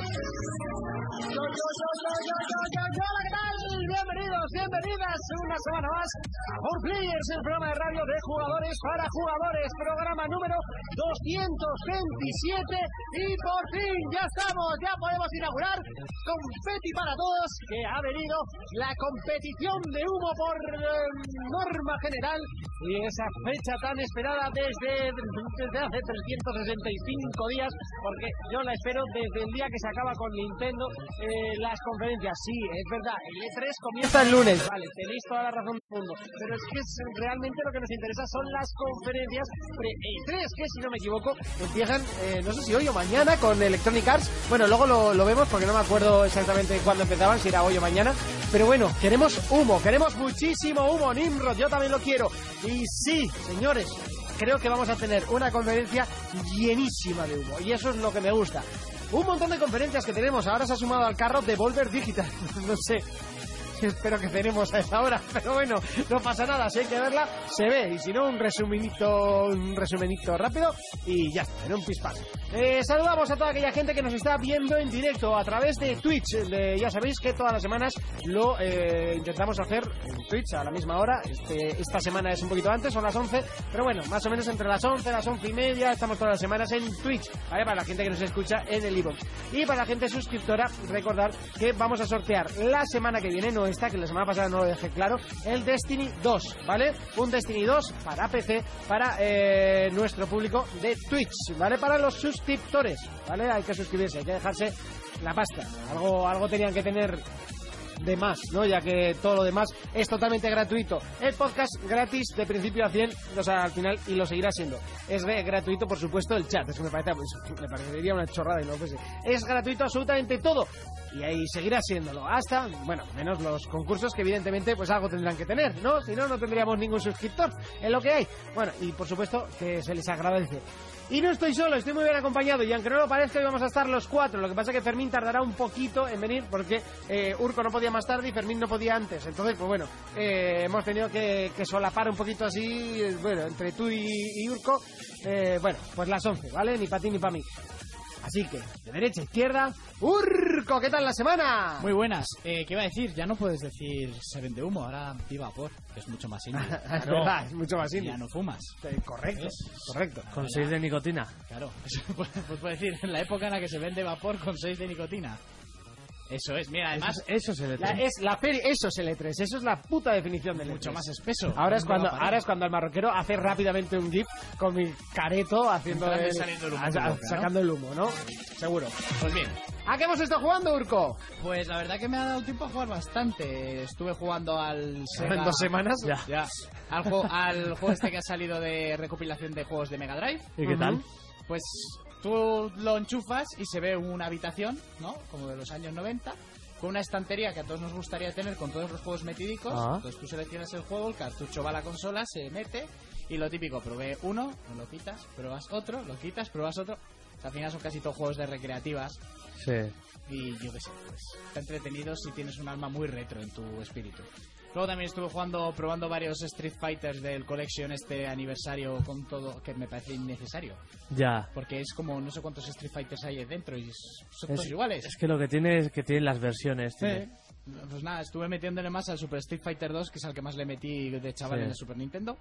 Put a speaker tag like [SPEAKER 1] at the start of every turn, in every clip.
[SPEAKER 1] Yo, yo, yo, yo, yo, yo, yo, yo, hola, ¿qué tal? Bienvenidos, bienvenidas una semana más a Four Players, el programa de radio de jugadores para jugadores, programa número 227 y por fin ya estamos, ya podemos inaugurar Confeti para Todos, que ha venido la competición de humo por eh, norma general y esa fecha tan esperada desde, desde hace 365 días, porque yo la espero desde el día que se acaba con Nintendo eh, las conferencias. Sí, es verdad, el E3 comienza el lunes, vale, tenéis toda la razón del mundo, pero es que es realmente lo que nos interesa son las conferencias pre-E3, que si no me equivoco empiezan, eh, no sé si hoy o mañana, con Electronic Arts. Bueno, luego lo, lo vemos porque no me acuerdo exactamente cuándo empezaban, si era hoy o mañana. Pero bueno, queremos humo, queremos muchísimo humo, Nimrod, yo también lo quiero. Y sí, señores, creo que vamos a tener una conferencia llenísima de humo. Y eso es lo que me gusta. Un montón de conferencias que tenemos. Ahora se ha sumado al carro Devolver Digital. no sé. Espero que tenemos a esa hora, pero bueno, no pasa nada, si hay que verla, se ve, y si no, un resuminito, un resumenito rápido y ya está, en un pispás. Eh, saludamos a toda aquella gente que nos está viendo en directo a través de Twitch. Eh, ya sabéis que todas las semanas lo eh, intentamos hacer en Twitch a la misma hora. Este, esta semana es un poquito antes, son las 11, pero bueno, más o menos entre las 11, las 11 y media, estamos todas las semanas en Twitch, ¿vale? Para la gente que nos escucha en el iVoox. Y para la gente suscriptora, recordar que vamos a sortear la semana que viene, no esta, que la semana pasada no lo dejé claro, el Destiny 2, ¿vale? Un Destiny 2 para PC, para eh, nuestro público de Twitch, ¿vale? Para los suscriptores, ¿vale? Hay que suscribirse, hay que dejarse la pasta. Algo, algo tenían que tener de más, ¿no? Ya que todo lo demás es totalmente gratuito. El podcast gratis de principio a 100, o sea, al final, y lo seguirá siendo. Es de- gratuito, por supuesto, el chat. Es que me, parece, pues, me parecería una chorrada y no lo fuese. Es gratuito absolutamente todo. Y ahí seguirá siéndolo. Hasta, bueno, menos los concursos que evidentemente pues algo tendrán que tener, ¿no? Si no, no tendríamos ningún suscriptor en lo que hay. Bueno, y por supuesto que se les agradece. Y no estoy solo, estoy muy bien acompañado. Y aunque no lo parezca, hoy vamos a estar los cuatro. Lo que pasa es que Fermín tardará un poquito en venir porque eh, Urco no podía más tarde y Fermín no podía antes. Entonces, pues bueno, eh, hemos tenido que, que solapar un poquito así, eh, bueno, entre tú y, y Urco. eh, bueno, pues las 11, ¿vale? Ni para ti ni para mí. Así que, de derecha a izquierda, Urco, ¿qué tal la semana?
[SPEAKER 2] Muy buenas. Eh, ¿Qué iba a decir? Ya no puedes decir se vende humo, ahora di vapor, que es mucho más simple.
[SPEAKER 1] es verdad, es mucho más
[SPEAKER 2] Ya
[SPEAKER 1] simple.
[SPEAKER 2] no fumas.
[SPEAKER 1] Eh, Correcto,
[SPEAKER 2] ¿Ves?
[SPEAKER 1] correcto.
[SPEAKER 3] Con 6 de nicotina.
[SPEAKER 2] Claro. Pues puedes decir, en la época en la que se vende vapor con 6 de nicotina. Eso es. Mira, además,
[SPEAKER 3] Eso se le
[SPEAKER 1] La- es la peli- eso es el E3, eso es la puta definición del E
[SPEAKER 2] es
[SPEAKER 1] E3.
[SPEAKER 2] mucho más espeso.
[SPEAKER 1] Ahora es cuando
[SPEAKER 2] Vapor.
[SPEAKER 1] ahora es cuando el marroquero hace rápidamente un gif con mi careto haciendo
[SPEAKER 2] Entrando y
[SPEAKER 1] el-
[SPEAKER 2] saliendo el humo
[SPEAKER 1] a-
[SPEAKER 2] de la
[SPEAKER 1] a-
[SPEAKER 2] boca, ¿no?
[SPEAKER 1] sacando el humo, ¿no? Seguro.
[SPEAKER 2] Pues bien.
[SPEAKER 1] ¿A qué hemos estado jugando, Urco?
[SPEAKER 2] Pues la verdad que me ha dado tiempo a jugar bastante. Estuve jugando al Sega...
[SPEAKER 1] En dos semanas.
[SPEAKER 3] Ya.
[SPEAKER 2] Ya. Al, juego, al juego este que ha salido de recopilación de juegos de Mega Drive.
[SPEAKER 3] ¿Y qué tal?
[SPEAKER 2] Pues tú lo enchufas y se ve una habitación, ¿no? Como de los años 90, con una estantería que a todos nos gustaría tener con todos los juegos metidicos.
[SPEAKER 3] Ah.
[SPEAKER 2] Entonces tú seleccionas el juego, el cartucho va a la consola, se mete y lo típico, probé uno, no lo quitas, pruebas otro, lo quitas, pruebas otro. O sea, al final son casi todos juegos de recreativas
[SPEAKER 3] Sí.
[SPEAKER 2] y yo qué sé, pues está entretenido si tienes un alma muy retro en tu espíritu. Luego también estuve jugando, probando varios Street Fighters del Collection este aniversario con todo que me parece innecesario.
[SPEAKER 3] Ya.
[SPEAKER 2] Porque es como no sé cuántos Street Fighters hay dentro y es- son
[SPEAKER 3] Es-
[SPEAKER 2] todos iguales.
[SPEAKER 3] Es que lo que tiene es que tiene las versiones.
[SPEAKER 2] Eh,
[SPEAKER 3] tiene.
[SPEAKER 2] Pues nada, estuve metiéndole más al Super Street Fighter 2, que es al que más le metí de chaval
[SPEAKER 3] Sí.
[SPEAKER 2] en el Super Nintendo.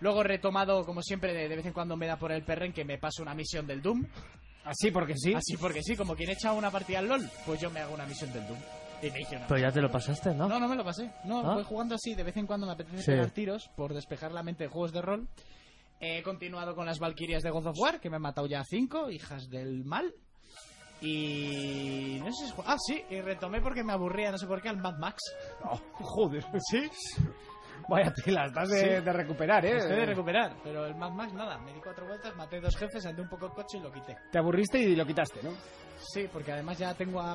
[SPEAKER 2] Luego he retomado, como siempre, de, de vez en cuando me da por el perren que me paso una misión del Doom.
[SPEAKER 1] Así porque sí.
[SPEAKER 2] Así porque sí, como quien echa una partida al LOL, pues yo me hago una misión del Doom. Y me hice una.
[SPEAKER 3] Pues
[SPEAKER 4] Pero ya te lo pasaste, ¿no?
[SPEAKER 2] No, no me lo pasé. No,
[SPEAKER 4] ¿Ah?
[SPEAKER 2] voy jugando así. De vez en cuando me apetece
[SPEAKER 4] Sí.
[SPEAKER 2] pegar tiros por despejar la mente de juegos de rol. He continuado con las Valkyrias de God of War, que me han matado ya cinco, hijas del mal. Y. No sé si. ju- Ah, sí, y retomé porque me aburría, no sé por qué, al Mad Max.
[SPEAKER 1] Oh, joder.
[SPEAKER 2] Sí,
[SPEAKER 1] Vaya tela, estás de,
[SPEAKER 2] Sí.
[SPEAKER 1] de recuperar, ¿eh?
[SPEAKER 2] estoy de recuperar, pero el Mad Max nada. Me di cuatro vueltas, maté dos jefes, andé un poco el coche y lo quité.
[SPEAKER 1] Te aburriste y lo quitaste, ¿no?
[SPEAKER 2] Sí, porque además ya tengo a.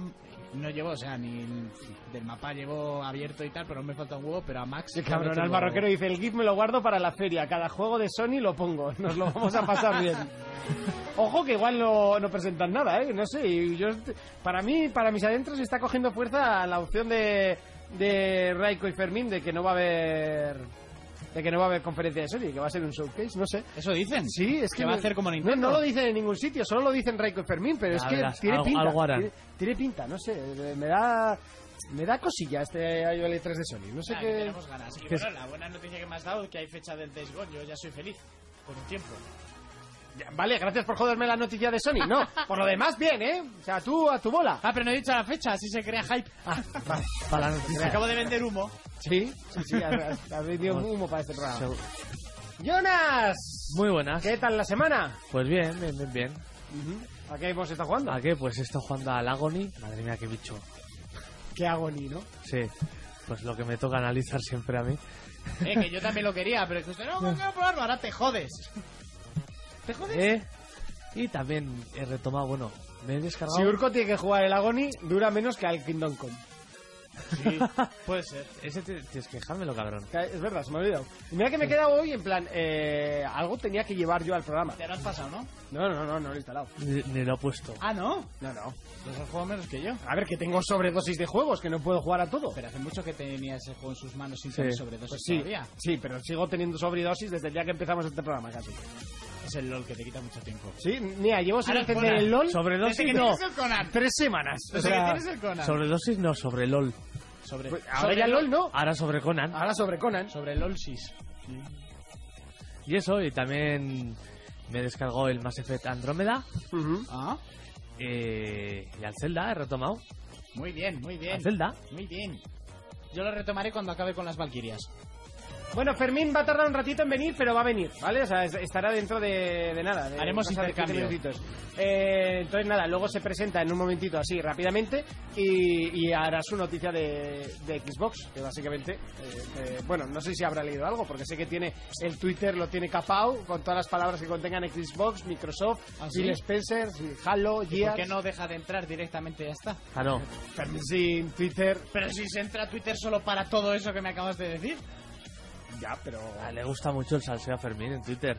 [SPEAKER 2] No llevo, o sea, ni el- del mapa llevo abierto y tal, pero me falta un huevo, pero a Max.
[SPEAKER 1] Sí, cabrón,
[SPEAKER 2] no
[SPEAKER 1] al
[SPEAKER 2] tengo-
[SPEAKER 1] marroquero dice, el GIF me lo guardo para la feria, cada juego de Sony lo pongo, nos lo vamos a pasar bien. Ojo que igual no, no presentan nada, ¿eh? No sé, y yo, para mí, para mis adentros está cogiendo fuerza la opción de, de Raiko y Fermín de que no va a haber... De que no va a haber conferencia de Sony, que va a ser un showcase, no sé.
[SPEAKER 2] Eso dicen.
[SPEAKER 1] Sí, es que,
[SPEAKER 2] va a
[SPEAKER 1] no-
[SPEAKER 2] hacer como
[SPEAKER 1] no,
[SPEAKER 2] Nintendo.
[SPEAKER 1] no lo dicen en ningún sitio, solo lo dicen Raiko y Fermín, pero
[SPEAKER 4] Ya
[SPEAKER 1] es que
[SPEAKER 4] verás,
[SPEAKER 1] tiene
[SPEAKER 4] algo-
[SPEAKER 1] pinta.
[SPEAKER 4] algo harán.
[SPEAKER 1] Tiene, tiene pinta, no sé, me da me da cosilla este iOS 3 de Sony, no sé
[SPEAKER 2] Ah, que
[SPEAKER 1] qué.
[SPEAKER 2] tenemos ganas. Y
[SPEAKER 4] que es-
[SPEAKER 2] bueno, la buena noticia que me has dado es que hay fecha del Days Gone. Yo ya soy feliz. Con un tiempo.
[SPEAKER 1] Ya, Vale, gracias por joderme la noticia de Sony. No, por lo demás, bien, ¿eh? O sea, tú a tu bola.
[SPEAKER 2] Ah, pero no he dicho la fecha, así se crea hype.
[SPEAKER 4] Para la
[SPEAKER 2] Me
[SPEAKER 4] noticia.
[SPEAKER 2] acabo de vender humo.
[SPEAKER 1] Sí, sí, sí, has, has vendido humo para este programa.
[SPEAKER 4] Segu-
[SPEAKER 1] ¡Jonas!
[SPEAKER 4] Muy buenas.
[SPEAKER 1] ¿Qué tal la semana?
[SPEAKER 4] Pues bien, bien, bien, bien.
[SPEAKER 1] ¿A qué hemos estado jugando?
[SPEAKER 4] ¿A qué? Pues esto jugando al Agony. Madre mía, qué bicho.
[SPEAKER 1] ¿Qué agonía, no?
[SPEAKER 4] Sí. Pues lo que me toca analizar siempre a mí.
[SPEAKER 2] Eh, que yo también lo quería, pero es que usted no, no quiero probarlo, ahora te jodes. ¿Te jodes?
[SPEAKER 4] ¿Eh? Y también he retomado, bueno, me he descargado.
[SPEAKER 1] Si Urco tiene que jugar el Agony, dura menos que al Kingdom Come.
[SPEAKER 2] Sí, puede ser.
[SPEAKER 4] Ese te- tienes que dejármelo, cabrón.
[SPEAKER 1] Que Es verdad, se me ha olvidado. Y mira que me he quedado hoy en plan, eh, algo tenía que llevar yo al programa.
[SPEAKER 2] Te lo has pasado, ¿no?
[SPEAKER 1] No, no, no, no lo he instalado.
[SPEAKER 4] Ni, ni lo he puesto.
[SPEAKER 2] Ah, no.
[SPEAKER 1] No, no.
[SPEAKER 2] Los has jugado menos que yo.
[SPEAKER 1] A ver, que tengo sobredosis de juegos, que no puedo jugar a todo.
[SPEAKER 2] Pero hace mucho que tenía ese juego en sus manos sin
[SPEAKER 4] Sí.
[SPEAKER 2] tener sobredosis
[SPEAKER 1] Pues sí,
[SPEAKER 2] todavía.
[SPEAKER 1] sí, pero sigo teniendo sobredosis desde el día que empezamos este programa casi.
[SPEAKER 2] Es el LOL que te quita mucho tiempo.
[SPEAKER 1] Sí, mira, llevo sin
[SPEAKER 2] Ahora
[SPEAKER 1] encender
[SPEAKER 2] fuera.
[SPEAKER 1] el LOL
[SPEAKER 4] Sobredosis
[SPEAKER 2] Desde que
[SPEAKER 4] no.
[SPEAKER 2] tienes el Conan.
[SPEAKER 1] tres semanas. O
[SPEAKER 2] Desde que
[SPEAKER 1] sea,
[SPEAKER 2] tienes el Conan.
[SPEAKER 4] Sobredosis no, sobre LOL.
[SPEAKER 2] Sobre,
[SPEAKER 1] pues, ahora
[SPEAKER 2] sobre
[SPEAKER 1] ya LOL no,
[SPEAKER 4] Ahora sobre Conan.
[SPEAKER 1] ahora sobre Conan.
[SPEAKER 2] Sobre LOLsis.
[SPEAKER 4] Y eso, y también me descargó el Mass Effect Andrómeda.
[SPEAKER 1] Ujú.
[SPEAKER 2] Ah,
[SPEAKER 4] eh, y al Zelda he retomado.
[SPEAKER 2] muy bien, muy bien.
[SPEAKER 4] Al Zelda.
[SPEAKER 2] Muy bien. Yo lo retomaré cuando acabe con las Valquirias.
[SPEAKER 1] Bueno, Fermín va a tardar un ratito en venir, pero va a venir, ¿vale? O sea, es- estará dentro de, de nada. de
[SPEAKER 2] Haremos
[SPEAKER 1] cosa de siete
[SPEAKER 2] intercambio.
[SPEAKER 1] minutitos. Eh, entonces, nada, luego se presenta en un momentito así, rápidamente, y, y hará su noticia de, de Xbox, que básicamente, eh, eh, bueno, no sé si habrá leído algo, porque sé que tiene el Twitter, lo tiene capao, con todas las palabras que contengan Xbox, Microsoft,
[SPEAKER 2] ¿Ah,
[SPEAKER 1] Phil
[SPEAKER 2] sí?
[SPEAKER 1] Spencer, sí, Halo,
[SPEAKER 2] ¿Por
[SPEAKER 1] Gears...
[SPEAKER 2] qué no deja de entrar directamente y ya está?
[SPEAKER 4] Ah, no.
[SPEAKER 1] Fermín sin Twitter...
[SPEAKER 2] Pero si se entra a Twitter solo para todo eso que me acabas de decir.
[SPEAKER 1] Ya, pero...
[SPEAKER 4] Ah, le gusta mucho el salseo a Fermín en Twitter.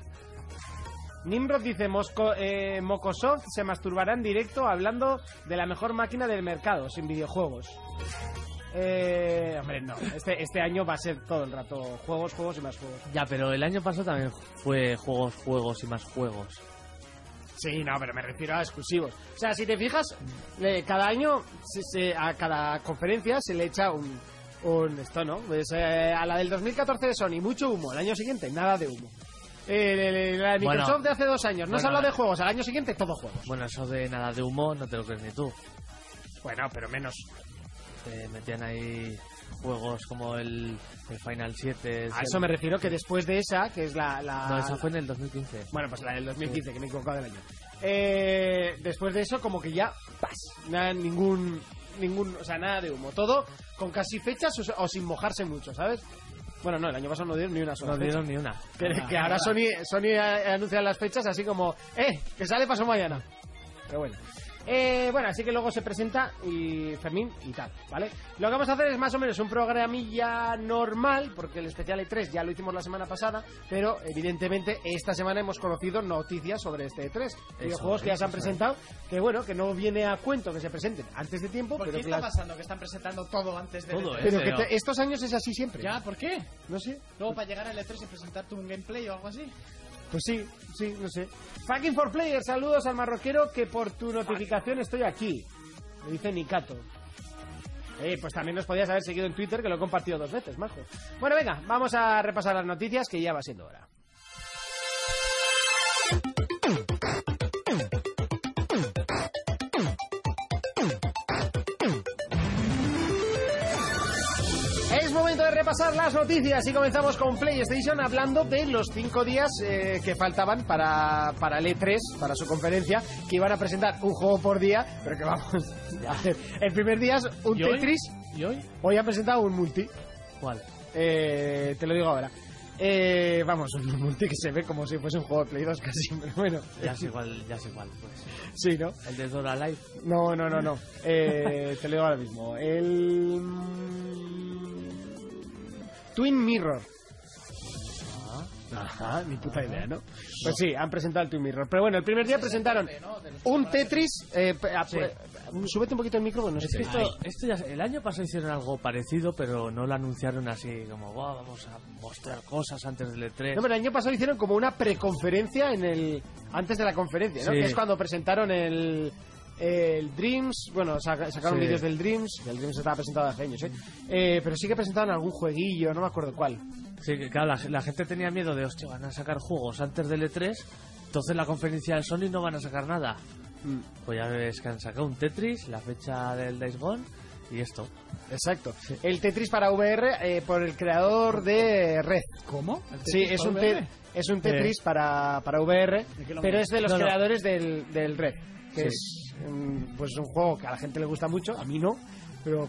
[SPEAKER 1] Nimrod dice, Mosco, eh, Mocosoft se masturbará en directo hablando de la mejor máquina del mercado, sin videojuegos. Eh, hombre, no. Este, este año va a ser todo el rato juegos, juegos y más juegos.
[SPEAKER 4] Ya, pero el año pasado también fue juegos, juegos y más juegos.
[SPEAKER 1] Sí, no, pero me refiero a exclusivos. O sea, si te fijas, eh, cada año, se- se- a cada conferencia se le echa un... un esto, ¿no? Pues, eh, a la del 2014 de Sony, mucho humo. El año siguiente, nada de humo. Eh, de- de- la de
[SPEAKER 4] Bueno.
[SPEAKER 1] Microsoft de hace dos años, no se
[SPEAKER 4] Bueno.
[SPEAKER 1] habla de juegos. Al año siguiente, todo juegos.
[SPEAKER 4] Bueno, eso de nada de humo no te lo crees ni tú.
[SPEAKER 1] Bueno, pero menos.
[SPEAKER 4] Eh, metían ahí juegos como el, el Final 7.
[SPEAKER 1] A
[SPEAKER 4] el-
[SPEAKER 1] eso me refiero que después de esa, que es la... la-
[SPEAKER 4] No, eso fue en el 2015.
[SPEAKER 1] Bueno, pues la del 2015, que me he equivocado del año. Eh, después de eso, como que ya, ¡pas! Nada, ningún, ningún... O sea, nada de humo. Todo con casi fechas o, o sin mojarse mucho, ¿sabes? Bueno, no, el año pasado no dieron ni una sola
[SPEAKER 4] No
[SPEAKER 1] fecha.
[SPEAKER 4] dieron ni una.
[SPEAKER 1] Que, que ahora Sony, Sony eh, anuncia las fechas así como, ¡eh! Que sale paso mañana. Pero bueno. Eh, bueno, así que luego se presenta y Fermín y tal, ¿vale? Lo que vamos a hacer es más o menos un programilla normal, porque el especial E3 ya lo hicimos la semana pasada, pero evidentemente esta semana hemos conocido noticias sobre este E3. Videojuegos
[SPEAKER 4] es,
[SPEAKER 1] que ya se han
[SPEAKER 4] eso es.
[SPEAKER 1] presentado, que bueno, que no viene a cuento que se presenten antes de tiempo,
[SPEAKER 2] ¿Por
[SPEAKER 1] pero
[SPEAKER 2] Pues, qué
[SPEAKER 1] que,
[SPEAKER 2] está
[SPEAKER 1] las-
[SPEAKER 2] pasando que están presentando todo antes de
[SPEAKER 4] Todo, ¿eh?
[SPEAKER 2] E3?
[SPEAKER 1] pero que
[SPEAKER 4] Pero-
[SPEAKER 1] te- estos años es así siempre.
[SPEAKER 2] ¿Ya? ¿Por qué?
[SPEAKER 1] No sé.
[SPEAKER 2] Luego para llegar al E3 y presentarte un gameplay o algo así.
[SPEAKER 1] Pues sí, sí, no sé. Fucking for Players, saludos al marroquero que por tu notificación estoy aquí. Me dice Nikato. Eh, pues también nos podías haber seguido en Twitter, que lo he compartido dos veces, majo. Bueno, venga, vamos a repasar las noticias, que ya va siendo hora. repasar las noticias y comenzamos con PlayStation hablando de los cinco días eh, que faltaban para, para el E3, para su conferencia, que iban a presentar un juego por día, pero que vamos a hacer. El primer día es un
[SPEAKER 4] ¿Y hoy?
[SPEAKER 1] Tetris,
[SPEAKER 4] ¿Y hoy?
[SPEAKER 1] hoy han presentado un multi.
[SPEAKER 4] ¿Cuál?
[SPEAKER 1] Eh, te lo digo ahora. Eh, vamos, un multi que se ve como si fuese un juego de Play 2 casi, pero bueno.
[SPEAKER 4] Ya sé cuál, ya sé cuál. Pues.
[SPEAKER 1] Sí, ¿no?
[SPEAKER 4] El de Dora Life.
[SPEAKER 1] No, no, no, no. Eh, te lo digo ahora mismo. El. mm, Twin Mirror. Ah. Ajá, ni puta idea, ¿no? Pues sí, han presentado el Twin Mirror. Pero bueno, el primer día presentaron un Tetris. Eh, pe- a-
[SPEAKER 4] Sí.
[SPEAKER 1] eh, Súbete un poquito el micro, bueno, no
[SPEAKER 4] Es
[SPEAKER 1] sé.
[SPEAKER 4] que esto, esto ya, el año pasado hicieron algo parecido, pero no lo anunciaron así como, "Buah, vamos a mostrar cosas antes del E E3.
[SPEAKER 1] No, pero el año pasado hicieron como una preconferencia en el antes de la conferencia, ¿no?
[SPEAKER 4] Sí.
[SPEAKER 1] Que es cuando presentaron el el Dreams, bueno, saca- sacaron
[SPEAKER 4] Sí.
[SPEAKER 1] vídeos del Dreams, que el Dreams estaba presentado hace años, ¿eh? Eh, pero sí que presentaron algún jueguillo, no me acuerdo cuál.
[SPEAKER 4] Sí, que claro, la, la gente tenía miedo de, hostia, van a sacar juegos antes del E3, entonces la conferencia del Sony no van a sacar nada.
[SPEAKER 1] Mm,
[SPEAKER 4] Pues ya ves que han sacado un Tetris, la fecha del Days Gone y esto.
[SPEAKER 1] Exacto. El Tetris para VR eh, por el creador de Red.
[SPEAKER 2] ¿Cómo? ¿El
[SPEAKER 1] Sí,
[SPEAKER 2] Tetris
[SPEAKER 1] es
[SPEAKER 2] para
[SPEAKER 1] un,
[SPEAKER 2] VR?
[SPEAKER 1] te- es un Tetris para, para VR,
[SPEAKER 2] ¿De qué lo
[SPEAKER 1] pero
[SPEAKER 2] miras?
[SPEAKER 1] es de los
[SPEAKER 4] No, no.
[SPEAKER 1] creadores Del, del Red, que
[SPEAKER 4] Sí.
[SPEAKER 1] es mm, pues un juego que a la gente le gusta mucho, a mí no, pero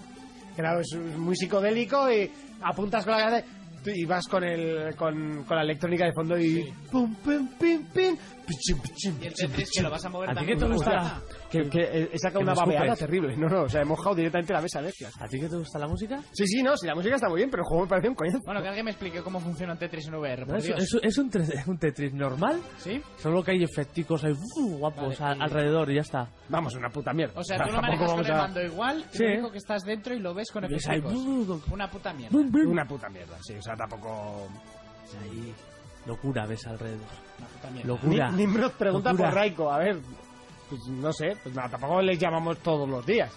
[SPEAKER 1] claro, es es muy psicodélico y apuntas con la cabeza y vas con, el, con, con la electrónica de fondo y pum, pum, pim, pim, pichum, pichum,
[SPEAKER 2] Y el
[SPEAKER 1] pichum,
[SPEAKER 2] Tetris que lo vas a mover
[SPEAKER 4] ¿A ti
[SPEAKER 2] también
[SPEAKER 4] qué te
[SPEAKER 2] con la
[SPEAKER 4] gusta?
[SPEAKER 2] mano.
[SPEAKER 1] que, que, eh, he sacado
[SPEAKER 4] que
[SPEAKER 1] una
[SPEAKER 4] me escupes.
[SPEAKER 1] babeada terrible, no, no, o sea, he mojado directamente la mesa, bestia.
[SPEAKER 4] ¿A ti que te gusta la música?
[SPEAKER 1] Sí, sí, no, si la música está muy bien, pero el juego me parece un coñazo.
[SPEAKER 2] Bueno, que alguien me explique cómo funciona el Tetris en VR,
[SPEAKER 4] No,
[SPEAKER 2] por
[SPEAKER 4] es,
[SPEAKER 2] Dios.
[SPEAKER 4] es- es un, tre- un Tetris normal,
[SPEAKER 2] ¿Sí?
[SPEAKER 4] solo que hay efecticos ahí uh, guapos
[SPEAKER 2] Vale,
[SPEAKER 4] a-
[SPEAKER 2] y-
[SPEAKER 4] alrededor y ya está.
[SPEAKER 1] Vamos, una puta mierda.
[SPEAKER 2] O sea, tú lo
[SPEAKER 1] Tampoco
[SPEAKER 2] manejas con
[SPEAKER 1] vamos
[SPEAKER 2] el
[SPEAKER 1] a-
[SPEAKER 2] mando igual, y
[SPEAKER 4] Sí.
[SPEAKER 2] lo único que estás dentro y lo ves con
[SPEAKER 4] Y ves ahí,
[SPEAKER 2] efectos.
[SPEAKER 4] uh, con-
[SPEAKER 2] Una puta mierda.
[SPEAKER 4] bum, bum.
[SPEAKER 1] Una puta mierda, sí, o sea, tampoco...
[SPEAKER 4] Ahí, locura ves alrededor.
[SPEAKER 2] Una puta mierda.
[SPEAKER 4] Locura.
[SPEAKER 1] Ni- Nimrod pregunta
[SPEAKER 4] Locura.
[SPEAKER 1] por Raiko, a ver, pues no sé, pues nada, tampoco le llamamos todos los días.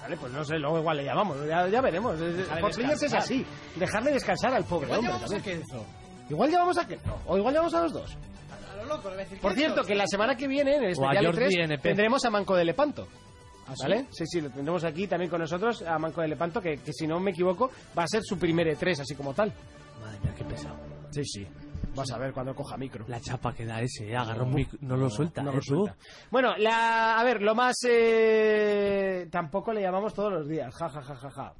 [SPEAKER 1] Vale, pues no sé, luego igual le llamamos, ya, ya veremos. Es-
[SPEAKER 2] Dejarle
[SPEAKER 1] Por players es
[SPEAKER 2] descansar.
[SPEAKER 1] así, dejarle descansar al pobre
[SPEAKER 2] Igual
[SPEAKER 1] hombre.
[SPEAKER 2] llevamos a
[SPEAKER 1] también.
[SPEAKER 2] Kenzo.
[SPEAKER 1] Igual llevamos a que no, o igual llevamos a los dos.
[SPEAKER 2] A lo loco, le voy a decir
[SPEAKER 1] Por
[SPEAKER 2] Kenzo.
[SPEAKER 1] cierto, que la semana que viene, en el
[SPEAKER 4] O a
[SPEAKER 1] especial
[SPEAKER 4] Jordi
[SPEAKER 1] 3,
[SPEAKER 4] NP.
[SPEAKER 1] tendremos a Manco de Lepanto.
[SPEAKER 2] ¿Ah, sí?
[SPEAKER 1] ¿Vale? Sí, sí, lo tendremos aquí también con nosotros, a Manco de Lepanto, que, que si no me equivoco, va a ser su primer E3, así como tal.
[SPEAKER 4] Madre mía, qué pesado.
[SPEAKER 1] Sí, sí. Vas a ver cuando coja micro.
[SPEAKER 4] La chapa que da ese, ya agarra un mic- no lo suelta,
[SPEAKER 1] No
[SPEAKER 4] ¿eh,
[SPEAKER 1] lo
[SPEAKER 4] tú?
[SPEAKER 1] suelta. Bueno, la, a ver, lo más... eh, tampoco le llamamos todos los días, ja, ja, ja, ja, ja.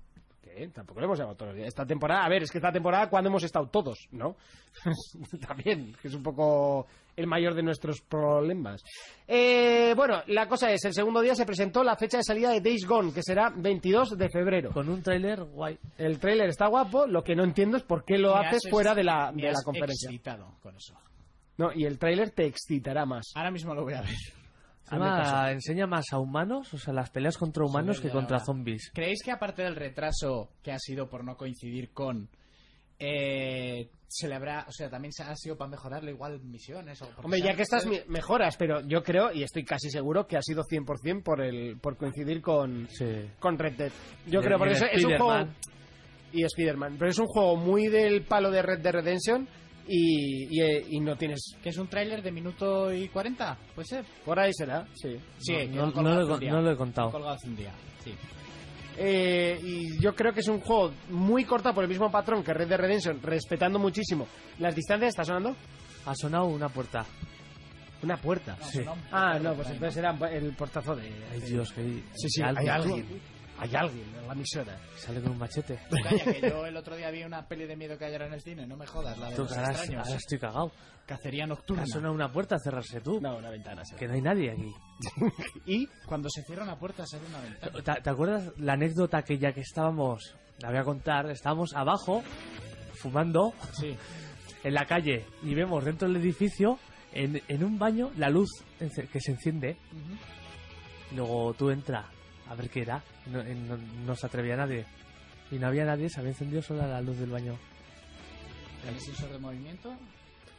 [SPEAKER 1] ¿Qué? Tampoco le hemos llamado todos los días. Esta temporada, a ver, es que esta temporada cuando hemos estado todos, ¿no? También, que es un poco el mayor de nuestros problemas. Eh, bueno, la cosa es, el segundo día se presentó la fecha de salida de Days Gone, que será 22 de febrero.
[SPEAKER 4] Con un tráiler guay.
[SPEAKER 1] El tráiler está guapo, lo que no entiendo es por qué lo
[SPEAKER 2] Me
[SPEAKER 1] haces
[SPEAKER 2] has
[SPEAKER 1] fuera
[SPEAKER 2] ex-
[SPEAKER 1] de la,
[SPEAKER 2] me
[SPEAKER 1] de la
[SPEAKER 2] has
[SPEAKER 1] conferencia.
[SPEAKER 2] excitado con eso.
[SPEAKER 1] No, y el tráiler te excitará más.
[SPEAKER 2] Ahora mismo lo voy a ver.
[SPEAKER 4] Encima, enseña más a humanos, o sea, las peleas contra humanos
[SPEAKER 2] Sí,
[SPEAKER 4] que
[SPEAKER 2] ya
[SPEAKER 4] contra
[SPEAKER 2] ahora.
[SPEAKER 4] zombies.
[SPEAKER 2] ¿Creéis que aparte del retraso que ha sido por no coincidir con... eh, se le habrá... O sea, también se ha sido para mejorarlo igual misiones o... porque
[SPEAKER 1] Hombre,
[SPEAKER 2] se
[SPEAKER 1] ya
[SPEAKER 2] han-
[SPEAKER 1] que estas mi- mejoras, pero yo creo y estoy casi seguro que ha sido 100% por el por coincidir con,
[SPEAKER 4] Sí.
[SPEAKER 1] con Red Dead. Yo
[SPEAKER 4] Y-
[SPEAKER 1] creo,
[SPEAKER 4] y
[SPEAKER 1] porque
[SPEAKER 4] el
[SPEAKER 1] es, es un juego...
[SPEAKER 4] Spider-Man.
[SPEAKER 1] Y Spider-Man. Pero es un juego muy del palo de Red Dead Redemption y, y, eh, y no tienes...
[SPEAKER 2] ¿Que es un tráiler de minuto y 40? ¿Puede ser?
[SPEAKER 1] Por ahí será, sí.
[SPEAKER 2] Sí, que lo
[SPEAKER 4] No,
[SPEAKER 2] he
[SPEAKER 4] no
[SPEAKER 2] colgado
[SPEAKER 4] lo, he
[SPEAKER 2] hace un
[SPEAKER 4] con-
[SPEAKER 2] día.
[SPEAKER 4] no lo he
[SPEAKER 2] Lo he
[SPEAKER 4] contado.
[SPEAKER 2] colgado hace un día, sí.
[SPEAKER 1] Eh, y yo creo que es un juego muy corta por el mismo patrón que Red Dead Redemption, respetando muchísimo las distancias. ¿Está sonando?
[SPEAKER 4] Ha sonado una puerta.
[SPEAKER 1] Una puerta.
[SPEAKER 2] No,
[SPEAKER 4] Sí.
[SPEAKER 2] no,
[SPEAKER 1] Ah,
[SPEAKER 2] pero
[SPEAKER 1] no, pues
[SPEAKER 2] ahí
[SPEAKER 1] entonces era el portazo de...
[SPEAKER 4] Ay, Dios, que hay,
[SPEAKER 1] Sí, sí, hay alguien. Hay alguien en la emisora.
[SPEAKER 4] Sale con un machete.
[SPEAKER 2] Calla, que yo el otro día vi una peli de miedo que ayer en el cine, no me jodas, la de
[SPEAKER 4] Tú,
[SPEAKER 2] los
[SPEAKER 4] ahora,
[SPEAKER 2] extraños.
[SPEAKER 4] ahora estoy cagado.
[SPEAKER 2] Cacería
[SPEAKER 4] Ha
[SPEAKER 2] nocturna.
[SPEAKER 4] sonado una puerta a cerrarse tú.
[SPEAKER 1] No, una ventana. será.
[SPEAKER 4] Que no hay nadie aquí.
[SPEAKER 1] Y
[SPEAKER 2] Cuando se cierra una puerta se abre una ventana.
[SPEAKER 4] ¿Te, te acuerdas la anécdota que ya que estábamos, la voy a contar, estábamos abajo fumando
[SPEAKER 2] Sí.
[SPEAKER 4] en la calle y vemos dentro del edificio, en, en un baño, la luz ence- que se enciende.
[SPEAKER 2] Ujú.
[SPEAKER 4] Y Luego tú entra a ver qué era. No, eh, no- no se atrevía nadie. Y no había nadie, se había encendido sola la luz del baño.
[SPEAKER 2] El sensor de movimiento.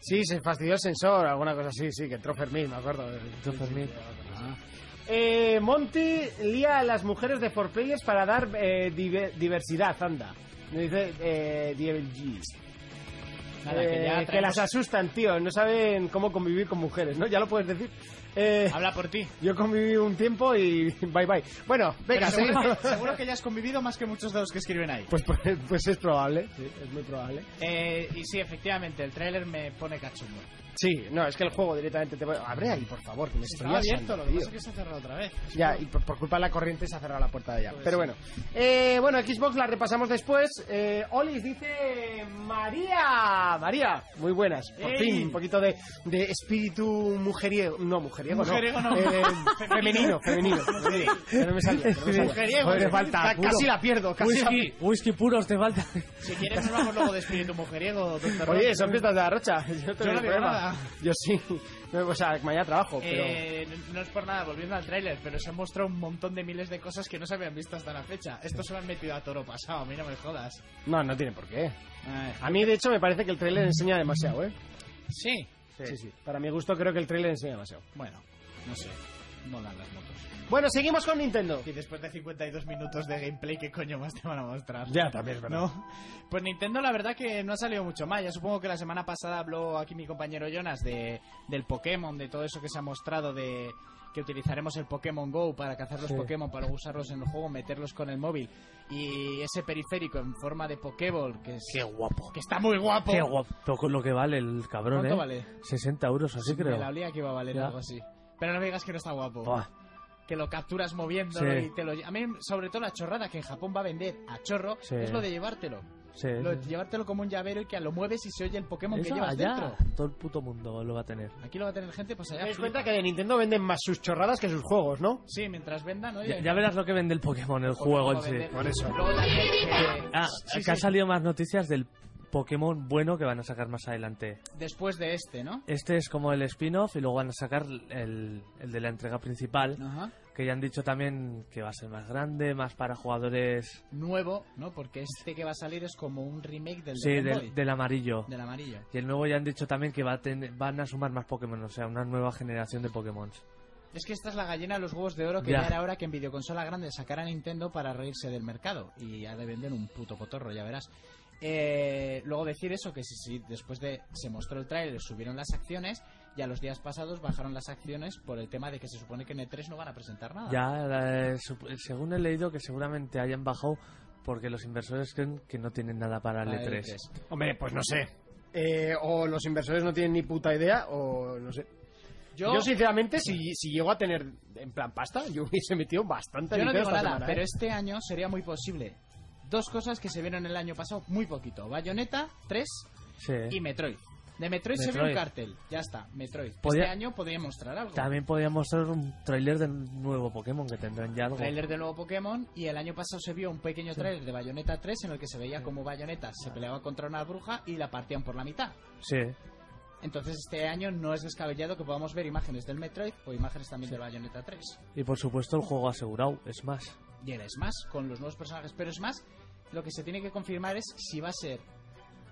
[SPEAKER 1] sí, se fastidió el sensor, alguna cosa así, sí, que entró Fermín, me acuerdo.
[SPEAKER 4] Entró Fermín.
[SPEAKER 1] Ah. Eh, Monty lía a las mujeres de 4Players para dar eh, dive- diversidad, anda. Me dice eh, Diebel G.
[SPEAKER 2] Nada, que ya
[SPEAKER 1] Eh, que
[SPEAKER 2] traemos-
[SPEAKER 1] las asustan, tío, no saben cómo convivir con mujeres, ¿no? Ya lo puedes decir. Eh,
[SPEAKER 2] Habla por ti.
[SPEAKER 1] yo conviví un tiempo y bye bye. Bueno, venga,
[SPEAKER 2] Pero seguro,
[SPEAKER 1] seguimos.
[SPEAKER 2] que, seguro que ya has convivido más que muchos de los que escriben ahí.
[SPEAKER 1] Pues, pues, pues es probable, sí, es muy probable.
[SPEAKER 2] Eh, y sí, efectivamente, el tráiler me pone cachondo.
[SPEAKER 1] Sí, no, es que el juego directamente te va- Abre ahí, por favor, que me estoy
[SPEAKER 2] Estaba abierto,
[SPEAKER 1] asando,
[SPEAKER 2] lo que
[SPEAKER 1] tío.
[SPEAKER 2] pasa es que se ha cerrado otra vez.
[SPEAKER 1] Ya, y por, por culpa de la corriente se ha cerrado la puerta de allá.
[SPEAKER 2] Pues
[SPEAKER 1] Pero bueno. Eh, bueno, Xbox la repasamos después. Eh, Olis dice... María, María. Muy buenas. Por
[SPEAKER 2] Ey.
[SPEAKER 1] fin, un poquito de, de espíritu mujeriego. No, mujeriego,
[SPEAKER 2] Mujeriego
[SPEAKER 1] no.
[SPEAKER 2] no.
[SPEAKER 1] Eh, femenino, femenino. Que no me salía, que no me salía.
[SPEAKER 2] Mujeriego,
[SPEAKER 1] Joder,
[SPEAKER 2] sí.
[SPEAKER 1] falta
[SPEAKER 2] Ca-
[SPEAKER 1] puro.
[SPEAKER 2] casi la pierdo, casi la
[SPEAKER 4] Whisky, whisky puros te falta.
[SPEAKER 2] Si quieres, nos vamos luego de espíritu mujeriego. doctor
[SPEAKER 1] Oye,
[SPEAKER 2] Ross.
[SPEAKER 1] son fiestas de la rocha. Yo, no tengo
[SPEAKER 2] no digo
[SPEAKER 1] problema.
[SPEAKER 2] nada.
[SPEAKER 1] Yo sí. O sea, mañana trabajo, pero...
[SPEAKER 2] Eh, no- no es por nada, volviendo al tráiler, pero se han mostrado un montón de miles de cosas que no se habían visto hasta la fecha. Esto se lo han metido a toro pasado, a mí no me jodas.
[SPEAKER 1] No, no tiene por qué.
[SPEAKER 2] Ay,
[SPEAKER 1] A mí, de hecho, me parece que el trailer enseña demasiado, ¿eh?
[SPEAKER 2] sí,
[SPEAKER 1] Sí, sí. Para mi gusto, creo que el trailer enseña demasiado.
[SPEAKER 2] bueno, no sé, molan las motos.
[SPEAKER 1] Bueno, seguimos con Nintendo.
[SPEAKER 2] Y después de 52 minutos de gameplay, ¿qué coño más te van a mostrar?
[SPEAKER 1] Ya, también es verdad.
[SPEAKER 2] No. Pues Nintendo la verdad que no ha salido mucho más. Ya supongo que la semana pasada habló aquí mi compañero Jonas de, del Pokémon, de todo eso que se ha mostrado de que utilizaremos el Pokémon Go para cazar los
[SPEAKER 4] Sí.
[SPEAKER 2] Pokémon, para usarlos en el juego, meterlos con el móvil. Y ese periférico en forma de Pokéball, que, es-
[SPEAKER 4] guapo.
[SPEAKER 2] que está muy guapo.
[SPEAKER 4] Qué guapo. Con lo que vale el cabrón,
[SPEAKER 2] ¿Cuánto
[SPEAKER 4] ¿eh?
[SPEAKER 2] vale?
[SPEAKER 4] 60 euros así,
[SPEAKER 2] Me la
[SPEAKER 4] creo.
[SPEAKER 2] olía que iba a valer
[SPEAKER 4] Ya.
[SPEAKER 2] algo así. Pero no me digas que no está guapo.
[SPEAKER 4] Buah,
[SPEAKER 2] que lo capturas moviéndolo
[SPEAKER 4] Sí.
[SPEAKER 2] y te lo lle- a mí sobre todo la chorrada que en Japón va a vender a chorro
[SPEAKER 4] Sí.
[SPEAKER 2] es lo de llevártelo
[SPEAKER 4] sí.
[SPEAKER 2] lo de llevártelo como un llavero y que lo mueves y se oye el Pokémon que
[SPEAKER 4] Eso
[SPEAKER 2] llevas
[SPEAKER 4] allá,
[SPEAKER 2] dentro
[SPEAKER 4] todo el puto mundo lo va a tener.
[SPEAKER 2] aquí lo va a tener gente pues
[SPEAKER 1] ¿Te
[SPEAKER 2] allá
[SPEAKER 1] dais
[SPEAKER 2] flipa.
[SPEAKER 1] cuenta que de Nintendo venden más sus chorradas que sus juegos, ¿no?
[SPEAKER 2] sí mientras vendan oye
[SPEAKER 4] Ya, ya verás lo que vende el Pokémon, el
[SPEAKER 2] Pokémon
[SPEAKER 4] juego
[SPEAKER 2] va
[SPEAKER 4] en
[SPEAKER 2] a
[SPEAKER 4] sí.
[SPEAKER 2] vender.
[SPEAKER 1] Por eso.
[SPEAKER 2] Luego también que-
[SPEAKER 4] Ah,
[SPEAKER 2] Pues sí,
[SPEAKER 4] que
[SPEAKER 2] sí,
[SPEAKER 4] han salido más noticias del Pokémon bueno que van a sacar más adelante.
[SPEAKER 2] después de este no
[SPEAKER 4] Este es como el spin-off y luego van a sacar el, el de la entrega principal,
[SPEAKER 2] Ajá.
[SPEAKER 4] que ya han dicho también que va a ser más grande, más para jugadores...
[SPEAKER 2] nuevo no porque este que va a salir es como un remake del
[SPEAKER 4] Sí,
[SPEAKER 2] de Game Boy,
[SPEAKER 4] del, del amarillo.
[SPEAKER 2] del amarillo
[SPEAKER 4] Y el nuevo ya han dicho también que va a tener- van a sumar más Pokémon, o sea, una nueva generación de Pokémon.
[SPEAKER 2] es que esta es la gallina de los huevos de oro que
[SPEAKER 4] Ya.
[SPEAKER 2] ya, era hora que en videoconsola grande sacara Nintendo para reírse del mercado. Y ya le venden un puto cotorro, ya verás. Eh, luego decir eso, que si, si después de se mostró el tráiler subieron las acciones y a los días pasados bajaron las acciones por el tema de que se supone que en E3 no van a presentar nada.
[SPEAKER 4] Ya, eh, sup- según he leído, que seguramente hayan bajado porque los inversores creen que no tienen nada para el E
[SPEAKER 2] Para el E
[SPEAKER 4] E3.
[SPEAKER 2] E3.
[SPEAKER 1] Hombre, pues no sé. Eh, o los inversores no tienen ni puta idea, o no sé. Yo,
[SPEAKER 2] Yo,
[SPEAKER 1] sinceramente, si, si llego a tener en plan pasta, yo hubiese metido bastante
[SPEAKER 2] yo no
[SPEAKER 1] dinero
[SPEAKER 2] digo
[SPEAKER 1] esta
[SPEAKER 2] nada,
[SPEAKER 1] semana, ¿eh?
[SPEAKER 2] pero este año sería muy posible. Dos cosas que se vieron el año pasado muy poquito. Bayonetta 3
[SPEAKER 4] Sí.
[SPEAKER 2] y Metroid. De Metroid, se ve
[SPEAKER 4] Eh. Metroid.
[SPEAKER 2] un cartel. Ya está, Metroid.
[SPEAKER 4] Podía-
[SPEAKER 2] Este año podría mostrar algo.
[SPEAKER 4] También podrían mostrar un tráiler del nuevo Pokémon que tendrán ya algo.
[SPEAKER 2] Trailer del nuevo Pokémon y el año pasado se vio un pequeño trailer de Bayonetta 3 en el que se veía como Bayonetta se peleaba contra una bruja y la partían por la mitad.
[SPEAKER 4] Sí.
[SPEAKER 2] Entonces este año no es descabellado que podamos ver imágenes del Metroid o imágenes también del Bayonetta 3.
[SPEAKER 4] Y por supuesto el juego asegurado, es más.
[SPEAKER 2] Y el Smash con los nuevos personajes. Pero es más, lo que se tiene que confirmar es si va a ser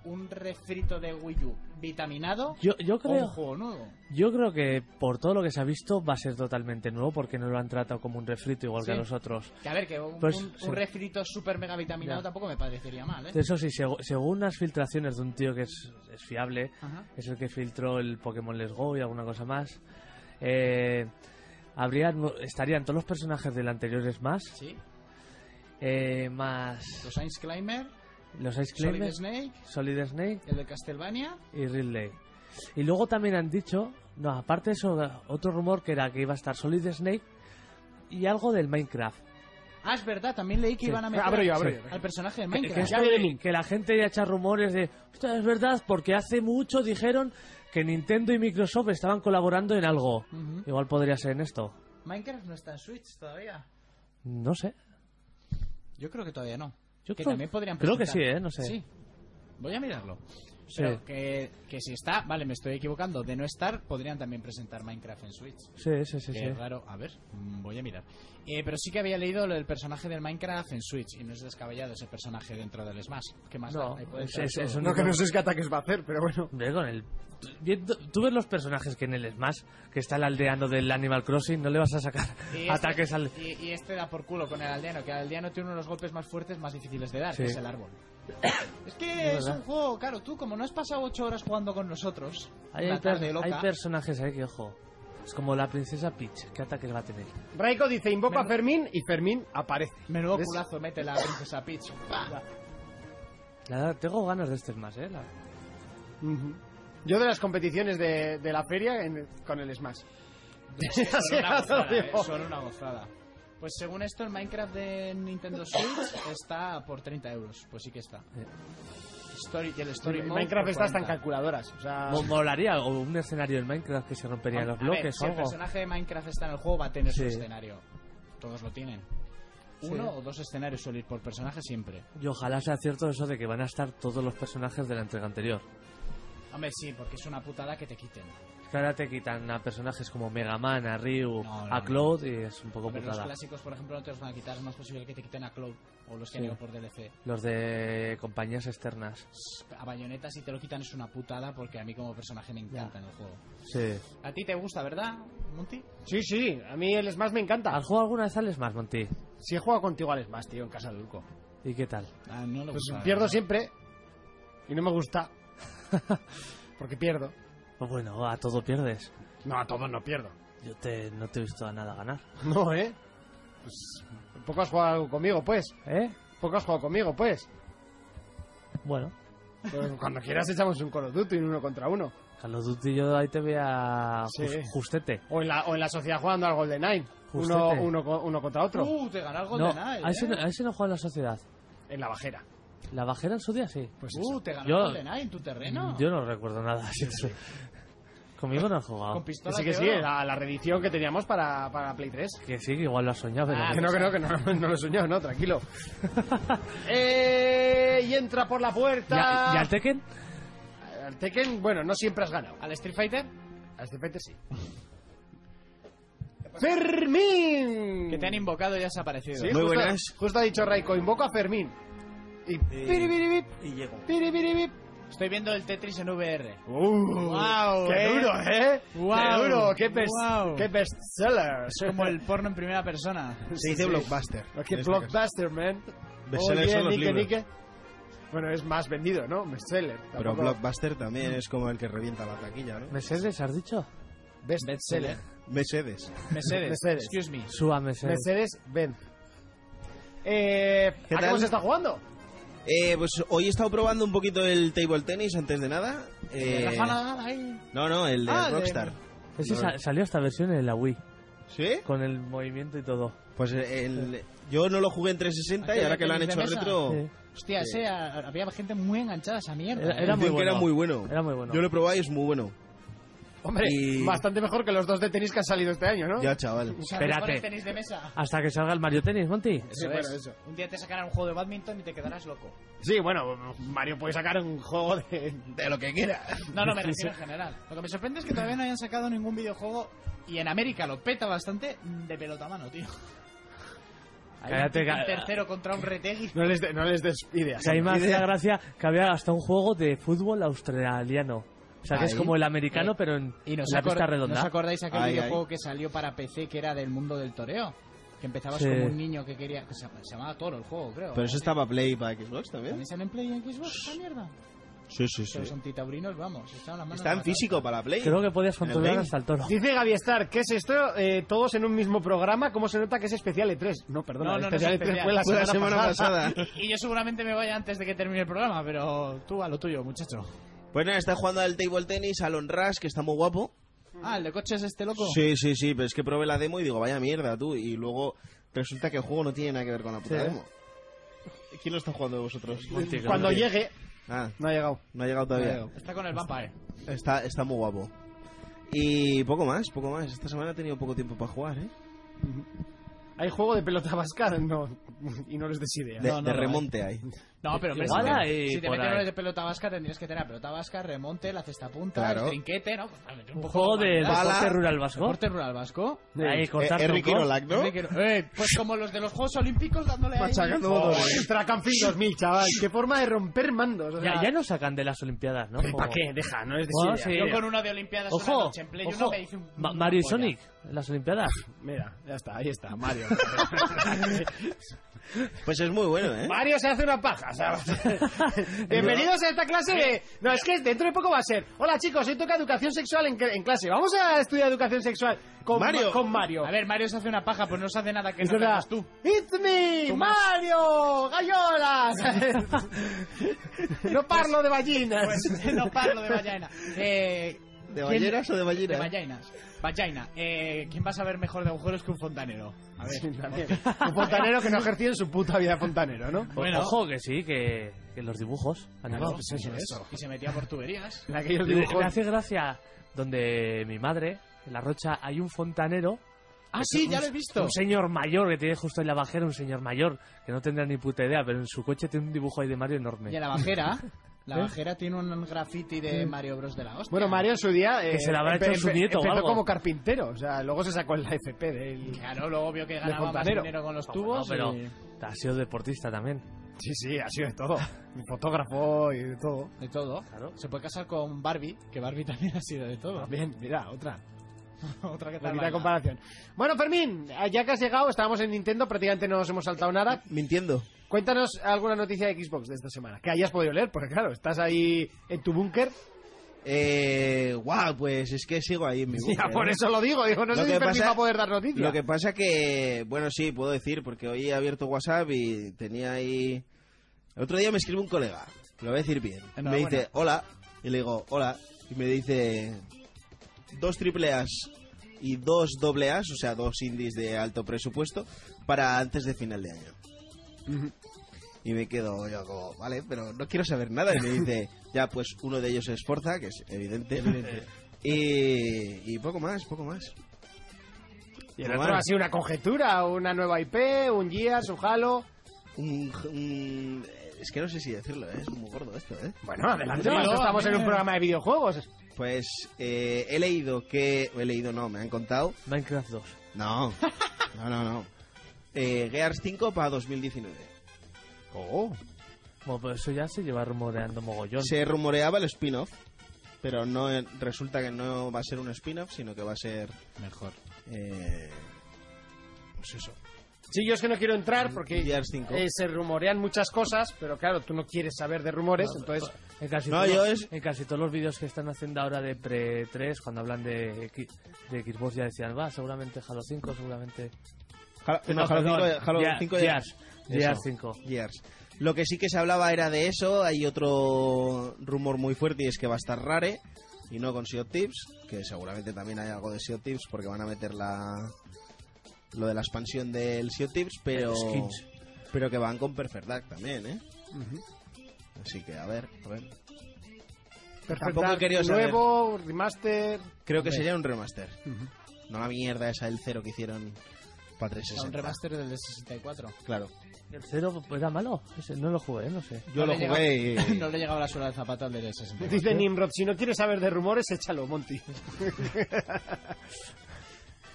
[SPEAKER 2] un refrito de Wii U vitaminado
[SPEAKER 4] Yo, yo
[SPEAKER 2] o un
[SPEAKER 4] creo
[SPEAKER 2] juego nuevo.
[SPEAKER 4] yo creo que por todo lo que se ha visto va a ser totalmente nuevo porque no lo han tratado como un refrito igual
[SPEAKER 2] Sí.
[SPEAKER 4] que a los otros.
[SPEAKER 2] Que a ver, que un,
[SPEAKER 4] Pues,
[SPEAKER 2] un- un
[SPEAKER 4] sí.
[SPEAKER 2] refrito super mega vitaminado
[SPEAKER 4] Ya.
[SPEAKER 2] tampoco me parecería mal, ¿eh?
[SPEAKER 4] Eso sí, seg- según las filtraciones de un tío que es, es fiable,
[SPEAKER 2] Ajá.
[SPEAKER 4] es el que filtró el Pokémon Let's Go y alguna cosa más. Eh, habría, nu- estarían todos los personajes del anterior Smash,
[SPEAKER 2] Sí.
[SPEAKER 4] eh, más
[SPEAKER 2] Los Ice Climber,
[SPEAKER 4] los Ice
[SPEAKER 2] Solid
[SPEAKER 4] Climber,
[SPEAKER 2] Snake,
[SPEAKER 4] Solid Snake
[SPEAKER 2] el de Castlevania
[SPEAKER 4] y Ridley. Y luego también han dicho, no, aparte de eso, otro rumor que era que iba a estar Solid Snake y algo del Minecraft.
[SPEAKER 2] Ah, es verdad, también leí que
[SPEAKER 4] Sí. Ah,
[SPEAKER 2] iban a meter
[SPEAKER 1] Abro yo, abro
[SPEAKER 4] Sí.
[SPEAKER 1] yo.
[SPEAKER 2] al personaje de
[SPEAKER 4] Que, que
[SPEAKER 2] Minecraft.
[SPEAKER 4] esto de- que la gente ya echa rumores de, "Hostia, es verdad, porque hace mucho dijeron que Nintendo y Microsoft estaban colaborando en algo.
[SPEAKER 2] Ujú.
[SPEAKER 4] Igual podría ser en esto.
[SPEAKER 2] Minecraft no está en Switch todavía.
[SPEAKER 4] No sé.
[SPEAKER 2] Yo creo que todavía no.
[SPEAKER 4] Yo
[SPEAKER 2] que
[SPEAKER 4] creo-
[SPEAKER 2] también podrían
[SPEAKER 4] creo que
[SPEAKER 2] presentar.
[SPEAKER 4] sí, ¿eh? No sé.
[SPEAKER 2] Sí. Voy a mirarlo.
[SPEAKER 4] Sí.
[SPEAKER 2] Pero que, que si está, vale, me estoy equivocando. De no estar, podrían también presentar Minecraft en Switch.
[SPEAKER 4] Sí, sí, sí.
[SPEAKER 2] Qué
[SPEAKER 4] sí.
[SPEAKER 2] raro. A ver, mm, voy a mirar. Eh, pero sí que había leído lo del personaje del Minecraft en Switch. Y no es descabellado ese personaje dentro del Smash. ¿Qué más
[SPEAKER 4] No,
[SPEAKER 2] da? Ahí puede
[SPEAKER 4] es-
[SPEAKER 2] entrar
[SPEAKER 4] es-
[SPEAKER 2] todo.
[SPEAKER 4] es un-
[SPEAKER 1] No, que no sé qué ataques va a hacer, pero bueno.
[SPEAKER 4] Ve con el- tú- viendo- Tú ves los personajes que en el Smash, que está el aldeano del Animal Crossing, no le vas a sacar
[SPEAKER 2] Y este-
[SPEAKER 4] ataques al...
[SPEAKER 2] Y, y este da por culo con el aldeano, que el aldeano tiene uno de los golpes más fuertes, más difíciles de dar,
[SPEAKER 4] Sí.
[SPEAKER 2] que es el árbol. es que
[SPEAKER 4] Es
[SPEAKER 2] es,
[SPEAKER 4] verdad.
[SPEAKER 2] un juego, claro, tú como no has pasado ocho horas jugando con nosotros,
[SPEAKER 4] Ahí Hay,
[SPEAKER 2] una
[SPEAKER 4] per-
[SPEAKER 2] tarde loca,
[SPEAKER 4] hay personajes ahí que, ojo, Es como la princesa Peach. ¿Qué ataques va a tener?
[SPEAKER 1] Raiko dice invoco a Fermín y Fermín aparece.
[SPEAKER 2] Menudo
[SPEAKER 1] ¿Ves?
[SPEAKER 2] culazo mete la princesa Peach.
[SPEAKER 4] La verdad, tengo ganas de este más, ¿eh? La-
[SPEAKER 1] Ujú. Yo de las competiciones de, de la feria en- con el Smash. Así
[SPEAKER 2] Son una
[SPEAKER 1] era todo
[SPEAKER 2] gozada, eh,
[SPEAKER 1] tiempo.
[SPEAKER 2] son una gozada. Pues según esto, el Minecraft de Nintendo Switch está por 30 euros. Pues sí que está.
[SPEAKER 4] Eh.
[SPEAKER 2] Story, y el Story
[SPEAKER 1] En
[SPEAKER 2] Mode pues
[SPEAKER 1] Minecraft
[SPEAKER 2] por
[SPEAKER 1] está hasta en
[SPEAKER 2] 40.
[SPEAKER 1] calculadoras. O sea,
[SPEAKER 4] Mo- Molaría o un escenario en Minecraft que se romperían los
[SPEAKER 2] A ver,
[SPEAKER 4] bloques
[SPEAKER 2] si
[SPEAKER 4] o
[SPEAKER 2] el
[SPEAKER 4] algo.
[SPEAKER 2] personaje de Minecraft está en el juego, va a tener su
[SPEAKER 4] Sí.
[SPEAKER 2] escenario. Todos lo tienen. Uno o dos escenarios suele ir por personaje siempre.
[SPEAKER 4] Y ojalá sea cierto eso de que van a estar todos los personajes de la entrega anterior.
[SPEAKER 2] Hombre, sí, porque es una putada que te quiten.
[SPEAKER 4] Es que ahora te quitan a personajes como Mega Man, a Ryu,
[SPEAKER 2] No, no,
[SPEAKER 4] a Cloud y es un poco
[SPEAKER 2] Pero los
[SPEAKER 4] putada.
[SPEAKER 2] clásicos, por ejemplo, no te los van a quitar. Es más posible que te quiten a Cloud o los que han
[SPEAKER 4] Sí.
[SPEAKER 2] ido por DLC.
[SPEAKER 4] Los de compañías externas.
[SPEAKER 2] A Bayonetta, si te lo quitan, es una putada porque a mí como personaje me encanta en el juego.
[SPEAKER 4] Sí.
[SPEAKER 2] A ti te gusta, ¿verdad, Monty?
[SPEAKER 1] sí, sí, a mí el Smash me encanta.
[SPEAKER 4] ¿Has jugado alguna vez al Smash, Monty?
[SPEAKER 1] Si he jugado contigo al Smash, tío, en casa de Urco.
[SPEAKER 4] ¿Y qué tal?
[SPEAKER 2] Ah, no le
[SPEAKER 1] Pues
[SPEAKER 2] gusta.
[SPEAKER 1] pierdo siempre y no me gusta. Porque pierdo.
[SPEAKER 4] Pues bueno, a todo pierdes.
[SPEAKER 1] No, a todos no pierdo.
[SPEAKER 4] Yo te, no te he visto a nada ganar.
[SPEAKER 1] No, ¿eh? Pues poco has jugado conmigo, pues.
[SPEAKER 4] ¿Eh?
[SPEAKER 1] Poco has jugado conmigo, pues.
[SPEAKER 4] Bueno.
[SPEAKER 1] Pues cuando quieras echamos un Call of Duty en uno contra uno.
[SPEAKER 4] Carlos Duty y yo ahí te voy a
[SPEAKER 1] Sí.
[SPEAKER 4] jus- justete.
[SPEAKER 1] O en la, o en la sociedad jugando al Golden Nine. Uno,
[SPEAKER 4] Justete.
[SPEAKER 1] uno, co- uno contra otro.
[SPEAKER 2] Uh, te ganó el
[SPEAKER 4] No,
[SPEAKER 2] GoldenEye.
[SPEAKER 4] a ese
[SPEAKER 2] eh.
[SPEAKER 4] no, a ese no juega en la sociedad.
[SPEAKER 1] En la bajera.
[SPEAKER 4] La bajera en su día sí.
[SPEAKER 1] Pues
[SPEAKER 2] Uh,
[SPEAKER 1] eso.
[SPEAKER 2] te ganó
[SPEAKER 4] Yo-
[SPEAKER 2] el GoldenEye en tu terreno.
[SPEAKER 4] Yo no recuerdo nada. sí, sí. Conmigo no has jugado.
[SPEAKER 2] Con
[SPEAKER 1] Que
[SPEAKER 2] pistola
[SPEAKER 1] sí, que
[SPEAKER 2] de
[SPEAKER 1] sí,
[SPEAKER 2] oro.
[SPEAKER 1] la, la reedición que teníamos para, para Play 3.
[SPEAKER 4] Que sí, que igual lo has soñado, pero...
[SPEAKER 2] Ah,
[SPEAKER 1] Que no, que no, que no, no lo he soñado, no, tranquilo. Eh, y entra por la puerta.
[SPEAKER 4] ¿Ya, ya el Tekken?
[SPEAKER 1] Al Tekken, bueno, no siempre has ganado.
[SPEAKER 2] ¿Al Street Fighter?
[SPEAKER 1] A este Fighter sí. ¡Fermín!
[SPEAKER 2] Que te han invocado y has aparecido.
[SPEAKER 1] Sí,
[SPEAKER 5] Muy
[SPEAKER 1] justo-
[SPEAKER 5] buenas.
[SPEAKER 1] Justo ha dicho Raiko, invoco a Fermín. Y piribiribip,
[SPEAKER 5] Y llego.
[SPEAKER 1] piribiribip.
[SPEAKER 2] Estoy viendo el Tetris en VR.
[SPEAKER 1] ¡Uh!
[SPEAKER 2] Guau,
[SPEAKER 1] ¡Qué
[SPEAKER 2] eh.
[SPEAKER 1] duro, eh!
[SPEAKER 2] Guau,
[SPEAKER 1] ¡Qué duro! ¡Qué, best,
[SPEAKER 2] guau.
[SPEAKER 1] qué bestseller!
[SPEAKER 2] Es como el porno en primera persona.
[SPEAKER 5] Se dice
[SPEAKER 1] Sí.
[SPEAKER 5] blockbuster.
[SPEAKER 1] ¡Qué
[SPEAKER 5] En este caso.
[SPEAKER 1] blockbuster, man!
[SPEAKER 5] Bestseller son los libros.
[SPEAKER 1] Bueno, es más vendido, ¿no? Bestseller.
[SPEAKER 5] Pero
[SPEAKER 1] tampoco-
[SPEAKER 5] blockbuster también es como el que revienta la taquilla, ¿no?
[SPEAKER 4] ¿Mercedes, has dicho?
[SPEAKER 1] Best-
[SPEAKER 2] Bestseller.
[SPEAKER 5] Mercedes.
[SPEAKER 2] Mercedes.
[SPEAKER 1] Mercedes.
[SPEAKER 2] Excuse me.
[SPEAKER 4] Suba Mercedes.
[SPEAKER 1] Mercedes Benz. Eh,
[SPEAKER 5] ¿Qué
[SPEAKER 1] ¿A qué
[SPEAKER 5] tal?
[SPEAKER 1] hemos estado jugando?
[SPEAKER 5] Eh, pues hoy he estado probando un poquito el table tennis antes de nada. Eh,
[SPEAKER 2] Rafa Nadal ah, ahí.
[SPEAKER 5] no, no, el de
[SPEAKER 2] Ah, el de-
[SPEAKER 5] Rockstar.
[SPEAKER 4] Ese
[SPEAKER 5] No.
[SPEAKER 4] sa- salió esta versión en la Wii,
[SPEAKER 5] ¿Sí?
[SPEAKER 4] con el movimiento y todo.
[SPEAKER 5] Pues el, yo no lo jugué en 360 y
[SPEAKER 2] Aquel
[SPEAKER 5] ahora que lo han
[SPEAKER 2] tenis
[SPEAKER 5] hecho
[SPEAKER 2] de mesa.
[SPEAKER 5] retro.
[SPEAKER 4] Sí.
[SPEAKER 2] Hostia,
[SPEAKER 5] Sí.
[SPEAKER 2] ese, a- había gente muy enganchada a esa mierda.
[SPEAKER 4] Era-
[SPEAKER 2] ¿eh?
[SPEAKER 4] era muy
[SPEAKER 5] Dicen que
[SPEAKER 4] bueno.
[SPEAKER 5] era muy bueno.
[SPEAKER 4] Era muy bueno.
[SPEAKER 5] Yo lo he probado y es muy bueno.
[SPEAKER 1] Hombre,
[SPEAKER 5] Y-
[SPEAKER 1] bastante mejor que los dos de tenis que han salido este año, ¿no?
[SPEAKER 5] Ya, chaval.
[SPEAKER 2] O sea,
[SPEAKER 4] Espérate.
[SPEAKER 2] mejor el tenis de mesa.
[SPEAKER 4] Hasta que salga el Mario Tennis, Monty.
[SPEAKER 1] Sí,
[SPEAKER 2] Eso
[SPEAKER 1] bueno,
[SPEAKER 2] es.
[SPEAKER 1] eso.
[SPEAKER 2] Un día te sacarán un juego de badminton y te quedarás loco.
[SPEAKER 1] Sí, bueno, Mario puede sacar un juego de, de lo que quiera.
[SPEAKER 2] No, no, me refiero en general. Lo que me sorprende es que todavía no hayan sacado ningún videojuego y en América lo peta bastante de pelotamano, tío. Hay un
[SPEAKER 4] Cállate,
[SPEAKER 2] tipo en
[SPEAKER 4] ca-
[SPEAKER 2] tercero contra un retegui.
[SPEAKER 1] No les, de- no les des ideas.
[SPEAKER 4] Que a mí me hacía
[SPEAKER 5] idea.
[SPEAKER 4] gracia que había hasta un juego de fútbol australiano. O sea, que es
[SPEAKER 5] Ahí.
[SPEAKER 4] como el americano,
[SPEAKER 2] Eh,
[SPEAKER 4] pero en
[SPEAKER 2] Y no os
[SPEAKER 4] la
[SPEAKER 2] acor-
[SPEAKER 4] pista
[SPEAKER 2] ¿no
[SPEAKER 4] redonda.
[SPEAKER 2] os acordáis aquel
[SPEAKER 5] Ay,
[SPEAKER 2] videojuego que salió para PC que era del mundo del toreo? Que empezabas
[SPEAKER 4] Sí.
[SPEAKER 2] como un niño que quería. que se, se llamaba Toro el juego, creo.
[SPEAKER 5] Pero eso estaba Play para Xbox también.
[SPEAKER 2] ¿También sale en Play y en Xbox esa mierda?
[SPEAKER 5] ¿Eh? Sí, sí,
[SPEAKER 2] Pero son titaurinos, vamos. Están las manos
[SPEAKER 5] Está
[SPEAKER 2] en la
[SPEAKER 5] en físico para Play.
[SPEAKER 4] Creo que podías
[SPEAKER 5] En el
[SPEAKER 4] controlar
[SPEAKER 5] game.
[SPEAKER 4] hasta el toro.
[SPEAKER 1] Dice Gaby Star, ¿qué es esto? Eh, todos en un mismo programa, ¿cómo se nota que es especial E3? No, perdón,
[SPEAKER 2] No, no, no es
[SPEAKER 1] especial E3
[SPEAKER 2] especial.
[SPEAKER 1] fue la
[SPEAKER 5] Fue
[SPEAKER 1] semana,
[SPEAKER 5] la semana pasada.
[SPEAKER 2] cara. Y yo seguramente me vaya antes de que termine el programa, pero tú a lo tuyo, muchacho.
[SPEAKER 5] Pues nada, está jugando al table tennis, al on rush, que está muy guapo.
[SPEAKER 2] Ah, el de coches este loco.
[SPEAKER 5] Sí, sí, sí, pero es que probé la demo y digo, vaya mierda, tú. Y luego resulta que el juego no tiene nada que ver con la puta
[SPEAKER 4] Sí.
[SPEAKER 5] demo. ¿Quién lo está jugando de vosotros?
[SPEAKER 4] Monty, que
[SPEAKER 1] Cuando
[SPEAKER 4] Monty.
[SPEAKER 1] llegue,
[SPEAKER 5] Ah,
[SPEAKER 1] no ha llegado.
[SPEAKER 5] no ha llegado todavía.
[SPEAKER 1] No
[SPEAKER 2] Está con el eh. vampire.
[SPEAKER 5] Está, está muy guapo. Y poco más, poco más. Esta semana he tenido poco tiempo para jugar, ¿eh?
[SPEAKER 1] Hay juego de pelota vasca, no, y no les des ideas.
[SPEAKER 5] De,
[SPEAKER 2] No, no,
[SPEAKER 5] de
[SPEAKER 2] no,
[SPEAKER 5] remonte hay.
[SPEAKER 2] No, pero hombre,
[SPEAKER 4] Igual
[SPEAKER 2] si te-
[SPEAKER 4] ahí,
[SPEAKER 2] si te
[SPEAKER 4] por
[SPEAKER 2] meten
[SPEAKER 4] ahí.
[SPEAKER 2] goles de pelota vasca tendrías que tener la pelota vasca, remonte, la cesta punta,
[SPEAKER 5] Claro.
[SPEAKER 2] el trinquete, ¿no? Pues, para meter
[SPEAKER 4] Un
[SPEAKER 2] poco
[SPEAKER 4] juego de
[SPEAKER 2] variedad.
[SPEAKER 5] Bala.
[SPEAKER 4] deporte rural vasco.
[SPEAKER 2] deporte rural vasco.
[SPEAKER 4] Ahí, cortarte
[SPEAKER 5] Eh,
[SPEAKER 4] un
[SPEAKER 5] Ricky
[SPEAKER 4] cos.
[SPEAKER 5] Nolak, ¿no?
[SPEAKER 2] Enrique, eh, pues como los de los Juegos Olímpicos dándole ahí.
[SPEAKER 5] Machacando
[SPEAKER 2] Oh,
[SPEAKER 5] botones.
[SPEAKER 1] Tracamping 2000, chaval. Qué forma de romper mandos. o sea. Oh,
[SPEAKER 4] Ya, ya no sacan de las Olimpiadas, ¿no?
[SPEAKER 1] ¿Para
[SPEAKER 4] Como-
[SPEAKER 1] qué? Deja, no les des
[SPEAKER 4] Bueno,
[SPEAKER 1] ideas.
[SPEAKER 4] sí.
[SPEAKER 2] Yo con una de Olimpiadas una
[SPEAKER 4] Ojo,
[SPEAKER 2] noche en Play
[SPEAKER 4] ojo.
[SPEAKER 2] uno me hice un-
[SPEAKER 4] Ma-
[SPEAKER 2] una
[SPEAKER 4] Mario y
[SPEAKER 2] polla.
[SPEAKER 4] Sonic, las Olimpiadas.
[SPEAKER 1] Mira, ya está, ahí está, Mario.
[SPEAKER 5] Pues es muy bueno, ¿eh?
[SPEAKER 1] Mario se hace una paja, pasaba. Bienvenidos a esta clase de... No, es que dentro de poco va a ser... Hola chicos, hoy toca educación sexual en, en clase. Vamos a estudiar educación sexual con
[SPEAKER 5] Mario.
[SPEAKER 1] Con Mario.
[SPEAKER 2] A ver, Mario se hace una paja, pues no se hace nada que
[SPEAKER 1] Es
[SPEAKER 2] no te
[SPEAKER 1] verdad.
[SPEAKER 2] hagas tú.
[SPEAKER 1] It's me,
[SPEAKER 2] Tú más.
[SPEAKER 1] Mario, gallolas. no parlo de ballinas.
[SPEAKER 2] Pues no parlo de vagina. Eh,
[SPEAKER 5] ¿De
[SPEAKER 2] ¿quién-
[SPEAKER 5] balleras o de
[SPEAKER 2] De
[SPEAKER 5] balleras?
[SPEAKER 2] vaginas. Vagina. Eh, ¿Quién va a saber mejor de agujeros que un fontanero? A ver.
[SPEAKER 1] Sí, también. Un fontanero que no ha ejercido en su puta vida fontanero, ¿no?
[SPEAKER 2] Bueno.
[SPEAKER 4] Ojo, que sí, que, que los dibujos
[SPEAKER 2] Claro,
[SPEAKER 4] animados.
[SPEAKER 2] Pues
[SPEAKER 1] pues
[SPEAKER 2] eso es. Y se metía por tuberías.
[SPEAKER 1] En aquellos
[SPEAKER 4] Me-
[SPEAKER 1] dibujos.
[SPEAKER 4] Me hace gracia donde mi madre, en la rocha, hay un fontanero.
[SPEAKER 2] Ah,
[SPEAKER 4] que
[SPEAKER 2] sí,
[SPEAKER 4] un-
[SPEAKER 2] ya lo he visto.
[SPEAKER 4] Un señor mayor que tiene justo en la bajera, un señor mayor, que no tendrá ni puta idea, pero en su coche tiene un dibujo ahí de Mario enorme.
[SPEAKER 2] Y a la bajera. La bajera tiene un graffiti de Mario Bros. de la hostia.
[SPEAKER 1] ¿Eh? Bueno, Mario en su día. eh,
[SPEAKER 4] Que se la habrá
[SPEAKER 1] empe-
[SPEAKER 4] hecho su
[SPEAKER 1] empe-
[SPEAKER 4] nieto o
[SPEAKER 1] Empezó
[SPEAKER 4] algo.
[SPEAKER 1] como carpintero, o sea, luego se sacó el FP del.
[SPEAKER 2] Claro, lo obvio que ganaba más
[SPEAKER 1] fontanero.
[SPEAKER 2] dinero con los
[SPEAKER 4] No,
[SPEAKER 2] tubos.
[SPEAKER 4] bueno,
[SPEAKER 2] y-
[SPEAKER 4] pero ha sido deportista también.
[SPEAKER 1] Sí, sí, ha sido de todo. Fotógrafo y de todo.
[SPEAKER 2] De todo.
[SPEAKER 4] Claro.
[SPEAKER 2] Se puede casar con Barbie, que Barbie también ha sido de todo.
[SPEAKER 1] Bien, mira, otra.
[SPEAKER 2] Otra que tal.
[SPEAKER 1] Bonita
[SPEAKER 2] baila.
[SPEAKER 1] comparación. Bueno, Fermín, eh, ya que has llegado, estábamos en Nintendo, prácticamente no nos hemos saltado nada.
[SPEAKER 5] Mintiendo.
[SPEAKER 1] Cuéntanos alguna noticia de Xbox de esta semana que hayas podido leer, porque claro, estás ahí en tu búnker.
[SPEAKER 5] Eh, guau, pues es que sigo ahí en mi
[SPEAKER 1] Ya,
[SPEAKER 5] búnker,
[SPEAKER 1] por
[SPEAKER 5] ¿eh?
[SPEAKER 1] eso lo digo, digo, no
[SPEAKER 5] Lo
[SPEAKER 1] sé si
[SPEAKER 5] que
[SPEAKER 1] Fermín
[SPEAKER 5] pasa-
[SPEAKER 1] va a poder dar noticias.
[SPEAKER 5] Lo que pasa que, bueno, sí, puedo decir, porque hoy he abierto WhatsApp y tenía ahí... El otro día me escribe un colega, lo voy a decir bien. Me
[SPEAKER 2] Enhorabuena.
[SPEAKER 5] dice, hola, y le digo, hola, y me dice, dos triple A's y dos doble A's, o sea, dos indies de alto presupuesto, para antes de final de año. Y me quedo yo como, vale, pero no quiero saber nada. Y me dice, ya, pues uno de ellos es Forza, que es evidente. Y, y poco más, poco más.
[SPEAKER 1] Y el
[SPEAKER 5] Poco
[SPEAKER 1] otro
[SPEAKER 5] más.
[SPEAKER 1] ha sido una conjetura, una nueva IP, un Gears, un Halo.
[SPEAKER 5] Un- un- eh, es que no sé si decirlo, ¿eh? es muy gordo esto, ¿eh?
[SPEAKER 1] Bueno, adelante,
[SPEAKER 2] No,
[SPEAKER 1] macho,
[SPEAKER 2] no,
[SPEAKER 1] estamos
[SPEAKER 2] a mí
[SPEAKER 1] en un
[SPEAKER 2] me-
[SPEAKER 1] programa de videojuegos.
[SPEAKER 5] Pues eh, he leído que... He leído, no, me han contado.
[SPEAKER 4] Minecraft 2.
[SPEAKER 5] No, no, no, no. Eh, Gears 5 para 2019. Oh.
[SPEAKER 4] Bueno, pero eso ya se lleva rumoreando mogollón.
[SPEAKER 5] Se rumoreaba el spin-off, pero no eh, resulta que no va a ser un spin-off, sino que va a ser...
[SPEAKER 2] Mejor.
[SPEAKER 5] eh, pues eso.
[SPEAKER 1] Sí, yo es que no quiero entrar porque
[SPEAKER 5] Gears 5.
[SPEAKER 1] eh, se rumorean muchas cosas, pero claro, tú no quieres saber de rumores, entonces...
[SPEAKER 4] En casi,
[SPEAKER 5] No,
[SPEAKER 4] todos,
[SPEAKER 5] yo es-
[SPEAKER 4] en casi todos los vídeos que están haciendo ahora de pre-3, cuando hablan de, X- de Xbox, ya decían, va, seguramente Halo 5, seguramente...
[SPEAKER 5] Jala- no, Halo
[SPEAKER 4] perdón,
[SPEAKER 5] 5, Halo
[SPEAKER 4] Gear-
[SPEAKER 5] 5 ya-
[SPEAKER 4] Gears, Gears
[SPEAKER 5] Eso.
[SPEAKER 4] 5.
[SPEAKER 5] Gears. Lo que sí que se hablaba era de eso. Hay otro rumor muy fuerte y es que va a estar Rare y no con Sea of Thieves, que seguramente también hay algo de Sea of Thieves porque van a meter la lo de la expansión del Sea of Thieves, pero
[SPEAKER 4] Skins.
[SPEAKER 5] pero que van con Perfect Dark también, ¿eh? Así que a ver, a ver. Tampoco he querido saber.
[SPEAKER 1] Nuevo, remaster...
[SPEAKER 5] Creo que sería un remaster. No la mierda esa el cero que hicieron para
[SPEAKER 2] Un
[SPEAKER 5] 360.
[SPEAKER 2] remaster del de 64.
[SPEAKER 5] Claro.
[SPEAKER 4] ¿El 0 era malo? Ese no lo jugué, no sé.
[SPEAKER 5] Yo
[SPEAKER 2] No
[SPEAKER 5] lo
[SPEAKER 2] le
[SPEAKER 5] jugué
[SPEAKER 2] llegaba-
[SPEAKER 5] y-
[SPEAKER 2] No le llegaba la suela de zapato al de 64.
[SPEAKER 1] Dice Nimrod, si no quieres saber de rumores, échalo, Monty.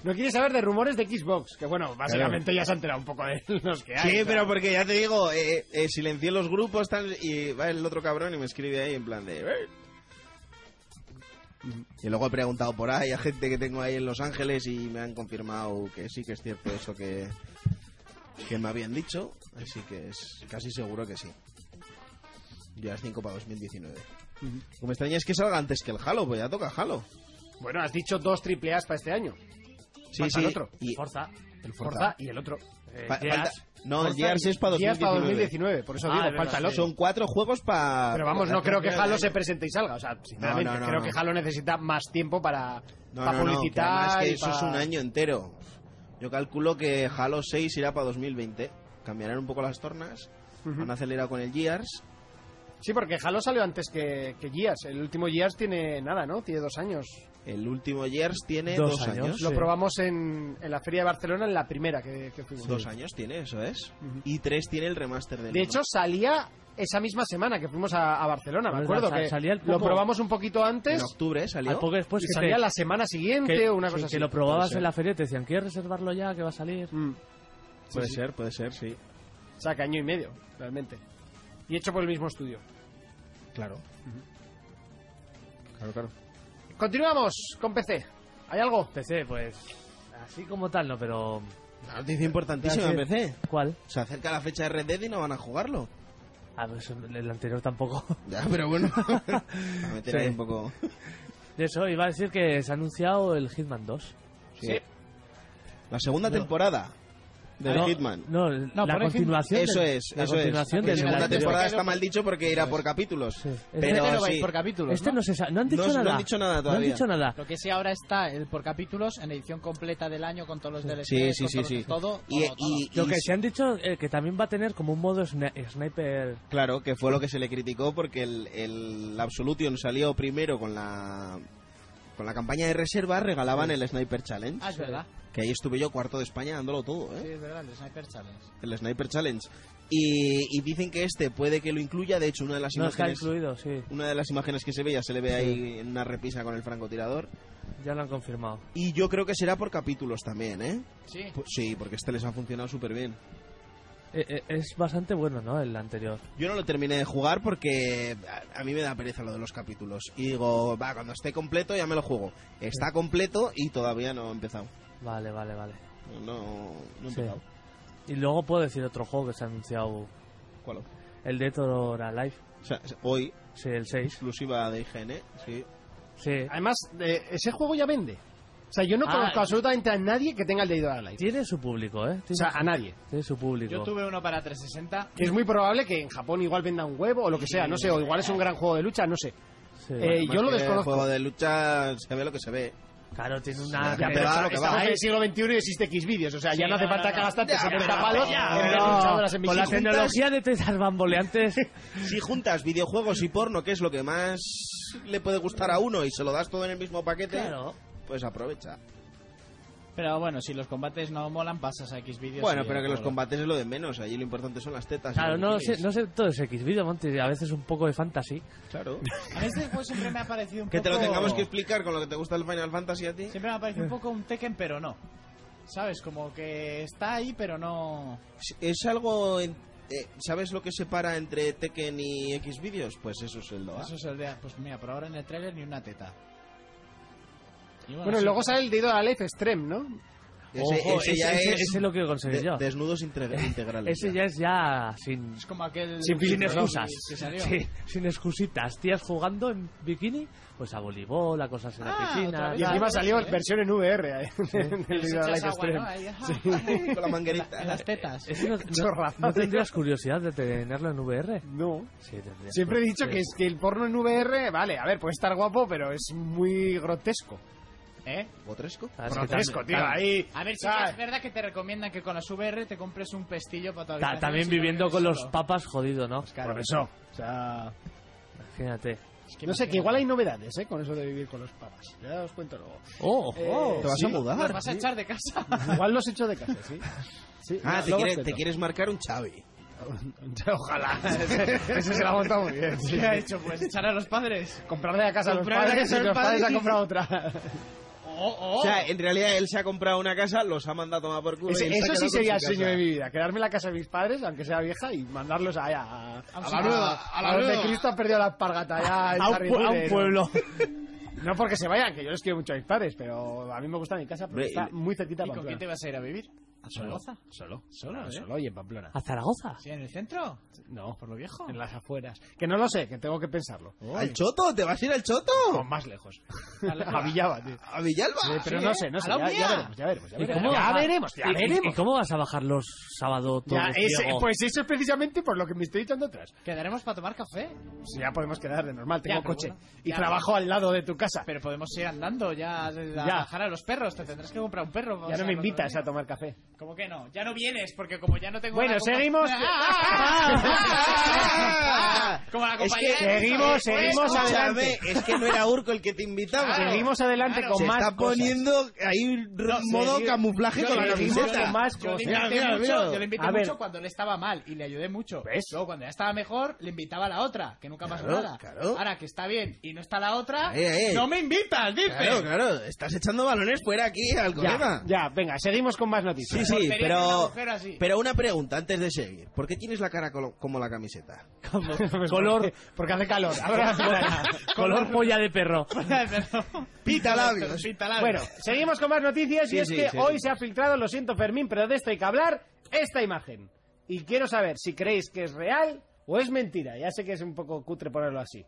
[SPEAKER 1] no quieres saber de rumores de Xbox, que bueno, básicamente ya se ha enterado un poco de los que hay.
[SPEAKER 5] Sí,
[SPEAKER 1] o sea.
[SPEAKER 5] pero porque ya te digo, eh, eh, silencié los grupos tal, y va el otro cabrón y me escribe ahí en plan de... "Eh". Y luego he preguntado por ahí a gente que tengo ahí en Los Ángeles y me han confirmado que sí que es cierto eso que, que me habían dicho. Así que es casi seguro que sí. Ya es 5 para 2019. Lo que me extraña es que salga antes que el Halo, pues ya toca Halo.
[SPEAKER 1] Bueno, has dicho dos triple A's para este año.
[SPEAKER 5] Sí,
[SPEAKER 1] Falta
[SPEAKER 5] sí.
[SPEAKER 1] el otro.
[SPEAKER 5] y-
[SPEAKER 4] Forza.
[SPEAKER 5] el Forza.
[SPEAKER 1] Forza y el otro.
[SPEAKER 4] eh,
[SPEAKER 5] Fa-
[SPEAKER 4] Gears.
[SPEAKER 5] falta- no, el
[SPEAKER 1] Forza
[SPEAKER 5] Gears es para
[SPEAKER 1] Gears
[SPEAKER 5] 2019.
[SPEAKER 1] para 2019, por eso
[SPEAKER 4] Ah,
[SPEAKER 1] digo,
[SPEAKER 4] es verdad,
[SPEAKER 1] falta el otro.
[SPEAKER 5] Son cuatro juegos para...
[SPEAKER 1] Pero vamos, no creo que Halo se presente y salga. O sea, sinceramente,
[SPEAKER 5] No, no, no,
[SPEAKER 1] creo
[SPEAKER 5] no.
[SPEAKER 1] que Halo necesita más tiempo para,
[SPEAKER 5] No,
[SPEAKER 1] para
[SPEAKER 5] no, no, que
[SPEAKER 1] publicitar.
[SPEAKER 5] además que
[SPEAKER 1] y
[SPEAKER 5] eso
[SPEAKER 1] para-
[SPEAKER 5] es un año entero. Yo calculo que Halo 6 irá para 2020. Cambiarán un poco las tornas. Han acelerado con el Gears.
[SPEAKER 1] Sí, porque Halo salió antes que, que Gears. El último Gears tiene nada, ¿no? Tiene dos años.
[SPEAKER 5] El último Gears tiene
[SPEAKER 4] Dos
[SPEAKER 5] dos,
[SPEAKER 4] años.
[SPEAKER 5] años.
[SPEAKER 1] Lo
[SPEAKER 4] Sí.
[SPEAKER 1] probamos en, en la Feria de Barcelona, en la primera que, que fuimos.
[SPEAKER 5] Dos años tiene, eso es.
[SPEAKER 1] Ujú.
[SPEAKER 5] Y tres tiene el remaster del
[SPEAKER 1] De
[SPEAKER 5] uno.
[SPEAKER 1] hecho, salía esa misma semana que fuimos a, a Barcelona, me
[SPEAKER 4] Verdad,
[SPEAKER 1] acuerdo.
[SPEAKER 4] sal-
[SPEAKER 1] que
[SPEAKER 4] salía el
[SPEAKER 1] Lo
[SPEAKER 4] poco-
[SPEAKER 1] probamos un poquito antes
[SPEAKER 5] en octubre
[SPEAKER 4] Al
[SPEAKER 5] salió.
[SPEAKER 4] poco después
[SPEAKER 1] y
[SPEAKER 4] que
[SPEAKER 1] salía
[SPEAKER 4] te-
[SPEAKER 1] la semana siguiente
[SPEAKER 4] que-
[SPEAKER 1] o una
[SPEAKER 4] sí,
[SPEAKER 1] cosa así.
[SPEAKER 4] que lo probabas
[SPEAKER 5] puede
[SPEAKER 4] en la feria y te decían, ¿quieres reservarlo ya? Que va a salir.
[SPEAKER 1] Mm.
[SPEAKER 5] puede
[SPEAKER 1] sí, sí.
[SPEAKER 5] ser, puede ser, sí.
[SPEAKER 1] O sea, que año y medio, realmente. Y hecho por el mismo estudio.
[SPEAKER 5] Claro. Claro, claro.
[SPEAKER 1] Continuamos con PC. ¿Hay algo?
[SPEAKER 4] PC, pues. Así como tal, no, pero.
[SPEAKER 5] Una noticia importantísima en
[SPEAKER 4] Gracias.
[SPEAKER 5] PC.
[SPEAKER 4] ¿Cuál?
[SPEAKER 5] Se acerca la fecha de Red Dead y no van a jugarlo.
[SPEAKER 4] Ah, pues el anterior tampoco.
[SPEAKER 5] Ya, pero bueno. A meter ahí
[SPEAKER 4] Sí.
[SPEAKER 5] un poco.
[SPEAKER 4] De eso iba a decir que se ha anunciado el Hitman 2.
[SPEAKER 5] Sí. La segunda temporada de
[SPEAKER 4] Ah, No,
[SPEAKER 5] Hitman.
[SPEAKER 4] No, la
[SPEAKER 2] por el
[SPEAKER 4] continuación.
[SPEAKER 5] Eso
[SPEAKER 4] del-
[SPEAKER 5] es,
[SPEAKER 4] La
[SPEAKER 5] eso es. La
[SPEAKER 4] continuación del
[SPEAKER 5] segunda
[SPEAKER 4] anterior.
[SPEAKER 5] temporada está mal dicho porque irá por capítulos.
[SPEAKER 4] Sí.
[SPEAKER 5] Pero
[SPEAKER 2] Este no va a ir
[SPEAKER 5] sí.
[SPEAKER 2] por capítulos.
[SPEAKER 4] Este
[SPEAKER 2] ¿no?
[SPEAKER 4] no se sabe. No han dicho
[SPEAKER 5] No- no
[SPEAKER 4] nada.
[SPEAKER 5] han dicho nada
[SPEAKER 4] No han
[SPEAKER 5] todavía.
[SPEAKER 4] dicho nada.
[SPEAKER 2] Lo que sí ahora está el por capítulos en edición completa del año con todos los DLCs,
[SPEAKER 5] Sí, sí,
[SPEAKER 2] con
[SPEAKER 5] sí,
[SPEAKER 2] todos-
[SPEAKER 5] sí.
[SPEAKER 2] todo.
[SPEAKER 5] Y, e-
[SPEAKER 2] todo, todo.
[SPEAKER 5] y-
[SPEAKER 4] Lo
[SPEAKER 5] y-
[SPEAKER 4] que se han dicho eh, que también va a tener como un modo sni- sniper.
[SPEAKER 5] claro, que fue lo que se le criticó porque el, el Absolution salió primero con la con la campaña de reserva, regalaban el Sniper Challenge,
[SPEAKER 2] Ah, es verdad.
[SPEAKER 5] que ahí estuve yo cuarto de España dándolo todo,
[SPEAKER 2] Sí,
[SPEAKER 5] ¿eh?
[SPEAKER 2] es verdad, el Sniper Challenge.
[SPEAKER 5] El Sniper Challenge. Y, y dicen que este puede que lo incluya, de hecho una de las
[SPEAKER 4] No está
[SPEAKER 5] imágenes
[SPEAKER 4] incluido, sí.
[SPEAKER 5] una de las imágenes que se ve ya se le ve ahí en una repisa con el francotirador
[SPEAKER 4] Ya lo han confirmado.
[SPEAKER 5] y yo creo que será por capítulos también, ¿eh?
[SPEAKER 2] Sí.
[SPEAKER 5] Pues sí, porque este les ha funcionado súper bien.
[SPEAKER 4] Eh, eh, es bastante bueno, ¿no? El anterior.
[SPEAKER 5] Yo no lo terminé de jugar porque a, a mí me da pereza lo de los capítulos. Y digo, va, cuando esté completo ya me lo juego. Está completo y todavía no he empezado.
[SPEAKER 4] Vale, vale, vale.
[SPEAKER 5] No, no he
[SPEAKER 4] Sí.
[SPEAKER 5] empezado.
[SPEAKER 4] Y luego puedo decir otro juego que se ha anunciado.
[SPEAKER 5] ¿Cuál?
[SPEAKER 4] El Dead or Alive.
[SPEAKER 5] O sea, hoy,
[SPEAKER 4] Sí, el 6.
[SPEAKER 5] exclusiva de IGN, sí.
[SPEAKER 4] Sí.
[SPEAKER 1] Además, eh, ese juego ya vende. O sea, yo no
[SPEAKER 4] Ah.
[SPEAKER 1] conozco absolutamente a nadie que tenga el Dead or Alive.
[SPEAKER 4] Tiene su público, ¿eh? Tiene,
[SPEAKER 1] O sea, a nadie.
[SPEAKER 4] tiene su público.
[SPEAKER 2] Yo tuve uno para 360.
[SPEAKER 1] Que es muy probable que en Japón igual venda un huevo o lo que sea, no sé, o igual es un gran juego de lucha, no sé.
[SPEAKER 4] Sí.
[SPEAKER 1] Eh, yo lo
[SPEAKER 5] Más que
[SPEAKER 1] desconozco.
[SPEAKER 5] juego de lucha se ve lo que se ve.
[SPEAKER 4] claro, tiene una.
[SPEAKER 5] Ya,
[SPEAKER 1] Ya,
[SPEAKER 5] que
[SPEAKER 1] pero
[SPEAKER 5] va,
[SPEAKER 1] esta-
[SPEAKER 5] lo que
[SPEAKER 1] estamos
[SPEAKER 5] va.
[SPEAKER 1] en el siglo XXI y existe X vídeos, o sea, ya
[SPEAKER 2] Sí,
[SPEAKER 1] no hace
[SPEAKER 2] no,
[SPEAKER 1] falta
[SPEAKER 2] no,
[SPEAKER 1] que
[SPEAKER 2] no.
[SPEAKER 1] gastarte
[SPEAKER 5] Ya,
[SPEAKER 1] 70
[SPEAKER 5] pero-
[SPEAKER 1] palos
[SPEAKER 5] ya,
[SPEAKER 1] en ver
[SPEAKER 5] no.
[SPEAKER 1] luchadoras en
[SPEAKER 4] Con la
[SPEAKER 1] bikini.
[SPEAKER 4] tecnología de tesas bamboleantes.
[SPEAKER 5] Si juntas videojuegos y porno, que es lo que más le puede gustar a uno, y se lo das todo en el mismo paquete,
[SPEAKER 4] claro.
[SPEAKER 5] pues aprovecha.
[SPEAKER 2] Pero bueno, si los combates no molan, pasas a X vídeos.
[SPEAKER 5] Bueno, pero que los combates es lo de menos. Allí lo importante son las tetas. y
[SPEAKER 4] Claro,
[SPEAKER 5] los
[SPEAKER 4] no sé,
[SPEAKER 5] bikinis.
[SPEAKER 4] no sé todo ese X vídeo, Monty. A veces un poco de fantasy.
[SPEAKER 5] Claro.
[SPEAKER 2] A mí este juego siempre me ha parecido un
[SPEAKER 5] Que
[SPEAKER 2] poco.
[SPEAKER 5] te lo tengamos que Eh. explicar con lo que te gusta el Final Fantasy a ti.
[SPEAKER 2] Siempre me ha parecido un poco un Tekken, pero no. ¿Sabes? Como que está ahí, pero no.
[SPEAKER 5] Es algo. en- eh, ¿Sabes lo que separa entre Tekken y Xvideos? Pues eso es el DOA.
[SPEAKER 2] Eso es el de. Pues mira, por ahora en el trailer ni una teta. Y
[SPEAKER 1] Bueno,
[SPEAKER 2] sí,
[SPEAKER 1] luego sale el Dead or Alive Extreme, ¿no?
[SPEAKER 4] Ojo, ese- ese- ese lo quiero conseguir
[SPEAKER 5] de-
[SPEAKER 4] yo.
[SPEAKER 5] Desnudos integra- integrales.
[SPEAKER 4] Ese ya es ya sin,
[SPEAKER 2] Es como aquel.
[SPEAKER 1] Sin
[SPEAKER 4] sin
[SPEAKER 1] Sí,
[SPEAKER 4] excusas.
[SPEAKER 2] que salió.
[SPEAKER 4] Sí, sin excusitas. Tías jugando en bikini, pues a voleibol, a cosas
[SPEAKER 2] Ah,
[SPEAKER 4] en la
[SPEAKER 2] otra
[SPEAKER 4] piscina.
[SPEAKER 1] Y
[SPEAKER 2] vez.
[SPEAKER 4] tal.
[SPEAKER 1] encima
[SPEAKER 2] Claro,
[SPEAKER 1] salió
[SPEAKER 2] sí, ¿eh?
[SPEAKER 1] versión en VR eh, del
[SPEAKER 2] Les
[SPEAKER 1] Dead or
[SPEAKER 2] echas
[SPEAKER 1] Alive
[SPEAKER 2] agua,
[SPEAKER 1] Extreme.
[SPEAKER 2] ¿no? Ahí, ajá.
[SPEAKER 5] Con la manguerita.
[SPEAKER 2] En las tetas.
[SPEAKER 4] Ese no, no-
[SPEAKER 1] Chorrada.
[SPEAKER 4] no tendrías curiosidad de tenerlo en VR?
[SPEAKER 1] No.
[SPEAKER 4] Sí, tendrías
[SPEAKER 1] Siempre he dicho
[SPEAKER 4] curiosidad.
[SPEAKER 1] que, es que el porno en VR, vale, a ver, puede estar guapo, pero es muy grotesco.
[SPEAKER 2] ¿Eh?
[SPEAKER 5] ¿Potresco?
[SPEAKER 4] Ah, es que
[SPEAKER 1] Grotesco,
[SPEAKER 4] también-
[SPEAKER 1] tío,
[SPEAKER 4] tam-
[SPEAKER 1] ahí.
[SPEAKER 2] A ver si
[SPEAKER 1] Ah,
[SPEAKER 2] es verdad que te recomiendan que con las VR te compres un pestillo para tu
[SPEAKER 4] ta-
[SPEAKER 2] habitación
[SPEAKER 4] también
[SPEAKER 2] si no
[SPEAKER 4] viviendo
[SPEAKER 2] vives
[SPEAKER 4] con los
[SPEAKER 2] solo.
[SPEAKER 4] papas jodido, ¿no?
[SPEAKER 2] Claro,
[SPEAKER 1] Por eso. O sea,
[SPEAKER 4] Imagínate.
[SPEAKER 2] es
[SPEAKER 1] no sé,
[SPEAKER 2] imagínate.
[SPEAKER 1] que igual hay novedades, ¿eh? Con eso de vivir con los papas. Ya os cuento luego.
[SPEAKER 4] ¡Oh!
[SPEAKER 1] Eh,
[SPEAKER 5] ¿Te vas
[SPEAKER 1] sí.
[SPEAKER 5] a mudar?
[SPEAKER 2] Nos vas a echar de casa.
[SPEAKER 1] Igual los echo de casa, ¿sí? Sí,
[SPEAKER 5] Ah,
[SPEAKER 1] no,
[SPEAKER 5] te,
[SPEAKER 1] luego
[SPEAKER 5] quieres-
[SPEAKER 1] os
[SPEAKER 5] te
[SPEAKER 1] cuento.
[SPEAKER 5] quieres marcar un Xavi.
[SPEAKER 1] Ojalá. Ese se la ha montado muy bien. sí.
[SPEAKER 2] ¿Qué ha hecho? Pues echar a los padres.
[SPEAKER 1] Comprarle a casa a los
[SPEAKER 2] Comprarle a
[SPEAKER 1] padres y
[SPEAKER 2] casa a
[SPEAKER 1] que
[SPEAKER 2] los
[SPEAKER 1] los padres
[SPEAKER 2] padres.
[SPEAKER 1] han comprado otra.
[SPEAKER 2] Oh, oh.
[SPEAKER 5] O sea, en realidad él se ha comprado una casa, los ha mandado a tomar por culo.
[SPEAKER 1] Ese-
[SPEAKER 5] y él se
[SPEAKER 1] eso
[SPEAKER 5] ha
[SPEAKER 1] sí
[SPEAKER 5] quedado con
[SPEAKER 1] sería el
[SPEAKER 5] su
[SPEAKER 1] sueño
[SPEAKER 5] casa.
[SPEAKER 1] de mi vida. Quedarme en la casa de mis padres, aunque sea vieja, y mandarlos allá a,
[SPEAKER 2] la nueva, a la
[SPEAKER 1] donde
[SPEAKER 2] nueva.
[SPEAKER 1] Cristo ha perdido la espargata. allá en
[SPEAKER 4] a, un,
[SPEAKER 1] Harry
[SPEAKER 4] pue- a un
[SPEAKER 1] Potter, ¿no?
[SPEAKER 4] pueblo.
[SPEAKER 1] No porque se vayan, que yo les quiero mucho a mis padres, pero a mí me gusta mi casa porque
[SPEAKER 5] Hombre,
[SPEAKER 1] está
[SPEAKER 5] y-
[SPEAKER 1] muy cerquita
[SPEAKER 2] ¿Y
[SPEAKER 1] de
[SPEAKER 2] con quién te
[SPEAKER 1] Pamplona.
[SPEAKER 2] vas a ir a vivir? ¿A Zaragoza?
[SPEAKER 1] Solo.
[SPEAKER 2] Solo, ¿eh?
[SPEAKER 1] Solo y en Pamplona.
[SPEAKER 4] ¿A Zaragoza?
[SPEAKER 2] ¿Sí, en el centro?
[SPEAKER 1] No,
[SPEAKER 2] ¿Por lo viejo?
[SPEAKER 1] en las afueras. Que no lo sé, que tengo que pensarlo.
[SPEAKER 5] ¿Al Choto? ¿Te vas a ir al Choto?
[SPEAKER 1] O más lejos.
[SPEAKER 2] A la-
[SPEAKER 1] A Villaba, tío.
[SPEAKER 5] ¿A Villalba?
[SPEAKER 1] Eh, Oh. pero
[SPEAKER 5] Sí,
[SPEAKER 1] no
[SPEAKER 5] ¿eh?
[SPEAKER 1] sé, no
[SPEAKER 2] a
[SPEAKER 1] sé.
[SPEAKER 2] la
[SPEAKER 1] Ya, ya
[SPEAKER 2] mía.
[SPEAKER 1] veremos, ya veremos. Ya
[SPEAKER 4] ¿Y
[SPEAKER 1] veremos,
[SPEAKER 4] cómo
[SPEAKER 1] ya
[SPEAKER 4] va-
[SPEAKER 1] veremos. Ya
[SPEAKER 4] y- y-
[SPEAKER 1] veremos.
[SPEAKER 4] ¿Y cómo vas a bajar los sábados todos,
[SPEAKER 1] Ya, ese-
[SPEAKER 4] Diego?
[SPEAKER 1] pues eso es precisamente por lo que me estoy echando atrás.
[SPEAKER 2] ¿Quedaremos para tomar café?
[SPEAKER 1] Si ya podemos quedar de normal, tengo
[SPEAKER 2] Ya, pero
[SPEAKER 1] coche.
[SPEAKER 2] bueno.
[SPEAKER 1] y
[SPEAKER 2] Ya,
[SPEAKER 1] trabajo al lado de tu casa.
[SPEAKER 2] Pero podemos ir andando ya a ya.
[SPEAKER 1] Ya.
[SPEAKER 2] bajar a los perros. Te tendrás que comprar un perro.
[SPEAKER 1] ya no me invitas a tomar café.
[SPEAKER 2] ¿Cómo que no? Ya no vienes, porque como ya no tengo...
[SPEAKER 1] Bueno,
[SPEAKER 2] una compa-
[SPEAKER 1] seguimos.
[SPEAKER 2] Ah, ah, ah, ah. Como la
[SPEAKER 5] Es que
[SPEAKER 2] compañera... de-
[SPEAKER 1] seguimos,
[SPEAKER 2] Pues,
[SPEAKER 1] seguimos
[SPEAKER 2] escucha,
[SPEAKER 1] adelante.
[SPEAKER 5] Escúchame, Es que no era Urco el que te invitaba.
[SPEAKER 2] Claro.
[SPEAKER 1] Seguimos adelante
[SPEAKER 2] Claro.
[SPEAKER 1] con
[SPEAKER 5] Se
[SPEAKER 1] más
[SPEAKER 5] está
[SPEAKER 1] cosas.
[SPEAKER 5] poniendo ahí un r- modo
[SPEAKER 1] sí.
[SPEAKER 5] camuflaje
[SPEAKER 1] Yo
[SPEAKER 5] con la
[SPEAKER 1] le digo
[SPEAKER 5] camiseta.
[SPEAKER 1] que más
[SPEAKER 2] Yo le
[SPEAKER 1] cosas.
[SPEAKER 2] invité,
[SPEAKER 5] Mira, mira,
[SPEAKER 2] mucho,
[SPEAKER 5] mira.
[SPEAKER 2] yo le invité
[SPEAKER 1] A ver.
[SPEAKER 2] mucho cuando él estaba mal y le ayudé mucho.
[SPEAKER 1] ¿Ves?
[SPEAKER 2] Luego cuando ya estaba mejor, le invitaba a la otra, que nunca pasó
[SPEAKER 5] Claro,
[SPEAKER 2] nada.
[SPEAKER 5] claro.
[SPEAKER 2] Ahora que está bien y no está la otra,
[SPEAKER 5] Ahí, ahí.
[SPEAKER 2] no me invitas, dice.
[SPEAKER 5] Claro, claro, estás echando balones fuera aquí al
[SPEAKER 1] Ya,
[SPEAKER 5] colega.
[SPEAKER 1] ya, venga, seguimos con más
[SPEAKER 5] Sí,
[SPEAKER 1] noticias.
[SPEAKER 5] sí,
[SPEAKER 2] Portería en un
[SPEAKER 5] pero,
[SPEAKER 2] agujero así.
[SPEAKER 5] pero una pregunta antes de seguir. ¿Por qué tienes la cara colo- como la camiseta?
[SPEAKER 1] Pues Color, porque hace calor. Ahora hace calor.
[SPEAKER 4] Color polla de perro.
[SPEAKER 2] Perdón.
[SPEAKER 5] Pita labios.
[SPEAKER 2] Pita labios.
[SPEAKER 1] Bueno, seguimos con más noticias
[SPEAKER 5] Sí,
[SPEAKER 1] y es
[SPEAKER 5] sí,
[SPEAKER 1] que
[SPEAKER 5] sí,
[SPEAKER 1] hoy
[SPEAKER 5] sí.
[SPEAKER 1] se ha filtrado, lo siento Fermín, pero de esto hay que hablar, esta imagen. Y quiero saber si creéis que es real ¿O es mentira? Ya sé que es un poco cutre ponerlo así.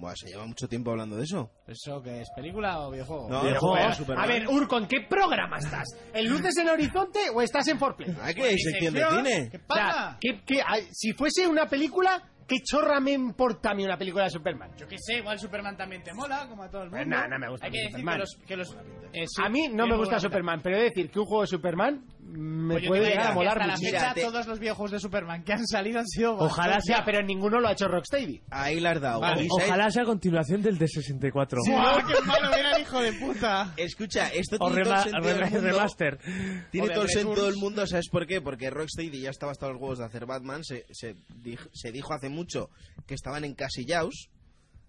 [SPEAKER 5] Buah, se lleva mucho tiempo hablando de eso.
[SPEAKER 2] ¿Eso que es película o videojuego?
[SPEAKER 5] No,
[SPEAKER 1] Pero,
[SPEAKER 5] no,
[SPEAKER 4] ¿eh?
[SPEAKER 1] joder,
[SPEAKER 5] Superman.
[SPEAKER 1] a ver, Urcon, ¿qué programa estás? ¿En Luces en Horizonte o estás en Forplay?
[SPEAKER 5] Ah, que hay sección de
[SPEAKER 2] ¿Qué
[SPEAKER 5] cine.
[SPEAKER 1] O sea,
[SPEAKER 2] pasa?
[SPEAKER 1] ¿qué- qué- ay, si fuese una película, ¿qué chorra me importa a mí una película de Superman?
[SPEAKER 2] Yo qué sé, igual Superman también te mola, como a todo el mundo.
[SPEAKER 1] Pues nada, no me gusta
[SPEAKER 2] Hay que decir
[SPEAKER 1] Superman.
[SPEAKER 2] que los... que los- eh, sí,
[SPEAKER 1] a mí no
[SPEAKER 2] tiene
[SPEAKER 1] me
[SPEAKER 2] muy
[SPEAKER 1] gusta
[SPEAKER 2] buena
[SPEAKER 1] Superman, pero he de decir que un juego de Superman me
[SPEAKER 2] Pues yo
[SPEAKER 1] puede
[SPEAKER 2] te digo
[SPEAKER 1] llegar a
[SPEAKER 2] que
[SPEAKER 1] molar
[SPEAKER 2] hasta la
[SPEAKER 1] muchísimo.
[SPEAKER 2] fecha
[SPEAKER 5] Mira, te-
[SPEAKER 2] todos los videojuegos de Superman que han salido han sido
[SPEAKER 1] Ojalá
[SPEAKER 2] bastante-
[SPEAKER 1] sea, pero ninguno lo ha hecho Rocksteady.
[SPEAKER 5] Ahí la has dado.
[SPEAKER 2] Vale,
[SPEAKER 5] Ulises.
[SPEAKER 4] Ojalá sea continuación del de 64.
[SPEAKER 2] ¡Guau, qué malo era el hijo de puta!
[SPEAKER 5] Escucha, esto
[SPEAKER 4] O
[SPEAKER 5] tiene todo
[SPEAKER 4] rema-
[SPEAKER 5] el sentido del
[SPEAKER 4] rema-
[SPEAKER 5] mundo.
[SPEAKER 4] remaster.
[SPEAKER 5] Tiene
[SPEAKER 2] O de
[SPEAKER 5] todo el sentido
[SPEAKER 2] Returns.
[SPEAKER 5] del mundo, ¿sabes por qué? Porque Rocksteady ya estaba hasta los huevos de hacer Batman. Se, se, dij- se dijo hace mucho que estaban encasillados.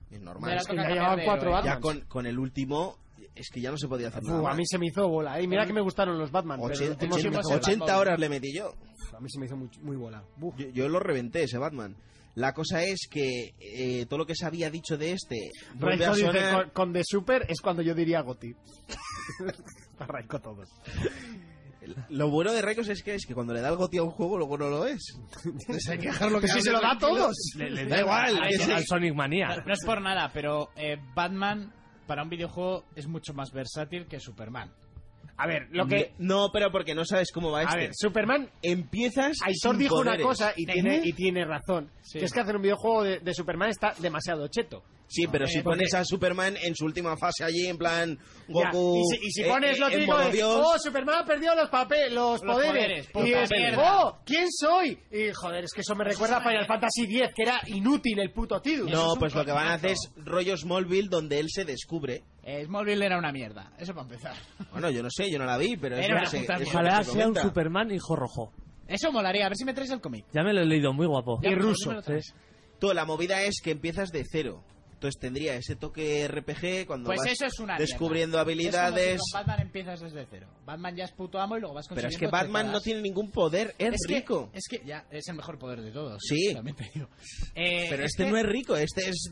[SPEAKER 5] Es normal.
[SPEAKER 2] Ya
[SPEAKER 5] es que
[SPEAKER 2] toca
[SPEAKER 1] ya
[SPEAKER 2] cambiar
[SPEAKER 1] llevaban
[SPEAKER 2] de
[SPEAKER 1] cuatro
[SPEAKER 2] héroe.
[SPEAKER 1] Batman.
[SPEAKER 5] ya con, con el último, es que ya no se podía hacer nada.
[SPEAKER 1] Uf, a
[SPEAKER 5] más.
[SPEAKER 1] mí se me hizo bola. eh, Y mira que me gustaron los Batman, pero el
[SPEAKER 5] Oche-
[SPEAKER 1] último sí me
[SPEAKER 5] ochenta-
[SPEAKER 1] hizo bola.
[SPEAKER 5] 80 horas le metí yo.
[SPEAKER 1] Uf, A mí se me hizo muy, muy bola. Uf.
[SPEAKER 5] Yo, yo lo reventé ese Batman. La cosa es que eh, todo lo que se había dicho de este vuelve
[SPEAKER 1] Raiko
[SPEAKER 5] a
[SPEAKER 1] dice,
[SPEAKER 5] sonar.
[SPEAKER 1] con, con The Super es cuando yo diría Goti. Raiko todos.
[SPEAKER 5] Lo bueno de Raikos es que es que cuando le da algo tío a un juego luego no lo es. Entonces hay que dejarlo que
[SPEAKER 1] Pues si
[SPEAKER 5] hable
[SPEAKER 1] se lo da a
[SPEAKER 5] tranquilo.
[SPEAKER 1] todos.
[SPEAKER 4] Le- le
[SPEAKER 5] Da igual.
[SPEAKER 4] al-
[SPEAKER 5] que sí.
[SPEAKER 4] al Sonic Mania.
[SPEAKER 2] No, no es por nada, pero eh, Batman para un videojuego es mucho más versátil que Superman.
[SPEAKER 1] A ver, lo que...
[SPEAKER 5] No, pero porque no sabes cómo va
[SPEAKER 1] A
[SPEAKER 5] este.
[SPEAKER 1] ver, Superman
[SPEAKER 5] Empiezas.
[SPEAKER 1] Aitor
[SPEAKER 5] sin
[SPEAKER 1] dijo una
[SPEAKER 5] poderes.
[SPEAKER 1] cosa y
[SPEAKER 2] ¿Eh?
[SPEAKER 1] tiene, y tiene razón.
[SPEAKER 2] Sí.
[SPEAKER 1] Que es que hacer un videojuego de, de Superman está demasiado cheto.
[SPEAKER 5] Sí, pero
[SPEAKER 1] Eh,
[SPEAKER 5] si
[SPEAKER 1] porque-
[SPEAKER 5] pones a Superman en su última fase allí, en plan Goku.
[SPEAKER 1] Ya, y si, y si
[SPEAKER 5] eh,
[SPEAKER 1] pones lo
[SPEAKER 5] eh, en
[SPEAKER 1] típico de,
[SPEAKER 5] modo Dios,
[SPEAKER 1] oh, Superman ha perdido los, papel, los,
[SPEAKER 2] Los
[SPEAKER 1] poderes.
[SPEAKER 2] poderes, puta
[SPEAKER 1] y es,
[SPEAKER 2] mierda.
[SPEAKER 1] oh, ¿quién soy? Y joder, es que eso me recuerda a Final Fantasy X, que era inútil el puto Tidus.
[SPEAKER 5] No,
[SPEAKER 2] eso es un
[SPEAKER 5] pues lo que van a hacer es
[SPEAKER 2] coñazo.
[SPEAKER 5] rollo Smallville donde él se descubre.
[SPEAKER 2] Eh, Smallville era una mierda, eso para empezar.
[SPEAKER 5] Bueno, yo no sé, yo no la vi, pero es
[SPEAKER 2] Era
[SPEAKER 5] lo
[SPEAKER 2] una
[SPEAKER 5] que se-
[SPEAKER 2] puta
[SPEAKER 5] es lo que
[SPEAKER 4] Ojalá
[SPEAKER 5] se
[SPEAKER 4] sea un
[SPEAKER 5] comenta.
[SPEAKER 4] Superman hijo rojo.
[SPEAKER 2] Eso molaría, a ver si me traes el cómic.
[SPEAKER 4] Ya me lo he leído, muy guapo.
[SPEAKER 2] Ya, pues,
[SPEAKER 1] Y ruso.
[SPEAKER 2] dímelo otra vez.
[SPEAKER 5] Todo, la movida es que empiezas de cero. Entonces tendría ese toque RPG cuando
[SPEAKER 2] Pues
[SPEAKER 5] vas
[SPEAKER 2] eso es una
[SPEAKER 5] descubriendo
[SPEAKER 2] mierda.
[SPEAKER 5] habilidades.
[SPEAKER 2] Es como si con Batman empiezas desde cero. Batman ya es puto amo y luego vas
[SPEAKER 5] Pero
[SPEAKER 2] consiguiendo
[SPEAKER 5] es que Batman no
[SPEAKER 2] trepadas.
[SPEAKER 5] tiene ningún poder, es,
[SPEAKER 2] Es que-
[SPEAKER 5] rico.
[SPEAKER 2] es que ya es el mejor poder de todos.
[SPEAKER 5] Sí.
[SPEAKER 2] también te digo. Eh,
[SPEAKER 5] Pero
[SPEAKER 2] es
[SPEAKER 5] este
[SPEAKER 2] que-
[SPEAKER 5] no es rico, este es.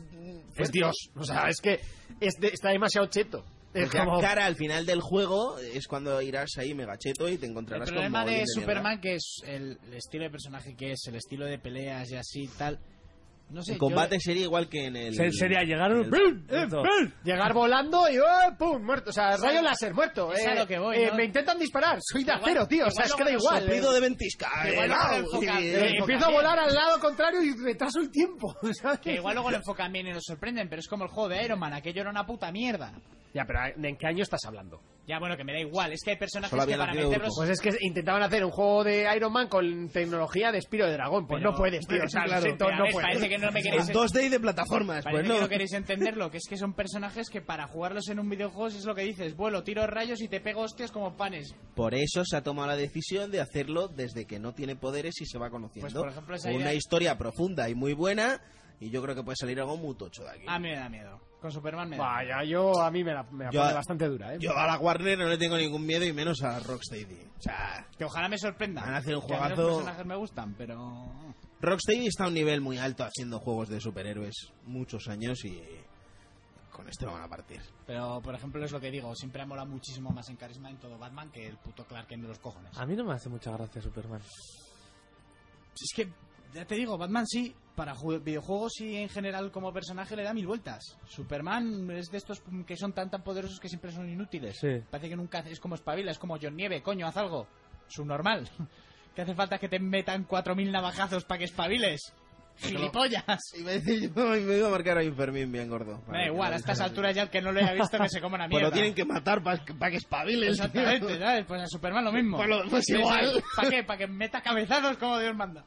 [SPEAKER 1] Es Dios. O sea, es que es de- está demasiado cheto. Es
[SPEAKER 5] Pues ya
[SPEAKER 1] como...
[SPEAKER 5] cara al final del juego es cuando irás ahí megacheto y te
[SPEAKER 2] El
[SPEAKER 5] encontrarás
[SPEAKER 2] problema
[SPEAKER 5] con
[SPEAKER 2] de
[SPEAKER 5] mogollón mierda.
[SPEAKER 2] Superman, que es el el estilo de personaje que es, el estilo de peleas y así tal. No sé.
[SPEAKER 5] El
[SPEAKER 2] yo-
[SPEAKER 5] combate sería igual que en el.
[SPEAKER 4] Se- Sería llegar
[SPEAKER 5] en
[SPEAKER 4] un...
[SPEAKER 5] el-
[SPEAKER 1] Eh, Llegar volando y ¡eh, pum! Muerto. O sea, rayo láser, muerto.
[SPEAKER 2] Es a
[SPEAKER 1] Eh,
[SPEAKER 2] lo que voy,
[SPEAKER 1] eh,
[SPEAKER 2] ¿no?
[SPEAKER 1] Me intentan disparar. Soy de
[SPEAKER 2] Igual-
[SPEAKER 1] acero, tío. O sea, es que da
[SPEAKER 2] igual
[SPEAKER 1] igual.
[SPEAKER 5] Soplido
[SPEAKER 1] eh.
[SPEAKER 5] de ventisca.
[SPEAKER 2] igual
[SPEAKER 5] eh,
[SPEAKER 2] no lo
[SPEAKER 5] ¡au!
[SPEAKER 2] enfocan,
[SPEAKER 5] Sí,
[SPEAKER 2] pero
[SPEAKER 1] Eh,
[SPEAKER 5] eh,
[SPEAKER 2] enfoca-
[SPEAKER 1] empiezo a volar al lado contrario y retraso el tiempo. ¿sabes?
[SPEAKER 2] Que igual luego lo enfocan bien y nos sorprenden, pero es como el juego de Iron Man, aquello era una puta mierda.
[SPEAKER 1] Ya, pero ¿de en qué año estás hablando?
[SPEAKER 2] Ya, bueno, que me da igual, es que hay personajes
[SPEAKER 5] Solo
[SPEAKER 2] que
[SPEAKER 5] había
[SPEAKER 2] para
[SPEAKER 5] nacido
[SPEAKER 2] meterlos...
[SPEAKER 5] Urco.
[SPEAKER 1] Pues es que intentaban hacer un juego de Iron Man con tecnología de Espiro de Dragón. Pues
[SPEAKER 2] Pero-
[SPEAKER 1] no puedes, tío. O sea, lo
[SPEAKER 5] Claro.
[SPEAKER 1] siento,
[SPEAKER 2] Pero, a
[SPEAKER 1] no
[SPEAKER 2] ver,
[SPEAKER 1] puedes.
[SPEAKER 2] parece que no me queréis...
[SPEAKER 5] Es 2D y de plataformas.
[SPEAKER 2] Parece
[SPEAKER 5] Pues
[SPEAKER 2] que
[SPEAKER 5] no.
[SPEAKER 2] no queréis entenderlo, que es que son personajes que para jugarlos en un videojuego es lo que dices, vuelo, tiro rayos y te pego hostias como panes.
[SPEAKER 5] Por eso se ha tomado la decisión de hacerlo desde que no tiene poderes y se va conociendo.
[SPEAKER 2] Pues, por ejemplo, esa
[SPEAKER 5] Una
[SPEAKER 2] idea-
[SPEAKER 5] historia profunda y muy buena. Y yo creo que puede salir algo muy tocho de aquí.
[SPEAKER 2] A mí me da miedo. Con Superman me da miedo.
[SPEAKER 1] Vaya, yo a mí me la, me la
[SPEAKER 5] Yo-
[SPEAKER 1] pone bastante dura, ¿eh?
[SPEAKER 5] Yo a la Warner no le tengo ningún miedo y menos a Rocksteady. O sea,
[SPEAKER 2] Que ojalá me sorprenda.
[SPEAKER 5] Van a hacer un
[SPEAKER 2] que a mí
[SPEAKER 5] juegazo.
[SPEAKER 2] Los personajes me gustan, pero...
[SPEAKER 5] Rocksteady está a un nivel muy alto haciendo juegos de superhéroes muchos años y eh, con este van a partir.
[SPEAKER 2] Pero, por ejemplo, es lo que digo, siempre ha molado muchísimo más en carisma en todo Batman que el puto Clark Kent de los cojones.
[SPEAKER 5] Ah.
[SPEAKER 4] A mí no me hace mucha gracia Superman.
[SPEAKER 2] Es que, ya te digo, Batman sí, para ju- videojuegos y en general como personaje le da mil vueltas. Superman es de estos que son tan tan poderosos que siempre son inútiles.
[SPEAKER 4] Sí.
[SPEAKER 2] Parece que nunca hace- es como espabila, es como John Nieve, coño, haz algo. Subnormal. Que hace falta que te metan 4.000 navajazos para que espabiles. Gilipollas.
[SPEAKER 5] Iba a decir yo, ay, me iba a marcar a un Fermín bien gordo.
[SPEAKER 2] Me da igual, a estas alturas ya el que no lo haya visto que se coma una
[SPEAKER 5] Pues
[SPEAKER 2] mierda.
[SPEAKER 5] lo tienen que matar para que espabilen.
[SPEAKER 2] Exactamente, ¿sabes? Pues a Superman lo mismo.
[SPEAKER 5] Pues lo- pues igual.
[SPEAKER 2] ¿Para qué? Para que meta cabezazos como Dios manda.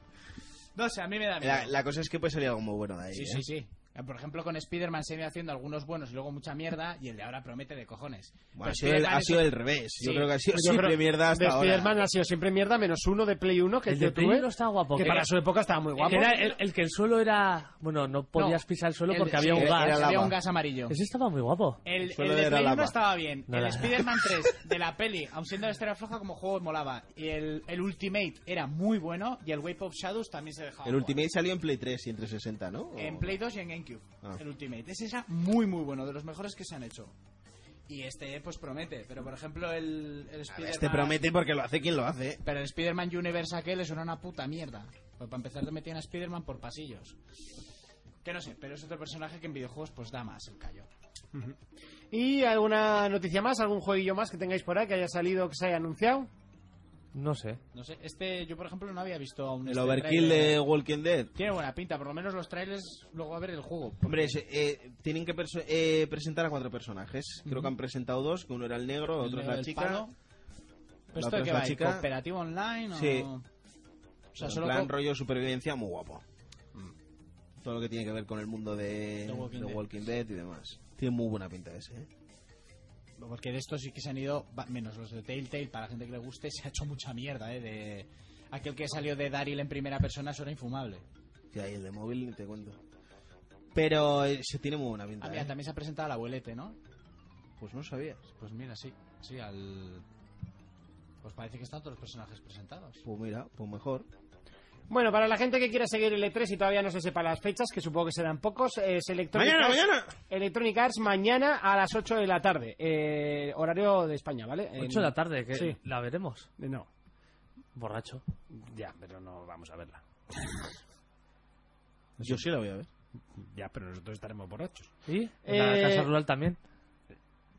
[SPEAKER 2] No sé, a mí me da miedo.
[SPEAKER 5] La, la cosa es que puede salir algo muy bueno de ahí.
[SPEAKER 2] Sí,
[SPEAKER 5] ¿eh?
[SPEAKER 2] sí, sí. Eh, Por ejemplo, con Spider-Man se viene haciendo algunos buenos y luego mucha mierda, y el de ahora promete de cojones. Pero
[SPEAKER 5] Bueno, ha sido, el,
[SPEAKER 2] Pues Spider-Man
[SPEAKER 5] ha
[SPEAKER 2] es-
[SPEAKER 5] sido el revés. Yo
[SPEAKER 2] Sí.
[SPEAKER 5] creo que ha sido
[SPEAKER 1] Yo
[SPEAKER 5] siempre
[SPEAKER 1] creo-
[SPEAKER 5] mierda hasta
[SPEAKER 1] de
[SPEAKER 5] ahora.
[SPEAKER 1] Spider-Man ha sido siempre mierda, menos uno de Play 1, que
[SPEAKER 4] El
[SPEAKER 1] es de
[SPEAKER 4] de Play
[SPEAKER 1] tuve,
[SPEAKER 4] uno está guapo.
[SPEAKER 1] Que
[SPEAKER 4] que
[SPEAKER 1] para
[SPEAKER 4] era-
[SPEAKER 1] su época estaba muy guapo.
[SPEAKER 4] que era el, el que el suelo era... Bueno, no podías
[SPEAKER 2] No,
[SPEAKER 4] pisar el suelo
[SPEAKER 2] el-
[SPEAKER 4] porque
[SPEAKER 2] sí,
[SPEAKER 4] había un
[SPEAKER 2] era-
[SPEAKER 4] gas.
[SPEAKER 5] era la-
[SPEAKER 2] Había
[SPEAKER 5] lava.
[SPEAKER 2] un gas amarillo.
[SPEAKER 4] Ese estaba muy guapo.
[SPEAKER 2] El,
[SPEAKER 5] suelo
[SPEAKER 2] el de
[SPEAKER 5] era
[SPEAKER 2] Play
[SPEAKER 5] lava.
[SPEAKER 2] 1 estaba bien.
[SPEAKER 4] No,
[SPEAKER 2] el
[SPEAKER 4] la-
[SPEAKER 2] Spider-Man 3 de la peli, aun siendo la estrella floja, como juego molaba. Y el, el Ultimate era muy bueno, y el Wave of Shadows también se dejaba.
[SPEAKER 5] El
[SPEAKER 2] jugar.
[SPEAKER 5] Ultimate salió en Play 3 y en 360, ¿no?
[SPEAKER 2] En Play 2 y en GameCube.
[SPEAKER 5] Oh. Ah.
[SPEAKER 2] El Ultimate. Ese era muy, muy bueno, de los mejores que se han hecho. Y este, pues promete. Pero, por ejemplo, el, el
[SPEAKER 5] A ver,
[SPEAKER 2] Spider-Man.
[SPEAKER 5] Este promete porque lo hace quien lo hace.
[SPEAKER 2] Pero el Spider-Man Universe aquel es una puta mierda. Pues para empezar te metían a Spider-Man por pasillos. Que no sé, pero es otro personaje que en videojuegos pues da más el callo.
[SPEAKER 1] ¿Y alguna noticia más? ¿Algún jueguillo más que tengáis por ahí que haya salido, que se haya anunciado?
[SPEAKER 4] No sé.
[SPEAKER 2] No sé, este yo por ejemplo no había visto aún.
[SPEAKER 5] El
[SPEAKER 2] este
[SPEAKER 5] overkill
[SPEAKER 2] tráiler.
[SPEAKER 5] de Walking Dead.
[SPEAKER 2] Tiene buena pinta, por lo menos los trailers luego a ver el juego.
[SPEAKER 5] Hombre, es, eh, tienen que perso- eh, presentar a cuatro personajes. Creo que han presentado dos, que uno era el negro, otro es la
[SPEAKER 2] El
[SPEAKER 5] chica.
[SPEAKER 2] palo.
[SPEAKER 5] La
[SPEAKER 2] ¿Pero esto
[SPEAKER 5] otra
[SPEAKER 2] de
[SPEAKER 5] es
[SPEAKER 2] qué
[SPEAKER 5] la
[SPEAKER 2] va? ¿Y
[SPEAKER 5] chica.
[SPEAKER 2] ¿Cooperativo online? O...
[SPEAKER 5] Sí.
[SPEAKER 2] O sea,
[SPEAKER 5] en
[SPEAKER 2] solo
[SPEAKER 5] plan
[SPEAKER 2] co-
[SPEAKER 5] rollo supervivencia muy guapo. Todo lo que tiene que ver con el mundo de
[SPEAKER 2] The Walking
[SPEAKER 5] de
[SPEAKER 2] Dead.
[SPEAKER 5] Dead y demás. Tiene muy buena pinta ese, ¿eh?
[SPEAKER 2] Porque de estos sí que se han ido, va- menos los de Telltale, para la gente que le guste, se ha hecho mucha mierda, ¿eh? De... Aquel que salió de Daryl en primera persona, eso era infumable.
[SPEAKER 5] Y ahí el de móvil, ni te cuento. Pero eh, se tiene muy buena pinta.
[SPEAKER 2] Ah, mira,
[SPEAKER 5] ¿eh?
[SPEAKER 2] también se ha presentado al abuelete, ¿no?
[SPEAKER 5] Pues no sabías.
[SPEAKER 2] Pues mira, sí. Sí, al... Pues parece que están todos los personajes presentados.
[SPEAKER 5] Pues mira, pues mejor.
[SPEAKER 1] Bueno, para la gente que quiera seguir el E3 y todavía no se sepa las fechas, que supongo que serán pocos, es Electronic,
[SPEAKER 5] Mañana,
[SPEAKER 1] Arts,
[SPEAKER 5] mañana.
[SPEAKER 1] Electronic Arts mañana a las 8 de la tarde, eh, horario de España, ¿vale?
[SPEAKER 4] 8 de la tarde, que
[SPEAKER 1] Sí.
[SPEAKER 4] la veremos.
[SPEAKER 1] tarde. No,
[SPEAKER 4] Borracho.
[SPEAKER 1] ya, pero no vamos a verla.
[SPEAKER 5] Yo sí la voy a ver.
[SPEAKER 1] Ya, pero nosotros estaremos borrachos.
[SPEAKER 4] ¿Y? La
[SPEAKER 1] Eh,
[SPEAKER 4] casa rural también.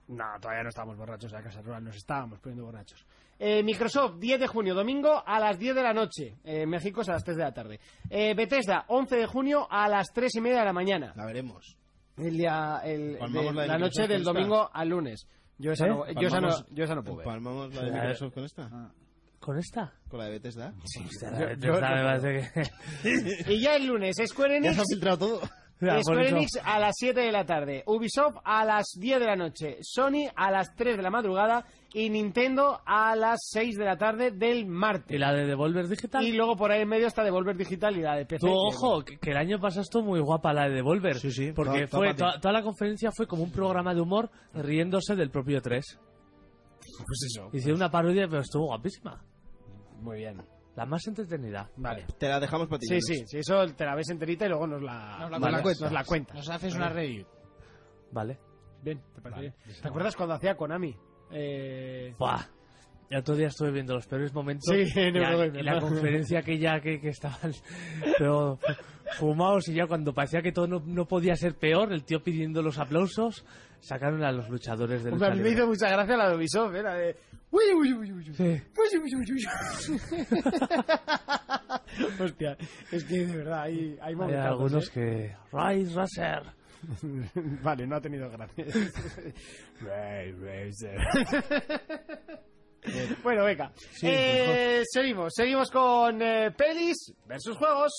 [SPEAKER 1] No, todavía no estábamos borrachos en la Casa Rural, nos estábamos poniendo borrachos. Eh, Microsoft, 10 de junio, domingo a las 10 de la noche. Eh, México es a las 3 de la tarde. Eh, Bethesda, 11 de junio a las 3 y media de la mañana.
[SPEAKER 5] La veremos.
[SPEAKER 1] El día, el-
[SPEAKER 5] Palmamos
[SPEAKER 1] de-
[SPEAKER 5] la
[SPEAKER 1] la,
[SPEAKER 5] de
[SPEAKER 1] noche
[SPEAKER 5] Microsoft,
[SPEAKER 1] del
[SPEAKER 5] ¿está?
[SPEAKER 1] domingo al lunes. Yo esa,
[SPEAKER 4] ¿Eh?
[SPEAKER 1] no, yo esa no,
[SPEAKER 5] Palmamos-
[SPEAKER 1] yo esa
[SPEAKER 2] Pues
[SPEAKER 1] no puedo ver.
[SPEAKER 5] Palmamos la de
[SPEAKER 4] Claro.
[SPEAKER 5] Microsoft con esta.
[SPEAKER 2] Ah.
[SPEAKER 4] ¿Con esta?
[SPEAKER 5] Con la de Bethesda.
[SPEAKER 4] Hostia,
[SPEAKER 1] yo-
[SPEAKER 4] la
[SPEAKER 1] yo
[SPEAKER 4] Bethesda
[SPEAKER 1] no
[SPEAKER 4] me parece que...
[SPEAKER 1] Y ya el lunes, Square
[SPEAKER 5] Ya
[SPEAKER 1] Enix,
[SPEAKER 5] se ha filtrado todo.
[SPEAKER 4] Ya, Ah, por
[SPEAKER 1] Square
[SPEAKER 4] eso.
[SPEAKER 1] Enix a las 7 de la tarde, Ubisoft a las 10 de la noche, Sony a las 3 de la madrugada y Nintendo a las 6 de la tarde del martes.
[SPEAKER 4] ¿Y la de Devolver Digital?
[SPEAKER 1] Y luego por ahí en medio está Devolver Digital y la de PC.
[SPEAKER 4] Tú,
[SPEAKER 1] que-
[SPEAKER 4] ojo, que, que el año pasado estuvo muy guapa la de Devolver.
[SPEAKER 5] Sí, sí,
[SPEAKER 4] Porque
[SPEAKER 5] tá-
[SPEAKER 4] fue,
[SPEAKER 5] tápate.
[SPEAKER 4] toda, toda la conferencia fue como un programa de humor riéndose del propio 3.
[SPEAKER 1] Pues eso.
[SPEAKER 4] Hicieron una parodia, pero estuvo guapísima.
[SPEAKER 1] Muy bien.
[SPEAKER 4] La más entretenida.
[SPEAKER 1] Vale.
[SPEAKER 5] Te la dejamos para ti.
[SPEAKER 1] Sí,
[SPEAKER 5] Jonas.
[SPEAKER 1] sí, sí, eso te la ves enterita y luego nos la,
[SPEAKER 2] Nos la
[SPEAKER 1] nos
[SPEAKER 2] cuentas.
[SPEAKER 1] nos la cuentas.
[SPEAKER 2] Nos haces una review.
[SPEAKER 4] Vale.
[SPEAKER 1] Bien, te parece bien. ¿Te acuerdas cuando hacía Konami? Eh,
[SPEAKER 4] Buah. El otro día estuve viendo los peores momentos.
[SPEAKER 1] Sí, en
[SPEAKER 4] y la,
[SPEAKER 1] Eurogamer,
[SPEAKER 4] y la
[SPEAKER 1] ¿no?
[SPEAKER 4] conferencia aquella que, que estaban pero fumados y ya cuando parecía que todo no, no podía ser peor, el tío pidiendo los aplausos, sacaron a los luchadores del
[SPEAKER 1] Hombre, a mí me hizo mucha gracia la de Ubisoft, era de... Uy, uy, uy, uy, uy. Uy, uy, uy, uy, uy. Hostia, es que de verdad hay, hay
[SPEAKER 4] Hay
[SPEAKER 1] momentos.
[SPEAKER 4] algunos
[SPEAKER 1] ¿eh?
[SPEAKER 4] que... Rise Racer.
[SPEAKER 1] vale, no ha tenido gracia. Ray, Ray, Ray. bueno, venga. Eh, seguimos, seguimos con eh, pelis versus juegos.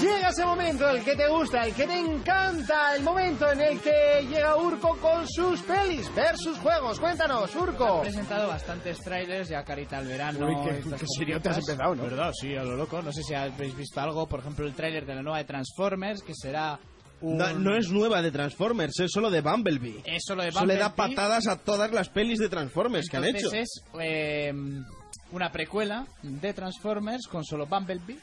[SPEAKER 1] Llega ese momento, el que te gusta, el que te encanta, el momento en el que llega Urco con sus pelis versus juegos. Cuéntanos, Urco.
[SPEAKER 2] He presentado bastantes trailers, ya carita al verano.
[SPEAKER 1] Uy, qué-
[SPEAKER 2] y estas
[SPEAKER 1] qué serio te has
[SPEAKER 2] cositas.
[SPEAKER 1] empezado, ¿no?
[SPEAKER 2] Verdad, sí, a lo loco. No sé si habéis visto algo, por ejemplo, el trailer de la nueva de Transformers, que será un...
[SPEAKER 5] No, no es nueva de Transformers, es solo de Bumblebee.
[SPEAKER 2] Es solo Eh, de
[SPEAKER 5] Eso le da
[SPEAKER 2] Bumblebee.
[SPEAKER 5] patadas a todas las pelis de Transformers que han hecho.
[SPEAKER 2] Entonces es eh, una precuela de Transformers con solo Bumblebee.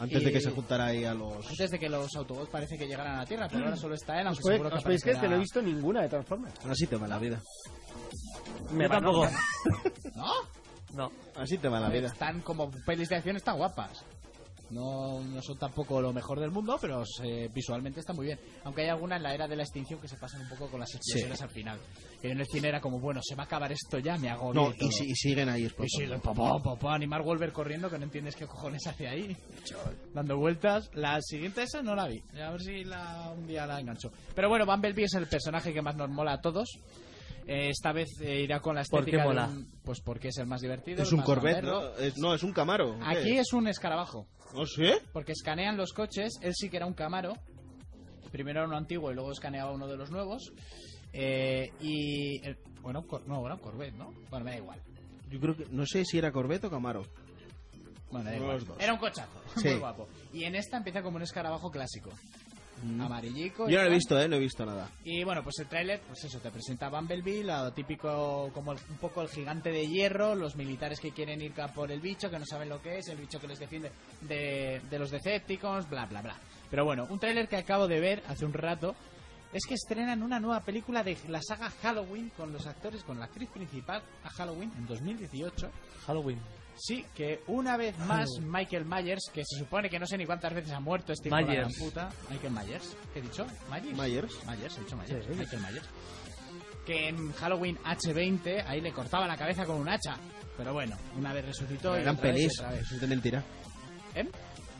[SPEAKER 5] Antes de
[SPEAKER 2] y-
[SPEAKER 5] que se juntara ahí a los...
[SPEAKER 2] Antes de que los Autobots parece que llegaran a la Tierra, pero ahora solo está él, aunque
[SPEAKER 1] Pues,
[SPEAKER 2] seguro que
[SPEAKER 1] os podéis creer que no he
[SPEAKER 2] aparecerá-
[SPEAKER 1] visto ninguna de Transformers.
[SPEAKER 5] Así te va la vida.
[SPEAKER 4] Yo tampoco.
[SPEAKER 2] ¿No?
[SPEAKER 4] No.
[SPEAKER 5] Así te va la vida.
[SPEAKER 2] Están como pelis de acción, están guapas. No, no son tampoco lo mejor del mundo, pero eh, visualmente están muy bien. Aunque hay alguna en la era de la extinción que se pasan un poco con las explosiones al final. Que en el cine era como, bueno, se va a acabar esto ya, me hago
[SPEAKER 5] No, y, si- y siguen ahí. es por
[SPEAKER 2] Y Pues sí,
[SPEAKER 5] favor.
[SPEAKER 2] papá, papá, animar Wolver corriendo que no entiendes qué cojones hace ahí. Dando vueltas. La siguiente esa no la vi. A ver si la, un día la engancho. Pero bueno, Bumblebee es el personaje que más nos mola a todos. Eh, esta vez eh, irá con la
[SPEAKER 4] ¿Por qué
[SPEAKER 2] estética de
[SPEAKER 4] mola?
[SPEAKER 2] un- pues porque es el más divertido.
[SPEAKER 5] Es
[SPEAKER 2] el
[SPEAKER 5] un
[SPEAKER 2] más
[SPEAKER 5] Corvette,
[SPEAKER 2] gamberro.
[SPEAKER 5] ¿no? Es, no, es un Camaro. ¿Qué?
[SPEAKER 2] Aquí es un escarabajo.
[SPEAKER 5] ¿No sé?
[SPEAKER 2] Porque escanean los coches. Él sí que era un Camaro. Primero era uno antiguo y luego escaneaba uno de los nuevos. Eh, y... eh, bueno, cor- no, era un Corvette, ¿no? Bueno, me da igual.
[SPEAKER 5] Yo creo que... No sé si era Corvette o Camaro.
[SPEAKER 2] Bueno, da
[SPEAKER 5] Uno de
[SPEAKER 2] igual.
[SPEAKER 5] los dos.
[SPEAKER 2] Era un cochazo,
[SPEAKER 5] Sí.
[SPEAKER 2] muy guapo. Y en esta empieza como un escarabajo clásico. Ah, Amarillico. y
[SPEAKER 5] Mm. Yo no lo he
[SPEAKER 2] tal.
[SPEAKER 5] visto, ¿eh? No he visto nada.
[SPEAKER 2] Y bueno, pues el tráiler, pues eso, te presenta a Bumblebee, lo típico, como el- un poco el gigante de hierro, los militares que quieren ir a por el bicho, que no saben lo que es, el bicho que les defiende de, de los Decepticons, bla, bla, bla. Pero bueno, un tráiler que acabo de ver hace un rato, es que estrenan una nueva película de la saga Halloween con los actores, con la actriz principal a Halloween en 2018.
[SPEAKER 4] Halloween.
[SPEAKER 2] Sí, que una vez más Michael Myers, que se supone que no sé ni cuántas veces ha muerto este hijo de la gran
[SPEAKER 4] Myers.
[SPEAKER 2] puta. Michael Myers, ¿qué he dicho? Myers.
[SPEAKER 5] Myers.
[SPEAKER 2] Myers, he dicho Myers.
[SPEAKER 4] Sí, sí.
[SPEAKER 2] Michael Myers. Que en Halloween H20 ahí le cortaba la cabeza con un hacha. Pero bueno, una vez resucitó y
[SPEAKER 5] Gran
[SPEAKER 2] otra vez y
[SPEAKER 5] pelis.
[SPEAKER 2] otra vez.
[SPEAKER 5] Eso es de mentira.
[SPEAKER 2] ¿Eh?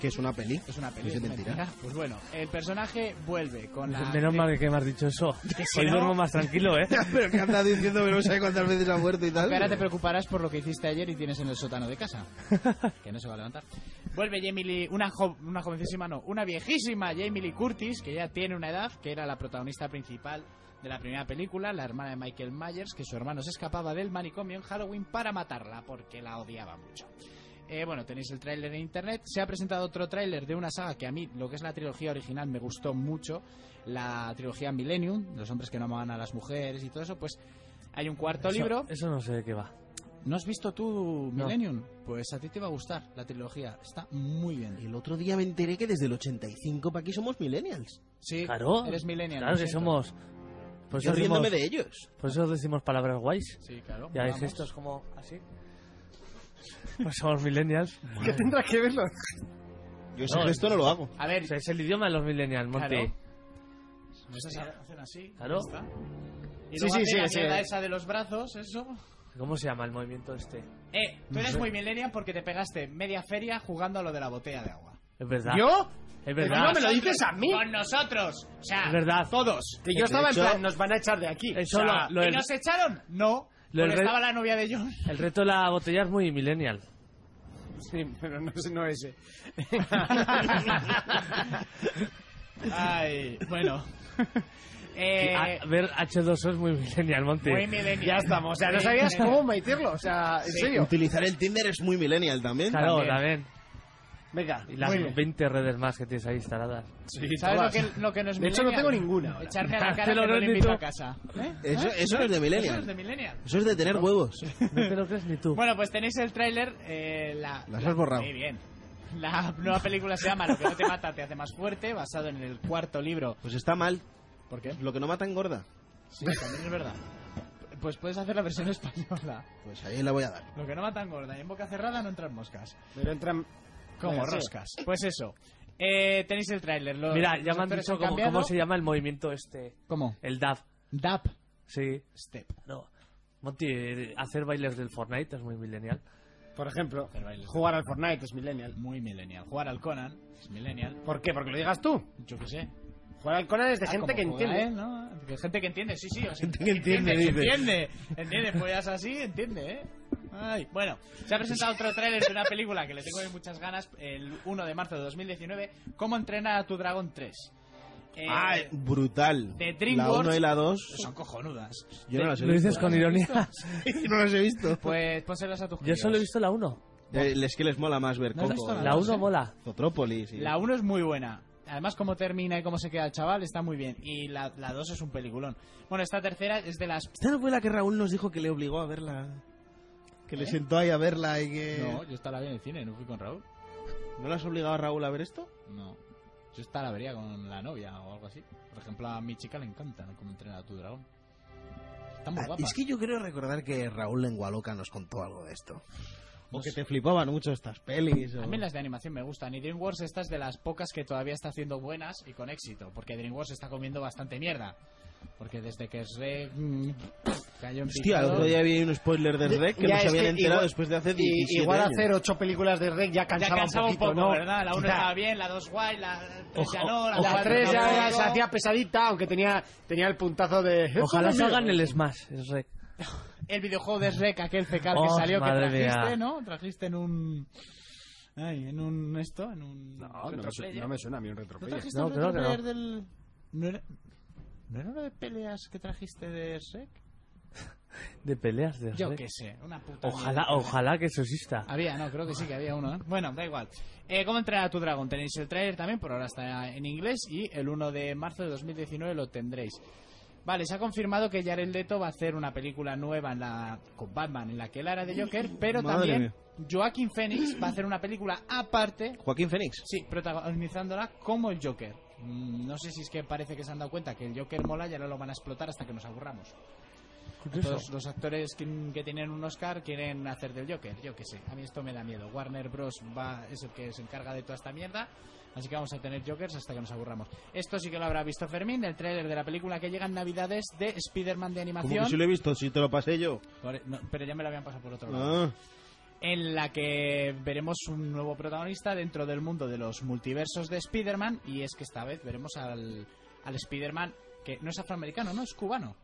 [SPEAKER 5] Que es una peli.
[SPEAKER 2] Es una
[SPEAKER 5] Eso
[SPEAKER 2] película.
[SPEAKER 5] es de mentira.
[SPEAKER 2] Pues bueno, el personaje vuelve con la.
[SPEAKER 4] Menos mal que me has dicho eso.
[SPEAKER 2] Ah, si
[SPEAKER 4] Hoy
[SPEAKER 2] no-
[SPEAKER 4] duermo más tranquilo, ¿eh?
[SPEAKER 5] Pero que anda diciendo que no sabe cuántas veces ha muerto y tal.
[SPEAKER 2] Que ahora te preocuparás por lo que hiciste ayer y tienes en el sótano de casa. que no se va a levantar. Vuelve Jamie Lee, una, jo- una jovencísima, no, una viejísima Jamie Lee Curtis, que ya tiene una edad, que era la protagonista principal de la primera película, la hermana de Michael Myers, que su hermano se escapaba del manicomio en Halloween para matarla, porque la odiaba mucho. Eh, bueno, tenéis el tráiler en internet. Se ha presentado otro tráiler de una saga que a mí, lo que es la trilogía original, me gustó mucho. La trilogía Millennium, los hombres que no amaban a las mujeres y todo eso, pues hay un cuarto
[SPEAKER 4] Eso-
[SPEAKER 2] libro.
[SPEAKER 4] Eso, no sé de qué va.
[SPEAKER 2] ¿No has visto tú
[SPEAKER 4] No.
[SPEAKER 2] Millennium? Pues a ti te va a gustar la trilogía. Está muy bien.
[SPEAKER 5] El otro día me enteré que desde el 85 para aquí somos millennials.
[SPEAKER 2] Sí,
[SPEAKER 4] Claro.
[SPEAKER 2] eres millennial.
[SPEAKER 4] Claro
[SPEAKER 2] lo
[SPEAKER 4] que
[SPEAKER 2] siento.
[SPEAKER 4] somos. Por
[SPEAKER 5] Yo
[SPEAKER 4] eso, decimos,
[SPEAKER 5] riéndome de ellos.
[SPEAKER 4] por eso decimos palabras guays.
[SPEAKER 2] Sí, claro.
[SPEAKER 4] Ya
[SPEAKER 2] vamos.
[SPEAKER 4] es estos como así. Pues somos millennials.
[SPEAKER 1] ¿Qué tendrá que verlo?
[SPEAKER 5] Yo ese
[SPEAKER 4] No,
[SPEAKER 5] gesto no lo hago.
[SPEAKER 2] A ver,
[SPEAKER 4] O sea, es el idioma de los millennials, Monty.
[SPEAKER 2] Claro. nos hacen así.
[SPEAKER 4] Claro.
[SPEAKER 2] ya está. Y
[SPEAKER 1] Sí,
[SPEAKER 2] luego
[SPEAKER 1] sí,
[SPEAKER 2] hacen
[SPEAKER 1] sí,
[SPEAKER 2] la
[SPEAKER 1] sí.
[SPEAKER 2] mierda esa de los brazos, eso.
[SPEAKER 4] ¿Cómo se llama el movimiento este?
[SPEAKER 2] Eh, tú eres muy millennial porque te pegaste media feria jugando a lo de la botella de agua.
[SPEAKER 4] Es verdad.
[SPEAKER 1] ¿Yo?
[SPEAKER 4] Es
[SPEAKER 1] Pero no
[SPEAKER 4] verdad.
[SPEAKER 1] me lo dices a mí.
[SPEAKER 2] Con nosotros. O sea,
[SPEAKER 4] Es verdad.
[SPEAKER 2] todos.
[SPEAKER 1] Que yo estaba en
[SPEAKER 5] hecho-
[SPEAKER 1] plan, nos van a echar de aquí.
[SPEAKER 4] Eso
[SPEAKER 2] O sea,
[SPEAKER 4] lo- lo-
[SPEAKER 2] ¿Y
[SPEAKER 4] el,
[SPEAKER 2] nos echaron? No.
[SPEAKER 4] Lo
[SPEAKER 2] porque
[SPEAKER 4] del-
[SPEAKER 2] estaba la novia de John.
[SPEAKER 4] el reto de la botella es muy millennial.
[SPEAKER 1] Sí, pero no, no ese.
[SPEAKER 2] Ay, bueno.
[SPEAKER 4] Y
[SPEAKER 2] Eh,
[SPEAKER 4] a- ver H2O es muy millennial, Monty.
[SPEAKER 2] muy millennial.
[SPEAKER 1] Ya estamos. O sea, no sabías cómo meterlo. O sea, en
[SPEAKER 2] Sí.
[SPEAKER 1] serio.
[SPEAKER 5] Utilizar el Tinder es muy millennial también.
[SPEAKER 4] Claro,
[SPEAKER 2] También.
[SPEAKER 4] también.
[SPEAKER 1] Venga,
[SPEAKER 4] Y las
[SPEAKER 1] muy bien.
[SPEAKER 4] 20 redes más que tienes ahí instaladas.
[SPEAKER 2] ¿Sabes lo
[SPEAKER 1] todas.
[SPEAKER 2] que, lo que no es
[SPEAKER 1] De hecho, no
[SPEAKER 2] millennial?
[SPEAKER 1] tengo ninguna ahora.
[SPEAKER 2] Echarme a la cara
[SPEAKER 4] Te
[SPEAKER 2] que no
[SPEAKER 4] lo
[SPEAKER 2] le
[SPEAKER 4] agradezco.
[SPEAKER 2] invito a casa. ¿Eh?
[SPEAKER 5] Ah, Eso, eso no es de
[SPEAKER 2] Eso es
[SPEAKER 5] millennial.
[SPEAKER 2] de millennial.
[SPEAKER 5] Eso es de tener huevos.
[SPEAKER 4] No te lo crees ni tú.
[SPEAKER 2] Bueno, pues tenéis el tráiler. eh, la,
[SPEAKER 5] Las
[SPEAKER 2] la-
[SPEAKER 5] has borrado.
[SPEAKER 2] Muy bien. La nueva película se llama Lo que no te mata te hace más fuerte, basado en el cuarto libro.
[SPEAKER 5] Pues está mal.
[SPEAKER 2] ¿Por qué?
[SPEAKER 5] Lo que no mata engorda.
[SPEAKER 2] Sí, también es verdad. Pues puedes hacer la versión española.
[SPEAKER 5] Pues ahí la voy a dar.
[SPEAKER 2] Lo que no mata engorda y en boca cerrada no entran moscas.
[SPEAKER 1] Pero entran...
[SPEAKER 2] Como
[SPEAKER 1] Venga, sí.
[SPEAKER 2] roscas. Pues eso. Eh, tenéis el tráiler. los-
[SPEAKER 4] Mira, ya
[SPEAKER 2] los
[SPEAKER 4] me han
[SPEAKER 2] actores
[SPEAKER 4] dicho cómo,
[SPEAKER 2] cambiado.
[SPEAKER 4] cómo se llama el movimiento este.
[SPEAKER 2] ¿Cómo?
[SPEAKER 4] El DAF.
[SPEAKER 2] Dap
[SPEAKER 4] Sí.
[SPEAKER 2] Step.
[SPEAKER 4] No. Monty, eh, hacer bailes del Fortnite es muy millennial.
[SPEAKER 1] Por ejemplo,
[SPEAKER 2] Pero ahí les-
[SPEAKER 1] jugar al Fortnite es millennial.
[SPEAKER 2] Muy millennial. Jugar al Conan es millennial.
[SPEAKER 1] ¿Por qué? Porque lo digas tú.
[SPEAKER 2] Yo qué sé.
[SPEAKER 1] Jugar al Conan es de
[SPEAKER 2] Ah,
[SPEAKER 1] gente
[SPEAKER 2] como
[SPEAKER 1] que entiende.
[SPEAKER 2] juega él, ¿no? Que Gente que entiende, sí, sí. o sea,
[SPEAKER 5] Gente que entiende, dice.
[SPEAKER 2] Entiende, entiende. Pues ya es así, entiende, ¿eh? Ay, bueno, se ha presentado otro tráiler de una película que le tengo ahí muchas ganas, el 1 de marzo de 2019, ¿Cómo entrenar a tu dragón 3? Eh,
[SPEAKER 5] Ah, brutal.
[SPEAKER 2] de
[SPEAKER 5] la
[SPEAKER 2] DreamWorks.
[SPEAKER 5] 1 y la 2.
[SPEAKER 2] son cojonudas.
[SPEAKER 5] Yo no las he
[SPEAKER 4] Lo
[SPEAKER 5] visto.
[SPEAKER 4] dices con ironía.
[SPEAKER 5] no las he visto.
[SPEAKER 2] Pues pónselas a tus
[SPEAKER 4] Yo
[SPEAKER 2] críos.
[SPEAKER 4] solo he visto la 1.
[SPEAKER 5] Eh, es que les mola más ver
[SPEAKER 2] No has
[SPEAKER 5] Coco.
[SPEAKER 2] visto
[SPEAKER 4] La
[SPEAKER 2] no
[SPEAKER 4] 1
[SPEAKER 2] sé.
[SPEAKER 4] mola.
[SPEAKER 5] Zotrópolis. y-
[SPEAKER 2] La 1 es muy buena. Además, cómo termina y cómo se queda el chaval está muy bien. Y la 2 es un peliculón. Bueno, esta tercera es de las
[SPEAKER 5] ¿Esta no fue la que Raúl nos dijo que le obligó a verla? Que le sentó ahí a verla y que...
[SPEAKER 2] No, yo esta la vi en el cine, no fui con Raúl.
[SPEAKER 5] ¿No la has obligado a Raúl a ver esto?
[SPEAKER 2] No. Yo esta la vería con la novia o algo así. Por ejemplo, a mi chica le encanta cómo entrena a tu dragón. Está muy
[SPEAKER 5] Ah,
[SPEAKER 2] guapa.
[SPEAKER 5] es que yo creo recordar que Raúl Lengua Loca nos contó algo de esto.
[SPEAKER 2] No
[SPEAKER 5] O que
[SPEAKER 2] sé.
[SPEAKER 5] te flipaban mucho estas pelis. o-
[SPEAKER 2] A mí las de animación me gustan. Y DreamWorks esta es de las pocas que todavía está haciendo buenas y con éxito. Porque DreamWorks está comiendo bastante mierda. Porque desde que Shrek mm, cayó en
[SPEAKER 5] Hostia, el
[SPEAKER 2] picado-
[SPEAKER 5] otro día vi un spoiler de Rec que
[SPEAKER 1] Ya,
[SPEAKER 5] no se
[SPEAKER 1] es
[SPEAKER 5] habían
[SPEAKER 1] que
[SPEAKER 5] enterado
[SPEAKER 1] igual-
[SPEAKER 5] después de hace
[SPEAKER 1] y-
[SPEAKER 5] 17
[SPEAKER 1] Igual
[SPEAKER 5] años.
[SPEAKER 1] hacer ocho películas de Rec ya
[SPEAKER 2] Ya
[SPEAKER 1] cansaba,
[SPEAKER 2] cansaba
[SPEAKER 1] un poquito, ¿no?
[SPEAKER 2] ¿verdad? La 1
[SPEAKER 1] Ya.
[SPEAKER 2] estaba bien, la 2 guay, la 3 ya no, la
[SPEAKER 1] La
[SPEAKER 2] 4
[SPEAKER 1] tres ya, ya se
[SPEAKER 2] tampoco.
[SPEAKER 1] hacía pesadita, aunque tenía, tenía el puntazo de...
[SPEAKER 4] Ojalá salgan el Smash. Es re-
[SPEAKER 2] el videojuego de Shrek, aquel fecal que
[SPEAKER 4] Oh,
[SPEAKER 2] salió que
[SPEAKER 4] madre
[SPEAKER 2] trajiste,
[SPEAKER 4] mía.
[SPEAKER 2] ¿no? Trajiste en un... Ay, en un esto, en un...
[SPEAKER 1] No, no me, su-
[SPEAKER 2] retroplayer.
[SPEAKER 1] no me suena a mí un
[SPEAKER 2] ¿No
[SPEAKER 1] retroplayer.
[SPEAKER 2] trajiste
[SPEAKER 4] No,
[SPEAKER 2] un
[SPEAKER 4] creo que
[SPEAKER 2] retroplayer
[SPEAKER 4] no.
[SPEAKER 2] del... ¿No era... ¿No era uno de peleas que trajiste de Shrek?
[SPEAKER 4] de peleas de
[SPEAKER 2] Yo
[SPEAKER 4] Rec.
[SPEAKER 2] qué sé, una puta...
[SPEAKER 4] Ojalá,
[SPEAKER 2] mierda.
[SPEAKER 4] ojalá que eso exista.
[SPEAKER 2] Había, no, creo que sí que había uno, ¿eh? Bueno, da igual. Eh, ¿Cómo entrenar a tu dragón? Tenéis el trailer también, por ahora está en inglés y el 1 de marzo de 2019 lo tendréis. Vale, se ha confirmado que Jared Leto va a hacer una película nueva en la, con Batman en la que él hará de Joker, pero
[SPEAKER 5] Madre
[SPEAKER 2] también
[SPEAKER 5] mía.
[SPEAKER 2] Joaquín Phoenix va a hacer una película aparte,
[SPEAKER 5] Joaquín Fénix.
[SPEAKER 2] sí, protagonizándola como el Joker. Mm, No sé si es que parece que se han dado cuenta que el Joker mola y ahora lo van a explotar hasta que nos aburramos. Todos los actores que, que tienen un Oscar quieren hacer del Joker, yo qué sé. A mí esto me da miedo. Warner Bros. Va, es el que se encarga de toda esta mierda. Así que vamos a tener Jokers hasta que nos aburramos. Esto sí que lo habrá visto Fermín, el tráiler de la película que llega en Navidades de Spider-Man de
[SPEAKER 5] Como que
[SPEAKER 2] animación.
[SPEAKER 5] si lo he visto, si te lo pasé yo.
[SPEAKER 2] Por- no, pero ya me lo habían pasado por otro lado
[SPEAKER 5] Ah,
[SPEAKER 2] en la que veremos un nuevo protagonista dentro del mundo de los multiversos de Spider-Man y es que esta vez veremos al, al Spider-Man que no es afroamericano, no, es cubano.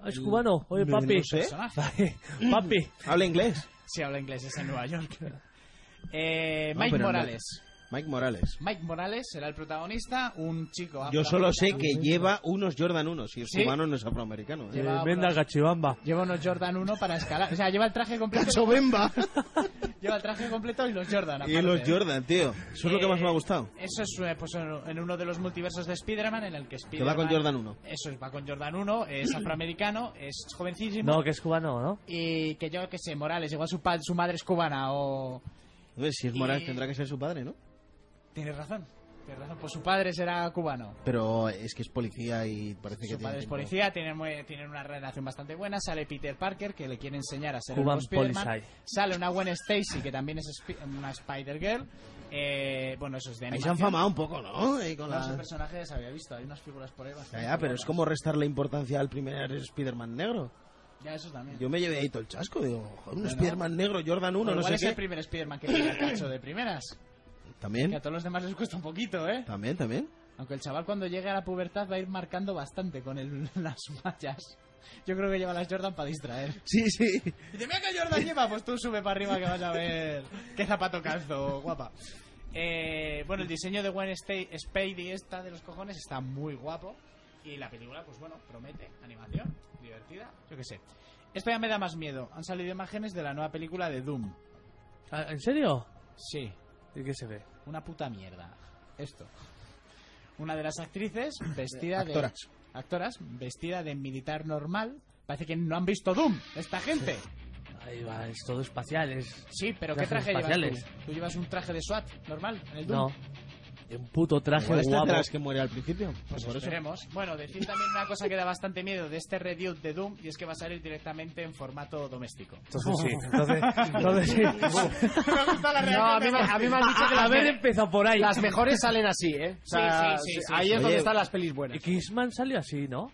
[SPEAKER 4] Ah, Es cubano. Oye,
[SPEAKER 5] No,
[SPEAKER 4] papi.
[SPEAKER 5] no sé.
[SPEAKER 2] Personaje.
[SPEAKER 4] Papi.
[SPEAKER 5] Ah, Habla inglés.
[SPEAKER 2] Si habla inglés, es en Nueva York. Eh,
[SPEAKER 5] No,
[SPEAKER 2] Mike
[SPEAKER 5] pero no-
[SPEAKER 2] Morales.
[SPEAKER 5] Mike Morales.
[SPEAKER 2] Mike Morales será el protagonista, un chico
[SPEAKER 1] Ah,
[SPEAKER 5] Yo solo sé
[SPEAKER 2] afroamericano.
[SPEAKER 5] que lleva unos Jordan 1. Si es
[SPEAKER 2] ¿Sí?
[SPEAKER 5] cubano, no es afroamericano. ¿eh?
[SPEAKER 2] Lleva
[SPEAKER 4] Eh,
[SPEAKER 2] ahora-
[SPEAKER 4] Venda Gachibamba.
[SPEAKER 2] Lleva unos Jordan 1 para escalar. O sea, lleva el traje completo.
[SPEAKER 5] Cachobemba.
[SPEAKER 2] lleva el traje completo y los Jordan.
[SPEAKER 5] y los
[SPEAKER 2] aparte.
[SPEAKER 5] Jordan, tío. Eso es lo que
[SPEAKER 2] Eh,
[SPEAKER 5] más me ha gustado.
[SPEAKER 2] Eso es eh, pues, en en uno de los multiversos de Spider-Man en el que
[SPEAKER 5] Que
[SPEAKER 2] Spider-Man...
[SPEAKER 5] va con Jordan 1.
[SPEAKER 2] Eso es, va con Jordan 1, es afroamericano, es jovencísimo.
[SPEAKER 4] No, que es cubano, ¿no?
[SPEAKER 2] Y que yo que sé, Morales, igual su, pa- su madre es cubana o.
[SPEAKER 5] Si es Morales,
[SPEAKER 2] Y-
[SPEAKER 5] tendrá que ser su padre, ¿no?
[SPEAKER 2] Tienes razón, tienes razón, pues su padre será cubano.
[SPEAKER 5] Pero es que es policía y parece que
[SPEAKER 2] Su
[SPEAKER 5] tiene
[SPEAKER 2] padre es
[SPEAKER 5] tiempo.
[SPEAKER 2] policía, tienen, muy- tienen una relación bastante buena. Sale Peter Parker, que le quiere enseñar a ser el
[SPEAKER 4] Cuban
[SPEAKER 2] nuevo Spider-Man.
[SPEAKER 4] Police.
[SPEAKER 2] Sale una Gwen Stacy, que también es Spi- una Spider-Girl. Eh, bueno, eso es de
[SPEAKER 5] Ahí se
[SPEAKER 2] animación.
[SPEAKER 5] han famado un poco, ¿no? Ahí con
[SPEAKER 2] No, ese
[SPEAKER 5] la...
[SPEAKER 2] personaje se había visto, hay unas figuras por ahí bastante
[SPEAKER 5] Ya, ya, pero
[SPEAKER 2] guapas.
[SPEAKER 5] es como restarle importancia al primer Spider-Man negro.
[SPEAKER 2] Ya, eso también.
[SPEAKER 5] Yo me llevé ahí todo el chasco, digo, joder, un
[SPEAKER 2] Bueno.
[SPEAKER 5] Spider-Man negro, Jordan 1,
[SPEAKER 2] Pero
[SPEAKER 5] no
[SPEAKER 2] igual
[SPEAKER 5] sé
[SPEAKER 2] es el
[SPEAKER 5] qué.
[SPEAKER 2] primer Spider-Man que tiene el cacho de primeras. Que a
[SPEAKER 5] También,
[SPEAKER 2] todos los demás les cuesta un poquito, ¿eh?
[SPEAKER 5] también, también.
[SPEAKER 2] Aunque el chaval cuando llegue a la pubertad va a ir marcando bastante con el- las mallas. Yo creo que lleva las Jordan para distraer.
[SPEAKER 5] Sí, sí.
[SPEAKER 2] Y dice, mira qué Jordan lleva, pues tú sube para arriba que vas a ver qué zapato calzo, guapa. Eh, bueno, el diseño de Gwen Sta- Spidey esta de los cojones está muy guapo. Y la película, pues bueno, promete animación, divertida, yo qué sé. Esto ya me da más miedo. Han salido imágenes de la nueva película de Doom.
[SPEAKER 4] Ah, ¿En serio?
[SPEAKER 2] Sí,
[SPEAKER 4] ¿Y qué se ve?
[SPEAKER 2] una puta mierda. Esto. Una de las actrices vestida de.
[SPEAKER 5] Actoras.
[SPEAKER 2] Actoras, vestida de militar normal. Parece que no han visto Doom, esta gente.
[SPEAKER 4] Ahí va, es todo espacial, es...
[SPEAKER 2] Sí, pero ¿qué
[SPEAKER 4] Trajes
[SPEAKER 2] traje llevas
[SPEAKER 4] espaciales.
[SPEAKER 2] tú? ¿Tú llevas un traje de SWAT normal en el Doom?
[SPEAKER 4] No. Un puto traje
[SPEAKER 5] Igual esta
[SPEAKER 4] guapo.
[SPEAKER 5] de las este que muere al principio.
[SPEAKER 2] Pues
[SPEAKER 5] por eso.
[SPEAKER 2] esperemos. Bueno, decir también una cosa que da bastante miedo de este review de Doom y es que va a salir directamente en formato doméstico.
[SPEAKER 4] Entonces sí, entonces, entonces sí.
[SPEAKER 2] me gusta la
[SPEAKER 1] No, a mí, me- a mí me han dicho que
[SPEAKER 4] A- a-
[SPEAKER 1] las,
[SPEAKER 4] Haber
[SPEAKER 1] me-
[SPEAKER 4] empezado por ahí.
[SPEAKER 1] las mejores salen así, ¿eh? O sea,
[SPEAKER 2] Sí, sí, sí, sí,
[SPEAKER 1] ahí
[SPEAKER 2] sí.
[SPEAKER 1] es donde
[SPEAKER 5] Oye.
[SPEAKER 1] están las pelis buenas.
[SPEAKER 4] X-Man salió así, ¿no?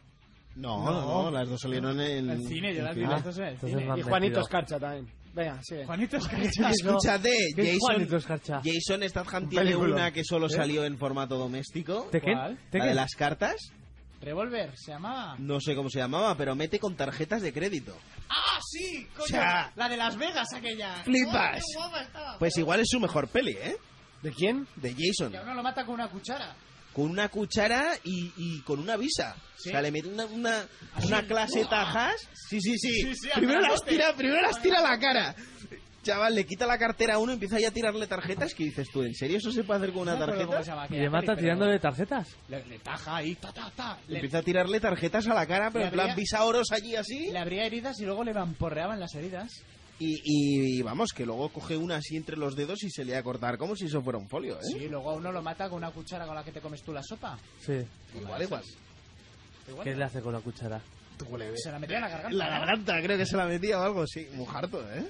[SPEAKER 5] No, no, no, las dos salieron en...
[SPEAKER 2] El cine, Ah, yo
[SPEAKER 5] en
[SPEAKER 2] las vi
[SPEAKER 5] cine.
[SPEAKER 2] las dos en el
[SPEAKER 4] entonces
[SPEAKER 2] cine.
[SPEAKER 4] va-
[SPEAKER 1] Y
[SPEAKER 4] metido.
[SPEAKER 1] Juanito Escarcha también. Venga, sigue.
[SPEAKER 2] Juanito Escarcha.
[SPEAKER 5] Escúchate,
[SPEAKER 4] ¿Qué es
[SPEAKER 5] Jason,
[SPEAKER 4] Juanito Escarcha?
[SPEAKER 5] Jason Statham
[SPEAKER 1] Un
[SPEAKER 5] tiene
[SPEAKER 1] peliculón.
[SPEAKER 5] una que solo salió en formato doméstico.
[SPEAKER 4] ¿Tekken?
[SPEAKER 2] ¿Cuál?
[SPEAKER 5] La de
[SPEAKER 4] ¿Tekken?
[SPEAKER 5] las cartas.
[SPEAKER 2] Revolver, se llamaba.
[SPEAKER 5] No sé cómo se llamaba, pero mete con tarjetas de crédito.
[SPEAKER 2] ¡Ah, sí! Coño,
[SPEAKER 5] O sea,
[SPEAKER 2] la de Las Vegas aquella.
[SPEAKER 5] flipas.
[SPEAKER 2] ¡Oh, qué guapa estaba!
[SPEAKER 5] Pues igual es su mejor peli, ¿eh?
[SPEAKER 1] ¿De quién?
[SPEAKER 5] De Jason.
[SPEAKER 2] Que a uno lo mata con una cuchara.
[SPEAKER 5] Con una cuchara y, y con una visa.
[SPEAKER 2] Sí.
[SPEAKER 5] O sea, le mete una, una, una clase de tajas. Sí, sí, sí.
[SPEAKER 2] Sí, sí, a
[SPEAKER 5] primero, las
[SPEAKER 2] pedazote.
[SPEAKER 5] tira, primero las tira a la cara. Chaval, le quita la cartera a uno y empieza ya a tirarle tarjetas. que dices tú? ¿En serio eso se puede hacer con una
[SPEAKER 2] No me acuerdo cómo se
[SPEAKER 5] tarjeta?
[SPEAKER 2] llama
[SPEAKER 4] Y
[SPEAKER 2] aquella
[SPEAKER 4] le mata
[SPEAKER 2] peli, pero
[SPEAKER 4] tirándole tarjetas.
[SPEAKER 2] Le, le taja ahí, ta, ta, ta. Le,
[SPEAKER 5] Empieza a tirarle tarjetas a la cara, pero
[SPEAKER 2] Le
[SPEAKER 5] en plan
[SPEAKER 2] habría-
[SPEAKER 5] visa oros allí así.
[SPEAKER 2] le abría heridas y luego le vamporreaban las heridas.
[SPEAKER 5] Y, y- y vamos, que luego coge una así entre los dedos y se le va a cortar como si eso fuera un folio, ¿eh?
[SPEAKER 2] Sí, luego a uno lo mata con una cuchara con la que te comes tú la sopa.
[SPEAKER 4] Sí.
[SPEAKER 5] Igual, igual.
[SPEAKER 2] Igual.
[SPEAKER 4] ¿Qué le hace con la cuchara?
[SPEAKER 2] Se la metía en la garganta.
[SPEAKER 5] La
[SPEAKER 2] ¿no?
[SPEAKER 5] garganta, creo que se la metía o algo, sí. Mujarto, ¿eh?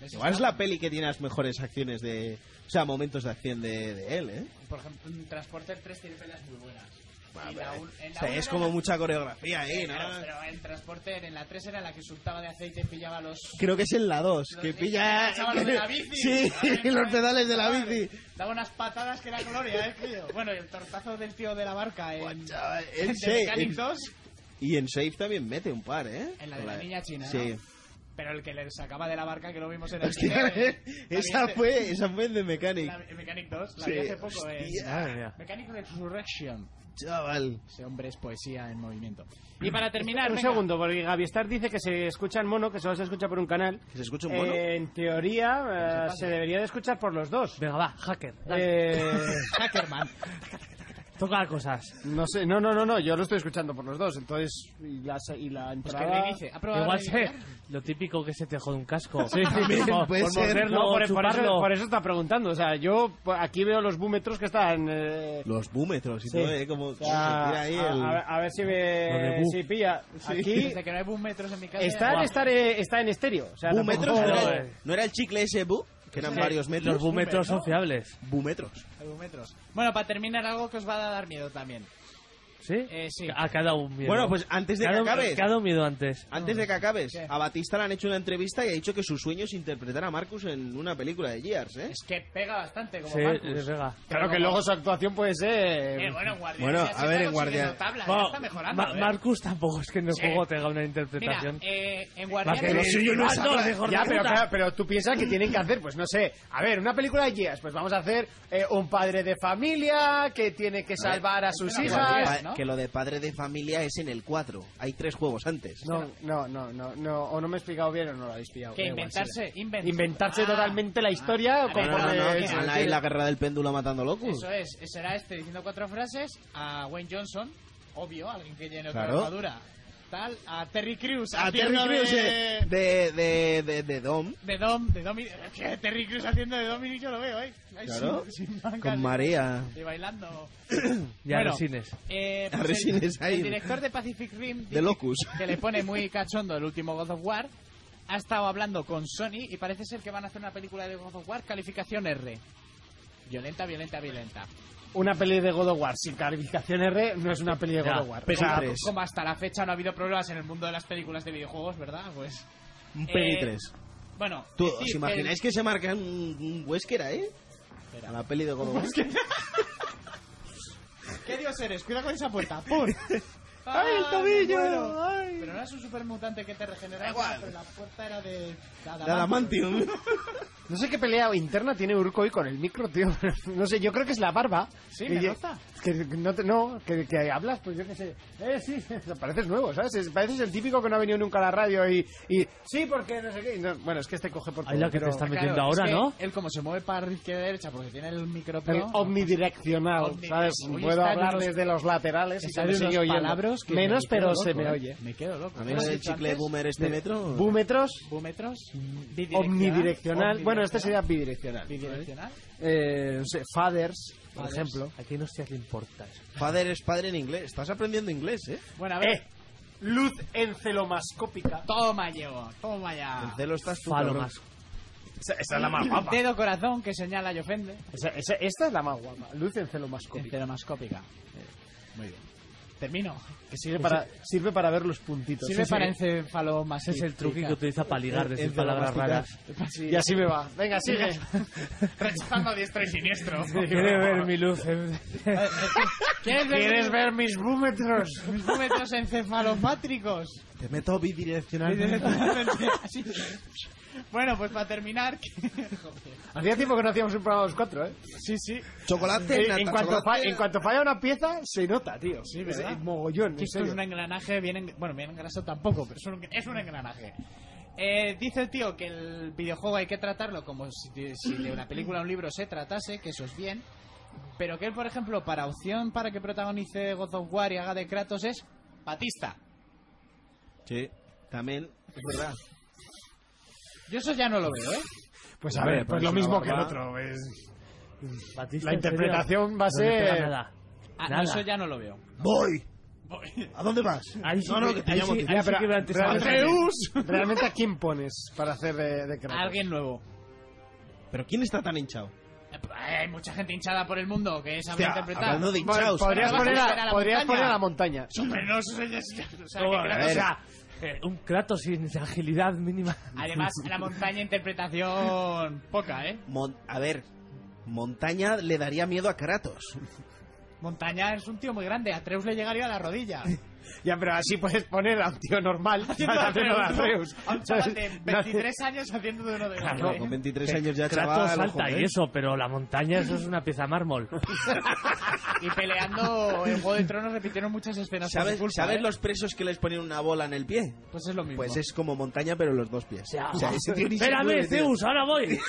[SPEAKER 2] Ese
[SPEAKER 5] Igual es
[SPEAKER 2] está-
[SPEAKER 5] la peli que tiene las mejores acciones de... O sea, momentos de acción de, de él, ¿eh?
[SPEAKER 2] Por ejemplo, un Transporter 3 tiene pelas muy buenas.
[SPEAKER 5] Bueno,
[SPEAKER 2] Y
[SPEAKER 5] pero,
[SPEAKER 2] la
[SPEAKER 5] eh,
[SPEAKER 2] un- en la
[SPEAKER 5] o sea,
[SPEAKER 2] una
[SPEAKER 5] es
[SPEAKER 2] era
[SPEAKER 5] como
[SPEAKER 2] la-
[SPEAKER 5] mucha coreografía ahí,
[SPEAKER 2] Sí,
[SPEAKER 5] ¿no?
[SPEAKER 2] claro, Pero el Transporter en la 3 era la que soltaba de aceite y pillaba los...
[SPEAKER 5] Creo que es en la 2,
[SPEAKER 2] los-
[SPEAKER 5] que pilla...
[SPEAKER 2] echaba los de la bici.
[SPEAKER 5] Sí,
[SPEAKER 2] Madre
[SPEAKER 5] los
[SPEAKER 2] mía,
[SPEAKER 5] pedales de la
[SPEAKER 2] madre.
[SPEAKER 5] bici.
[SPEAKER 2] Daba unas patadas que era gloria, eh, tío. Bueno, y el tortazo del tío de la barca en...
[SPEAKER 5] Buah, chaval,
[SPEAKER 2] en
[SPEAKER 5] en
[SPEAKER 2] The
[SPEAKER 5] Shape-
[SPEAKER 2] Mechanic
[SPEAKER 5] en-
[SPEAKER 2] 2,
[SPEAKER 5] Y en Safe también mete un par, ¿eh?
[SPEAKER 2] En la de la niña china,
[SPEAKER 5] Sí.
[SPEAKER 2] ¿no? pero el que le sacaba de la barca que lo vimos en el
[SPEAKER 5] Hostia,
[SPEAKER 2] cine,
[SPEAKER 5] ¿eh?
[SPEAKER 2] la
[SPEAKER 5] esa
[SPEAKER 2] vi-
[SPEAKER 5] fue, esa fue de Mechanic.
[SPEAKER 2] la- en Mechanic 2, la
[SPEAKER 5] Sí,
[SPEAKER 2] vi hace poco en
[SPEAKER 5] hostia.
[SPEAKER 4] Madre mía.
[SPEAKER 2] Mechanic Resurrection.
[SPEAKER 5] Chaval.
[SPEAKER 2] Ese hombre es poesía en movimiento. Y para terminar,
[SPEAKER 1] Un
[SPEAKER 2] venga.
[SPEAKER 1] segundo, porque Gaby Star dice que se escucha en mono, que solo se escucha por un canal.
[SPEAKER 5] ¿Que se escucha un mono?
[SPEAKER 1] Eh, en teoría, eh,
[SPEAKER 2] pasa?
[SPEAKER 1] se debería de escuchar por los dos.
[SPEAKER 2] eh,
[SPEAKER 4] Venga, va, hacker. dale.
[SPEAKER 1] Eh,
[SPEAKER 2] Hackerman.
[SPEAKER 4] Toca cosas.
[SPEAKER 1] No sé, no, no, no, no, yo lo estoy escuchando por los dos, entonces, y la, y la
[SPEAKER 2] Pues
[SPEAKER 1] entrada...
[SPEAKER 2] que reinicie. ¿Ha probado
[SPEAKER 4] Igual
[SPEAKER 2] reiniciar?
[SPEAKER 4] sé, lo típico que se te jode un casco.
[SPEAKER 1] Sí.
[SPEAKER 4] por,
[SPEAKER 5] Puede
[SPEAKER 4] por
[SPEAKER 5] ser.
[SPEAKER 4] morderlo,
[SPEAKER 1] No, por, por eso,
[SPEAKER 4] chuparlo.
[SPEAKER 1] por eso está preguntando. O sea, yo pues, aquí veo los búmetros que están. eh,
[SPEAKER 5] Los búmetros y todo, ¿eh? Como
[SPEAKER 1] o sea,
[SPEAKER 5] se tira ahí
[SPEAKER 1] a,
[SPEAKER 5] el-
[SPEAKER 1] a ver- a ver si
[SPEAKER 4] Lo de
[SPEAKER 1] me
[SPEAKER 4] bu.
[SPEAKER 1] si pilla. Aquí
[SPEAKER 2] Desde que no hay boom metros en mi casa.
[SPEAKER 1] está, en-
[SPEAKER 2] ya-
[SPEAKER 1] está, en- está en estéreo. O sea,
[SPEAKER 5] ¿Búmetros?
[SPEAKER 1] tampoco-
[SPEAKER 5] ¿No
[SPEAKER 4] no,
[SPEAKER 5] era,
[SPEAKER 4] eh.
[SPEAKER 5] ¿No era el chicle ese bu? Que eran
[SPEAKER 2] Sí.
[SPEAKER 5] varios metros.
[SPEAKER 4] Los búmetros son fiables.
[SPEAKER 5] Búmetros.
[SPEAKER 2] hay boom metros. Bueno, para terminar, algo que os va a dar miedo también.
[SPEAKER 4] ¿Sí?
[SPEAKER 2] Eh, sí.
[SPEAKER 4] A cada un miedo.
[SPEAKER 5] Bueno, pues antes de que
[SPEAKER 4] Cada un-
[SPEAKER 5] acabes. Ah,
[SPEAKER 4] cada un miedo antes.
[SPEAKER 5] Antes de que acabes,
[SPEAKER 2] ¿Qué?
[SPEAKER 5] a Batista le han hecho una entrevista y ha dicho que su sueño es interpretar a Marcus en una película de Gears, ¿eh?
[SPEAKER 2] Es que pega bastante, como
[SPEAKER 4] Sí, le
[SPEAKER 2] Marcus.
[SPEAKER 4] pega.
[SPEAKER 1] Claro que luego su actuación puede ser.
[SPEAKER 2] Eh, bueno, en Guardianes
[SPEAKER 5] Bueno,
[SPEAKER 2] ya se
[SPEAKER 5] a
[SPEAKER 2] está
[SPEAKER 5] ver,
[SPEAKER 2] consiguiendo
[SPEAKER 5] en Guardianes.
[SPEAKER 2] tabla, ya
[SPEAKER 4] Bueno,
[SPEAKER 2] está mejorando.
[SPEAKER 4] Ma-
[SPEAKER 2] eh.
[SPEAKER 4] Marcus tampoco es que en el
[SPEAKER 2] Sí.
[SPEAKER 4] juego tenga una
[SPEAKER 2] Mira,
[SPEAKER 4] interpretación.
[SPEAKER 2] eh, en
[SPEAKER 4] Más que
[SPEAKER 2] Guardianes.
[SPEAKER 4] lo suyo no es hablar, hijo de
[SPEAKER 1] ya, pero,
[SPEAKER 4] puta.
[SPEAKER 1] claro, pero tú piensas que tienen que hacer, pues no sé, a ver, una película de Gears, pues vamos a hacer eh, un padre de familia que tiene que salvar a sus
[SPEAKER 2] espera,
[SPEAKER 1] hijas.
[SPEAKER 2] Guardianes,
[SPEAKER 5] Pa-
[SPEAKER 2] ¿no?
[SPEAKER 5] Que lo de padre de familia es en el 4. Hay tres juegos antes.
[SPEAKER 1] No, no, no, no, no, o no me he explicado bien o no lo habéis pillado.
[SPEAKER 2] Que
[SPEAKER 1] da igual,
[SPEAKER 2] inventarse,
[SPEAKER 1] sí.
[SPEAKER 2] invent-
[SPEAKER 1] Inventarse
[SPEAKER 2] Ah.
[SPEAKER 1] totalmente la historia
[SPEAKER 2] Ah,
[SPEAKER 1] o conforme...
[SPEAKER 5] No, no, no,
[SPEAKER 2] Eh,
[SPEAKER 5] que
[SPEAKER 2] sí,
[SPEAKER 5] están
[SPEAKER 2] sí.
[SPEAKER 5] ahí la guerra del péndulo matando locos.
[SPEAKER 2] Eso es, será este diciendo cuatro frases a Wayne Johnson, obvio, alguien que tiene otra
[SPEAKER 5] Claro.
[SPEAKER 2] armadura. Tal, a Terry Crews,
[SPEAKER 5] A Terry
[SPEAKER 2] haciendo
[SPEAKER 5] Crews
[SPEAKER 2] de...
[SPEAKER 5] eh, de, de, de, de Dom,
[SPEAKER 2] de Dom, de Dominic. Que Terry Crews haciendo de Dominic yo lo veo, ¿eh? Ahí
[SPEAKER 5] Claro.
[SPEAKER 2] sin- sin mangas,
[SPEAKER 5] con María.
[SPEAKER 2] Y bailando.
[SPEAKER 4] Y a
[SPEAKER 2] Bueno,
[SPEAKER 4] resines.
[SPEAKER 2] eh,
[SPEAKER 5] A
[SPEAKER 2] pues
[SPEAKER 5] resines
[SPEAKER 2] el,
[SPEAKER 5] ahí.
[SPEAKER 2] el director de Pacific Rim
[SPEAKER 5] De
[SPEAKER 2] dice
[SPEAKER 5] Locus.
[SPEAKER 2] que le pone muy cachondo el último God of War. Ha estado hablando con Sony y parece ser que van a hacer una película de God of War calificación R. Violenta, violenta, violenta.
[SPEAKER 1] Una peli de God of War sin calificación R no es una peli de
[SPEAKER 4] Ya,
[SPEAKER 1] God of War.
[SPEAKER 5] pero-
[SPEAKER 1] O sea,
[SPEAKER 5] Tres.
[SPEAKER 2] Como hasta la fecha no ha habido problemas en el mundo de las películas de videojuegos, ¿verdad? Pues
[SPEAKER 5] Un peli
[SPEAKER 2] Eh,
[SPEAKER 5] 3.
[SPEAKER 2] bueno.
[SPEAKER 5] ¿Tú,
[SPEAKER 2] decir
[SPEAKER 5] ¿Os imagináis que se marca un, un Wesker ahí? A la peli de God of War.
[SPEAKER 2] que el- ¿Qué dios eres? Cuida con esa puerta. ¡Pum!
[SPEAKER 5] ¡Ay, el
[SPEAKER 2] me
[SPEAKER 5] tobillo!
[SPEAKER 2] muero!
[SPEAKER 5] ¡Ay!
[SPEAKER 2] Pero no eras un supermutante que te regeneraba.
[SPEAKER 5] Da igual.
[SPEAKER 2] Pero la puerta era de. de
[SPEAKER 5] De Adamantium.
[SPEAKER 1] No sé qué pelea interna tiene Urco hoy con el micro, tío. No sé, yo creo que es la barba.
[SPEAKER 2] Sí,
[SPEAKER 1] Que
[SPEAKER 2] me
[SPEAKER 1] ye-
[SPEAKER 2] nota.
[SPEAKER 1] Que, que no, te- no que, que hablas, pues yo qué sé. Eh, sí, pareces nuevo, ¿sabes? Es- Pareces el típico que no ha venido nunca a la radio y... y sí, porque no sé qué. Y no- bueno, es que este coge por
[SPEAKER 4] Ahí la que te
[SPEAKER 1] pero-
[SPEAKER 4] está metiendo ahora, ¿no?
[SPEAKER 2] Él, como se mueve para izquierda y derecha porque tiene el micro
[SPEAKER 1] El
[SPEAKER 2] pro,
[SPEAKER 1] omnidireccional,
[SPEAKER 2] Omnidireccional.
[SPEAKER 1] ¿sabes?
[SPEAKER 2] Hoy
[SPEAKER 1] Puedo
[SPEAKER 2] está
[SPEAKER 1] hablar
[SPEAKER 2] en unos-
[SPEAKER 1] desde los laterales y se
[SPEAKER 2] salen
[SPEAKER 1] me sigue
[SPEAKER 2] unos
[SPEAKER 1] oyendo.
[SPEAKER 2] palabros que
[SPEAKER 1] Menos,
[SPEAKER 2] me
[SPEAKER 1] pero
[SPEAKER 2] quedo
[SPEAKER 1] se
[SPEAKER 2] loco,
[SPEAKER 1] me
[SPEAKER 2] ¿eh?
[SPEAKER 1] oye.
[SPEAKER 2] Me quedo loco.
[SPEAKER 5] A menos
[SPEAKER 2] ¿Lo has
[SPEAKER 5] del
[SPEAKER 2] dicho
[SPEAKER 5] chicle
[SPEAKER 2] antes?
[SPEAKER 5] boomer este metro.
[SPEAKER 1] Búmetros,
[SPEAKER 2] Búmetros.
[SPEAKER 1] omnidireccional. Bueno, este sería bidireccional.
[SPEAKER 2] Bidireccional.
[SPEAKER 1] Eh, no sé, faders, por
[SPEAKER 2] Faders.
[SPEAKER 1] ejemplo.
[SPEAKER 4] ¿A quién hostias le importa eso?
[SPEAKER 5] Father es padre en inglés. Estás aprendiendo inglés, ¿eh?
[SPEAKER 2] Bueno, a ver.
[SPEAKER 1] Luz encelomascópica.
[SPEAKER 2] Toma, llevo. Toma ya.
[SPEAKER 5] El celo estás tú.
[SPEAKER 4] Falo
[SPEAKER 5] cabrón.
[SPEAKER 4] más.
[SPEAKER 1] Esa, es la más guapa.
[SPEAKER 2] Dedo corazón que señala y ofende.
[SPEAKER 1] esta es la más guapa. Luz encelomascópica.
[SPEAKER 2] Enteromascópica. Muy bien. Termino.
[SPEAKER 1] Que sirve para, sirve para ver los puntitos.
[SPEAKER 2] Sirve
[SPEAKER 1] Sí,
[SPEAKER 2] para
[SPEAKER 1] sí.
[SPEAKER 2] encefalomascópica.
[SPEAKER 4] Ese es el truqui que utiliza para ligar, decir
[SPEAKER 5] Encefalomástica.
[SPEAKER 4] palabras raras.
[SPEAKER 1] Y así me va. Venga, sigue.
[SPEAKER 2] Rechazando a diestro y siniestro.
[SPEAKER 4] Quiere ver mi luz. eh.
[SPEAKER 2] ¿Quieres ver,
[SPEAKER 1] ¿Quieres ver mis búmetros?
[SPEAKER 2] mis búmetros encefalomátricos?
[SPEAKER 5] Te meto bidireccional.
[SPEAKER 2] Así. bueno, pues para terminar... que- Joder.
[SPEAKER 1] Hacía tiempo que no hacíamos un programa de los cuatro, ¿eh?
[SPEAKER 2] Sí, sí.
[SPEAKER 5] Chocolate,
[SPEAKER 1] En,
[SPEAKER 5] nata,
[SPEAKER 1] en cuanto
[SPEAKER 5] chocolate.
[SPEAKER 1] fa- en cuanto falla una pieza, se nota, tío.
[SPEAKER 2] Sí,
[SPEAKER 1] Es-
[SPEAKER 2] ¿verdad?
[SPEAKER 1] es mogollón. en
[SPEAKER 2] Esto es
[SPEAKER 1] serio.
[SPEAKER 2] un engranaje bien... en- Bueno, bien engrasado tampoco, pero es un, es un engranaje. Eh, dice el tío que el videojuego hay que tratarlo como si, de- si de una película o un libro se tratase, que eso es bien. Pero que él, por ejemplo, para opción para que protagonice God of War y haga de Kratos es Batista.
[SPEAKER 5] Sí, también. Es verdad.
[SPEAKER 2] Yo eso ya no lo veo, ¿eh?
[SPEAKER 1] Pues a ver, pues lo mismo que el
[SPEAKER 5] barba.
[SPEAKER 1] otro. eh. es-
[SPEAKER 4] Batista,
[SPEAKER 1] La interpretación va a
[SPEAKER 4] en serio, no le
[SPEAKER 1] ser-
[SPEAKER 4] pega nada.
[SPEAKER 2] Ah,
[SPEAKER 4] Nada.
[SPEAKER 2] Eso ya no lo veo.
[SPEAKER 5] ¡Voy! ¿A dónde vas?
[SPEAKER 4] Ahí sí
[SPEAKER 5] no, no,
[SPEAKER 4] que-
[SPEAKER 5] que
[SPEAKER 4] ahí
[SPEAKER 5] pillamos.
[SPEAKER 4] sí-
[SPEAKER 5] tío.
[SPEAKER 4] ahí sí que veo antes a
[SPEAKER 1] realmente-
[SPEAKER 4] Atreus.
[SPEAKER 1] Realmente, ¿a quién pones para hacer de, de Kratos?
[SPEAKER 2] Alguien nuevo.
[SPEAKER 5] ¿Pero quién está tan hinchado?
[SPEAKER 2] Eh, Hay mucha gente hinchada por el mundo que sabe
[SPEAKER 5] Hostia,
[SPEAKER 2] interpretar.
[SPEAKER 5] hablando de
[SPEAKER 1] Bueno,
[SPEAKER 5] hinchados.
[SPEAKER 1] podrías
[SPEAKER 2] Ahora
[SPEAKER 1] poner
[SPEAKER 2] vas a
[SPEAKER 1] a,
[SPEAKER 2] llegar a la
[SPEAKER 1] podrías
[SPEAKER 2] montaña.
[SPEAKER 1] poner a la montaña.
[SPEAKER 2] Hombre, no, eso ya- ya- o sea, que
[SPEAKER 4] Todo,
[SPEAKER 2] Kratos-
[SPEAKER 5] ver.
[SPEAKER 4] o sea, eh, un Kratos sin agilidad mínima.
[SPEAKER 2] Además, la montaña interpretación poca, ¿eh?
[SPEAKER 5] Mon- a ver, montaña le daría miedo a Kratos.
[SPEAKER 2] Montaña es un tío muy grande, a Treus le llegaría a la rodilla.
[SPEAKER 1] Ya, pero así puedes poner a un tío normal
[SPEAKER 2] Haciendo de
[SPEAKER 1] haciendo de
[SPEAKER 2] Atreus,
[SPEAKER 1] Atreus.
[SPEAKER 2] ¿no? A un chaval de 23 años haciendo de uno de grande.
[SPEAKER 4] Claro,
[SPEAKER 5] Con 23 años ya,
[SPEAKER 4] Kratos
[SPEAKER 5] chaval. ¿eh?
[SPEAKER 4] salta
[SPEAKER 5] joder.
[SPEAKER 4] y eso, pero la montaña eso es una pieza de mármol.
[SPEAKER 2] Y peleando en Juego de Tronos repitieron muchas escenas. por
[SPEAKER 5] ¿Sabes,
[SPEAKER 2] su culpa,
[SPEAKER 5] ¿sabes
[SPEAKER 2] ¿eh?
[SPEAKER 5] los presos que les ponían una bola en el pie?
[SPEAKER 2] Pues es lo mismo.
[SPEAKER 5] Pues es como montaña, pero en los dos pies.
[SPEAKER 4] O sea,
[SPEAKER 5] ese tío ni se
[SPEAKER 4] Espérame,
[SPEAKER 5] mueve, tío.
[SPEAKER 4] Zeus, ahora voy.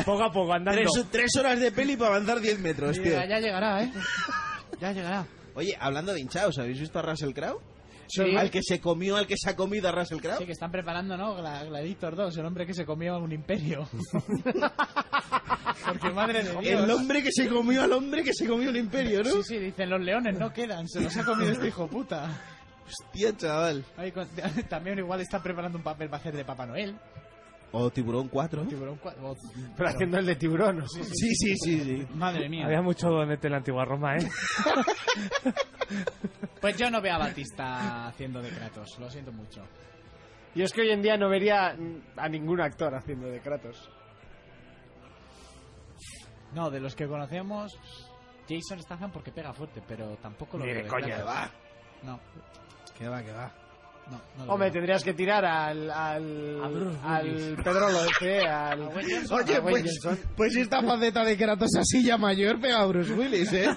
[SPEAKER 4] Y poco a poco andando.
[SPEAKER 5] Tres, tres horas de peli para avanzar 10 metros,
[SPEAKER 2] Y
[SPEAKER 5] tío.
[SPEAKER 2] ya llegará, ¿eh? Ya llegará.
[SPEAKER 5] Oye, hablando de hinchados, ¿habéis visto a Russell Crowe?
[SPEAKER 1] Sí.
[SPEAKER 5] Al que se comió, al que se ha comido a Russell Crowe.
[SPEAKER 2] Sí, que están preparando, ¿no? Gla- Gladiator 2, el hombre que se comió un imperio. Porque madre de Dios.
[SPEAKER 5] el hombre que se comió al hombre que se comió el imperio, ¿no?
[SPEAKER 2] Sí, sí, dicen los leones no quedan, se los ha comido este hijo puta.
[SPEAKER 5] Hostia, chaval.
[SPEAKER 2] Ay, con- también igual están preparando un papel para hacer de Papá Noel.
[SPEAKER 5] O Tiburón 4.
[SPEAKER 2] Tiburón cua- oh, o-
[SPEAKER 1] Pero haciendo el de tiburón.
[SPEAKER 5] Sí, sí, sí, sí.
[SPEAKER 2] Madre mía.
[SPEAKER 4] Había mucho donete en la antigua Roma, ¿eh?
[SPEAKER 2] Pues yo no veo a Batista haciendo de Kratos, lo siento mucho.
[SPEAKER 1] Yo es que hoy en día no vería mm, a ningún actor haciendo de Kratos.
[SPEAKER 2] No, de los que conocemos, Jason Statham porque pega fuerte, pero tampoco lo
[SPEAKER 4] Ni
[SPEAKER 2] veo
[SPEAKER 4] de coña.
[SPEAKER 2] Kratos. No,
[SPEAKER 5] Que va, que va.
[SPEAKER 2] no, no lo
[SPEAKER 1] Hombre,
[SPEAKER 2] veo.
[SPEAKER 1] tendrías que tirar al. al.
[SPEAKER 4] A Bruce
[SPEAKER 1] al
[SPEAKER 4] Willis.
[SPEAKER 1] Pedrolo ese, al.
[SPEAKER 2] Ah,
[SPEAKER 5] Oye,
[SPEAKER 1] a Wayne
[SPEAKER 5] pues,
[SPEAKER 1] Johnson.
[SPEAKER 5] pues esta faceta de Kratos así ya mayor pega a Bruce Willis, ¿eh?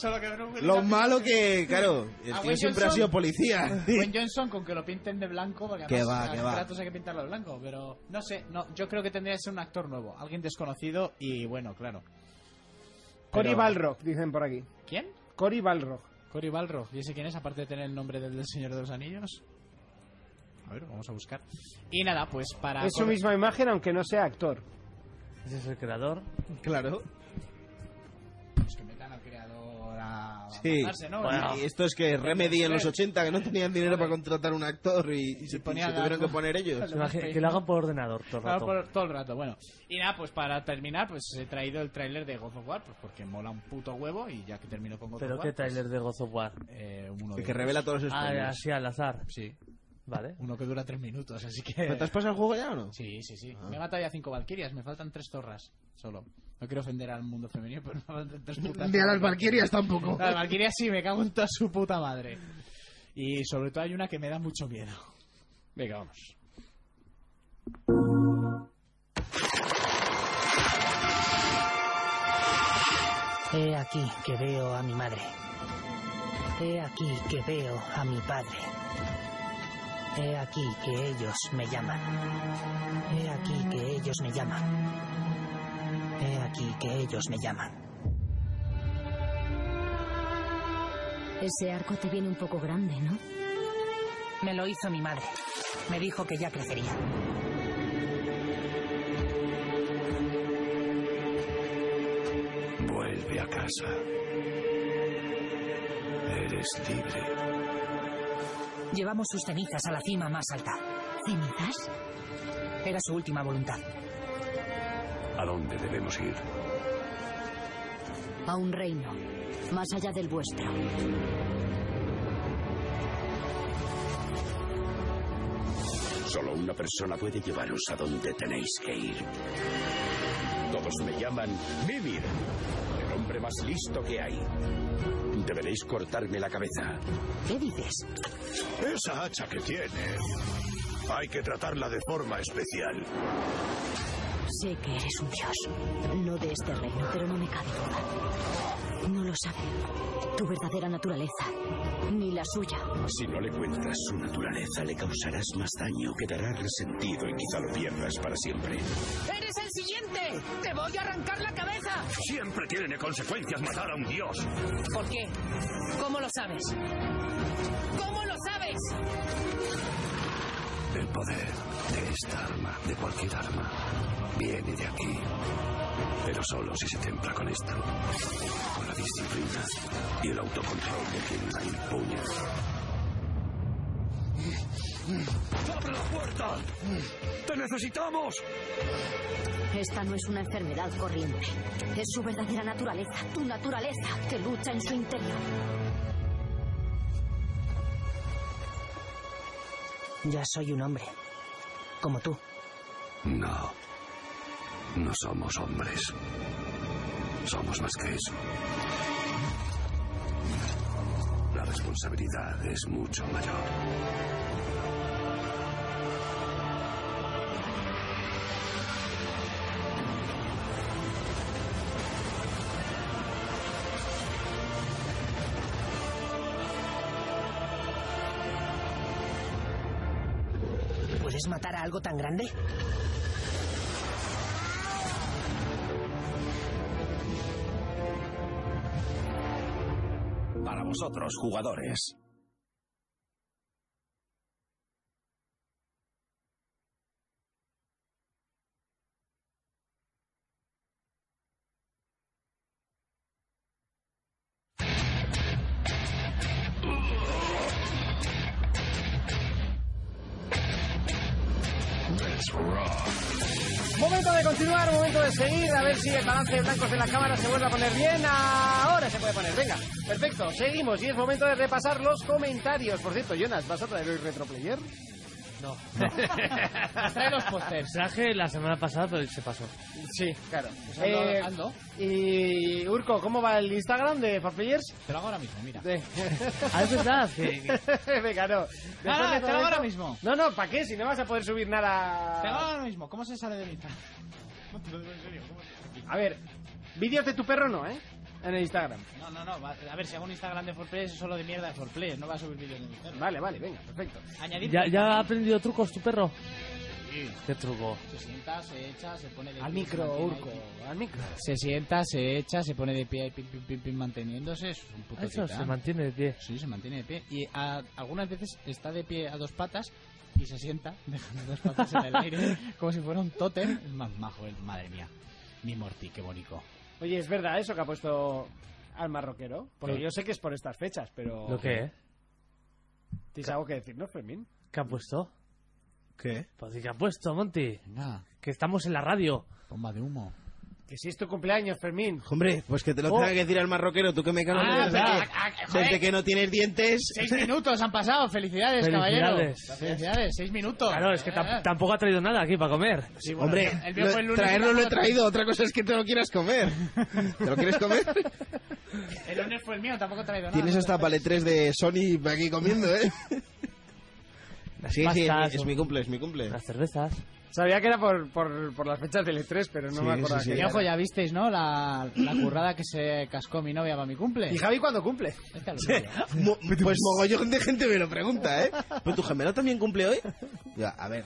[SPEAKER 2] Solo que Bruce Willis
[SPEAKER 5] Lo
[SPEAKER 2] hace-
[SPEAKER 5] malo que, claro,
[SPEAKER 2] ¿A
[SPEAKER 5] el tío
[SPEAKER 2] Ah, Wayne
[SPEAKER 5] siempre ha
[SPEAKER 2] Johnson?
[SPEAKER 5] sido policía.
[SPEAKER 2] Buen Johnson con que lo pinten de blanco porque
[SPEAKER 5] Que
[SPEAKER 2] además
[SPEAKER 5] va,
[SPEAKER 2] a
[SPEAKER 5] que va.
[SPEAKER 2] Kratos hay que pintarlo de blanco pero no sé no yo creo que tendría que ser un actor nuevo alguien desconocido y bueno claro
[SPEAKER 1] Cory
[SPEAKER 2] Pero-
[SPEAKER 1] Balrog, dicen por aquí.
[SPEAKER 2] ¿quién?
[SPEAKER 1] Cory Balrog.
[SPEAKER 2] Cory Balrog ¿y ese quién es? aparte de tener el nombre del, del Señor de los Anillos a ver vamos a buscar y nada pues para
[SPEAKER 1] Es su
[SPEAKER 2] Cory-
[SPEAKER 1] misma imagen, aunque no sea actor.
[SPEAKER 4] Ese es el creador.
[SPEAKER 5] Claro.
[SPEAKER 2] pues que metan al creador a a
[SPEAKER 5] Sí.
[SPEAKER 2] matarse, ¿no?
[SPEAKER 5] Bueno,
[SPEAKER 2] Y-
[SPEAKER 5] y esto es que Remedy en los 80 que no tenían dinero para contratar un actor y, y se,
[SPEAKER 2] ponía
[SPEAKER 5] se tuvieron
[SPEAKER 2] gato.
[SPEAKER 5] que poner ellos.
[SPEAKER 4] Imagi- Que lo hagan por ordenador todo el
[SPEAKER 2] Claro,
[SPEAKER 4] rato.
[SPEAKER 2] Ah, por- todo el rato, bueno. Y nada, pues para terminar, pues he traído el tráiler de God of War, pues porque mola un puto huevo y ya que termino con God
[SPEAKER 4] Pero
[SPEAKER 2] of
[SPEAKER 4] qué
[SPEAKER 2] War...
[SPEAKER 4] tráiler de God of War.
[SPEAKER 2] eh, uno
[SPEAKER 5] El
[SPEAKER 2] de-
[SPEAKER 5] que revela todos los
[SPEAKER 4] Ah,
[SPEAKER 5] spoilers.
[SPEAKER 4] así al azar.
[SPEAKER 2] Sí,
[SPEAKER 4] Vale.
[SPEAKER 2] uno que dura tres minutos, así que...
[SPEAKER 5] ¿Pero ¿Te has pasado el juego ya o no?
[SPEAKER 2] Sí, sí,
[SPEAKER 1] Ah.
[SPEAKER 2] sí. Me he matado ya cinco valquirias, me faltan tres zorras solo. No quiero ofender al mundo femenino, pero me faltan tres putas.
[SPEAKER 5] Valkyrias tampoco.
[SPEAKER 2] Las valquirias sí, me cago en toda su puta madre. Y sobre todo hay una que me da mucho miedo. Venga, vamos.
[SPEAKER 6] He aquí que veo a mi madre. He aquí que veo a mi padre. He aquí que ellos me llaman. He aquí que ellos me llaman. He aquí que ellos me llaman.
[SPEAKER 7] Ese arco te viene un poco grande, ¿no?
[SPEAKER 6] Me lo hizo mi madre. Me dijo que ya crecería.
[SPEAKER 8] Vuelve a casa. Eres libre.
[SPEAKER 6] Llevamos sus cenizas a la cima más alta.
[SPEAKER 7] ¿Cenizas?
[SPEAKER 6] Era su última voluntad.
[SPEAKER 8] ¿A dónde debemos ir?
[SPEAKER 7] A un reino, más allá del vuestro.
[SPEAKER 8] Solo una persona puede llevaros a donde tenéis que ir. Todos me llaman Vivir, el hombre más listo que hay. Deberéis cortarme la cabeza.
[SPEAKER 7] ¿Qué dices?
[SPEAKER 8] Esa hacha que tiene. Hay que tratarla de forma especial.
[SPEAKER 7] Sé que eres un dios. No de este reino, pero no me cabe duda. No lo sabe. Tu verdadera naturaleza, ni la suya.
[SPEAKER 8] Si no le cuentas su naturaleza, le causarás más daño, quedará resentido y quizá lo pierdas para siempre.
[SPEAKER 6] ¡Eres el siguiente! ¡Te voy a arrancar la cabeza!
[SPEAKER 8] Siempre tiene consecuencias matar a un dios.
[SPEAKER 6] ¿Por qué? ¿Cómo lo sabes? ¿Cómo lo sabes?
[SPEAKER 8] El poder de esta arma, de cualquier arma, viene de aquí. Pero solo si se templa con esto. Con la disciplina y el autocontrol de quien la impuña. ¡Abre la puerta! ¡Te necesitamos!
[SPEAKER 7] Esta no es una enfermedad corriente. Es su verdadera naturaleza, tu naturaleza, que lucha en su interior.
[SPEAKER 6] Ya soy un hombre. Como tú.
[SPEAKER 8] No. No somos hombres. Somos más que eso. La responsabilidad es mucho mayor.
[SPEAKER 6] ¿Puedes matar a algo tan grande?
[SPEAKER 8] Para vosotros, jugadores.
[SPEAKER 1] Momento de continuar, momento de seguir, a ver si el balance de blancos de la cámara se vuelve a poner bien. Ahora se puede poner, venga, perfecto, seguimos y es momento de repasar los comentarios. Por cierto, Jonas, ¿vas a traer hoy retroplayer?
[SPEAKER 4] No. Trae los pósters. Traje la semana pasada, pero se pasó.
[SPEAKER 1] Sí, claro.
[SPEAKER 2] ando-
[SPEAKER 1] Eh,
[SPEAKER 2] ando.
[SPEAKER 1] Y Urco, ¿cómo va el Instagram de Fab Players?
[SPEAKER 2] Te lo hago ahora mismo, mira.
[SPEAKER 1] De-
[SPEAKER 4] Ah, es verdad. que- que-
[SPEAKER 1] Venga, no.
[SPEAKER 2] Ah,
[SPEAKER 1] Después de todo
[SPEAKER 2] te lo hago
[SPEAKER 1] esto-
[SPEAKER 2] ahora mismo.
[SPEAKER 1] No, no, ¿para qué? Si no vas a poder subir
[SPEAKER 2] Te lo hago
[SPEAKER 1] nada.
[SPEAKER 2] ahora mismo. ¿Cómo se sale de mi Instagram?
[SPEAKER 1] A ver, vídeos de tu perro no, ¿eh? En el Instagram.
[SPEAKER 2] No, no, no. va- A ver, si hago un Instagram de Forplayers es solo de mierda de Forplayers. No va a subir vídeos de mi Instagram.
[SPEAKER 1] Vale, vale, venga, perfecto.
[SPEAKER 2] Añadir
[SPEAKER 4] ¿Ya, ¿Ya ha aprendido trucos tu perro? ¿Qué truco?
[SPEAKER 2] Se sienta, se echa, se pone de
[SPEAKER 1] Al
[SPEAKER 2] pie, se
[SPEAKER 1] micro,
[SPEAKER 2] mantiene
[SPEAKER 1] Urco,
[SPEAKER 2] ahí.
[SPEAKER 1] al micro.
[SPEAKER 2] Se sienta, se echa, se pone de pie y pim, pim, pim, pim, manteniéndose. Eso es un puto
[SPEAKER 4] Eso se
[SPEAKER 2] titán.
[SPEAKER 4] mantiene de pie.
[SPEAKER 2] Sí, se mantiene de pie. Y a- algunas veces está de pie a dos patas y se sienta, dejando dos patas en el aire, como si fuera un tótem. Es más majo, el- madre mía. Mi Morty, qué bonito.
[SPEAKER 1] Oye, ¿es verdad eso que ha puesto al marroquero? Porque yo sé que es por estas fechas, pero...
[SPEAKER 4] ¿Lo que eh?
[SPEAKER 1] ¿Tienes algo que decirnos, Fermín?
[SPEAKER 4] ¿Qué ha puesto?
[SPEAKER 5] ¿Qué?
[SPEAKER 4] Pues sí, ¿qué ha puesto, Monty?
[SPEAKER 2] Venga,
[SPEAKER 4] Que estamos en la radio.
[SPEAKER 2] bomba de humo.
[SPEAKER 1] Que si es tu cumpleaños, Fermín.
[SPEAKER 5] Hombre, pues que te lo
[SPEAKER 4] Oh.
[SPEAKER 5] tenga que decir al marroquero, tú que me cago en
[SPEAKER 2] Ah, pero-
[SPEAKER 5] la- desde,
[SPEAKER 2] ah, ah,
[SPEAKER 5] que,
[SPEAKER 2] joder.
[SPEAKER 5] desde que no tienes dientes.
[SPEAKER 2] Seis minutos han pasado. Felicidades,
[SPEAKER 4] Felicidades.
[SPEAKER 2] caballero. Felicidades, seis minutos.
[SPEAKER 4] Claro, es que tam-
[SPEAKER 2] Eh,
[SPEAKER 4] tampoco ha traído nada aquí para comer.
[SPEAKER 5] Hombre,
[SPEAKER 2] el mío
[SPEAKER 5] lo-
[SPEAKER 2] fue el lunes
[SPEAKER 5] traerlo
[SPEAKER 2] por la
[SPEAKER 5] lo he
[SPEAKER 2] noche.
[SPEAKER 5] traído, otra cosa es que te lo quieras comer. ¿Te lo quieres comer?
[SPEAKER 2] El lunes fue el mío, tampoco he traído nada.
[SPEAKER 5] Tienes hasta paletres de Sony aquí comiendo, ¿eh? Sí, sí, es mi-
[SPEAKER 4] pastas,
[SPEAKER 5] es mi cumple, es mi cumple.
[SPEAKER 4] Las cervezas.
[SPEAKER 1] Sabía que era por, por, por las fechas del E3, pero no
[SPEAKER 5] Sí,
[SPEAKER 1] me acordaba.
[SPEAKER 5] sí, sí.
[SPEAKER 1] que
[SPEAKER 2] Y
[SPEAKER 1] era.
[SPEAKER 2] ojo, ya visteis, ¿no? La, la currada que se cascó mi novia para mi cumple.
[SPEAKER 1] ¿Y Javi cuándo cumple?
[SPEAKER 2] Este lo digo yo.
[SPEAKER 5] Mo- pues mogollón de gente me lo pregunta, ¿eh? ¿Pero tu gemelo también cumple hoy? Ya, a ver,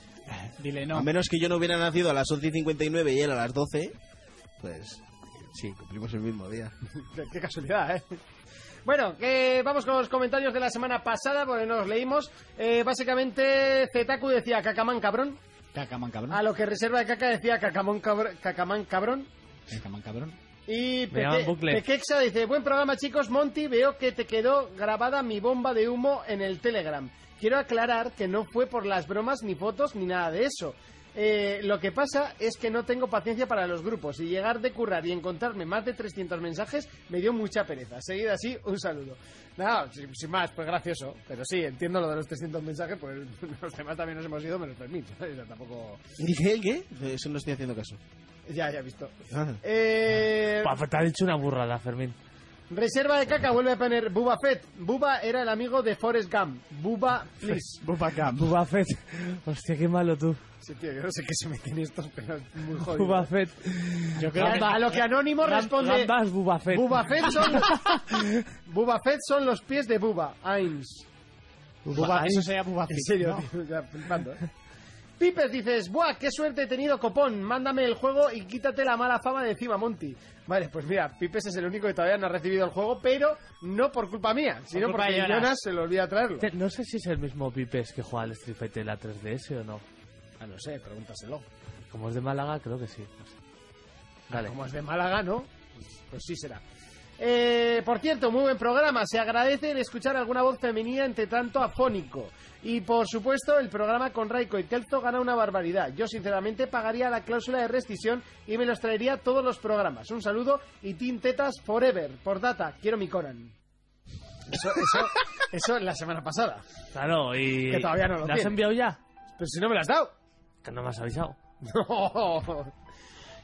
[SPEAKER 2] Dile
[SPEAKER 5] a
[SPEAKER 2] no.
[SPEAKER 5] menos que yo no hubiera nacido a las 11 y 59 y él a las 12, pues sí, cumplimos el mismo día.
[SPEAKER 1] Qué- Qué casualidad, ¿eh? Bueno, que vamos con los comentarios de la semana pasada, porque no los leímos. Eh, básicamente, Zetaku decía cacamán cabrón,
[SPEAKER 2] Cacaman
[SPEAKER 1] a
[SPEAKER 2] cabrón.
[SPEAKER 1] lo que Reserva de Caca decía cacamón cabr- cacamán cabrón.
[SPEAKER 2] Cacaman Eh, cabrón.
[SPEAKER 1] Y
[SPEAKER 4] Me llaman bucle.
[SPEAKER 1] Peque- Pequexa dice, buen programa chicos, Monty, veo que te quedó grabada mi bomba de humo en el Telegram. Quiero aclarar que no fue por las bromas, ni fotos, ni nada de eso. Eh, lo que pasa es que no tengo paciencia para los grupos y llegar de currar y encontrarme más de 300 mensajes me dio mucha pereza. Seguid así, un saludo. Nada, sin, sin más, pues gracioso. Pero sí, entiendo lo de los 300 mensajes, pues los demás también nos hemos ido, me los permito. O sea, tampoco...
[SPEAKER 5] ¿Dije qué? De Eso no estoy haciendo caso.
[SPEAKER 1] Ya, ya he visto.
[SPEAKER 5] Ah.
[SPEAKER 1] Eh...
[SPEAKER 4] Pa- Te ha dicho una burrada, Fermín.
[SPEAKER 1] Reserva de caca, vuelve a poner Bubba Fett. Bubba era el amigo de Forrest Gump. Bubba, please.
[SPEAKER 4] Bubba Fett. Hostia, qué malo tú.
[SPEAKER 1] Sí, tío, yo no sé qué se meten estos, pero es muy jodido.
[SPEAKER 4] Bubba Fett. Yo
[SPEAKER 1] a lo que Anónimo responde...
[SPEAKER 4] Gambas Bubba Fett.
[SPEAKER 1] Bubba Fett son... Bubba Fett son los pies de Bubba. Ains. Bubba
[SPEAKER 2] Eso sería
[SPEAKER 1] En
[SPEAKER 2] Bubafit.
[SPEAKER 1] serio, tío, ya flipando, ¿eh? Pipes dices, ¡buah, qué suerte he tenido, copón! Mándame el juego y quítate la mala fama de encima, Monty. Vale, pues mira, Pipes es el único que todavía no ha recibido el juego, pero no por culpa mía, sino
[SPEAKER 2] culpa
[SPEAKER 1] porque
[SPEAKER 2] de Jonas.
[SPEAKER 1] Jonas se le olvida traerlo.
[SPEAKER 4] Te- No sé si es el mismo Pipes que juega al Street Fighter en la 3DS o no.
[SPEAKER 1] Ah, no sé, pregúntaselo.
[SPEAKER 4] Como es de Málaga, creo que sí. no sé. Vale.
[SPEAKER 1] Como es de Málaga, ¿no? Pues, pues sí será. Eh, por cierto, muy buen programa. Se agradece el escuchar alguna voz femenina entre tanto afónico. Y por supuesto, el programa con Raiko y Kelzo gana una barbaridad. Yo sinceramente pagaría la cláusula de rescisión y me los traería todos los programas. Un saludo y Team Tetas Forever. Por data, quiero mi Conan. Eso, eso, eso la semana pasada.
[SPEAKER 4] Claro, y...
[SPEAKER 1] Que todavía no lo
[SPEAKER 4] ¿La has
[SPEAKER 1] tiene.
[SPEAKER 4] enviado ya?
[SPEAKER 1] Pero si no me las has dado.
[SPEAKER 4] Que no me has avisado.
[SPEAKER 1] No.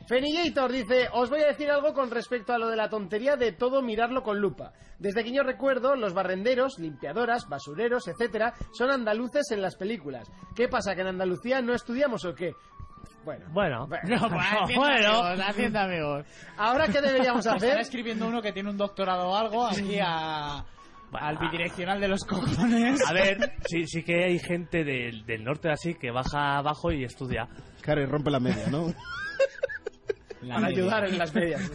[SPEAKER 1] Fenillator dice, os voy a decir algo con respecto a lo de la tontería de todo mirarlo con lupa. Desde que yo recuerdo, los barrenderos, limpiadoras, basureros, etcétera, son andaluces en las películas. ¿Qué pasa, que en Andalucía no estudiamos o qué? Bueno,
[SPEAKER 4] Bueno.
[SPEAKER 1] Bueno. ¿eh?
[SPEAKER 4] bueno.
[SPEAKER 2] hacienda amigos.
[SPEAKER 1] ¿ahora qué deberíamos
[SPEAKER 2] Está
[SPEAKER 1] hacer?
[SPEAKER 2] escribiendo uno que tiene un doctorado o algo aquí a, al bidireccional de los cojones.
[SPEAKER 4] A ver, sí, sí que hay gente del,
[SPEAKER 1] Ah,
[SPEAKER 4] del norte así que baja abajo y estudia.
[SPEAKER 5] Claro, y rompe la media, ¿no?
[SPEAKER 2] La
[SPEAKER 1] para
[SPEAKER 2] media.
[SPEAKER 1] ayudar en las medias.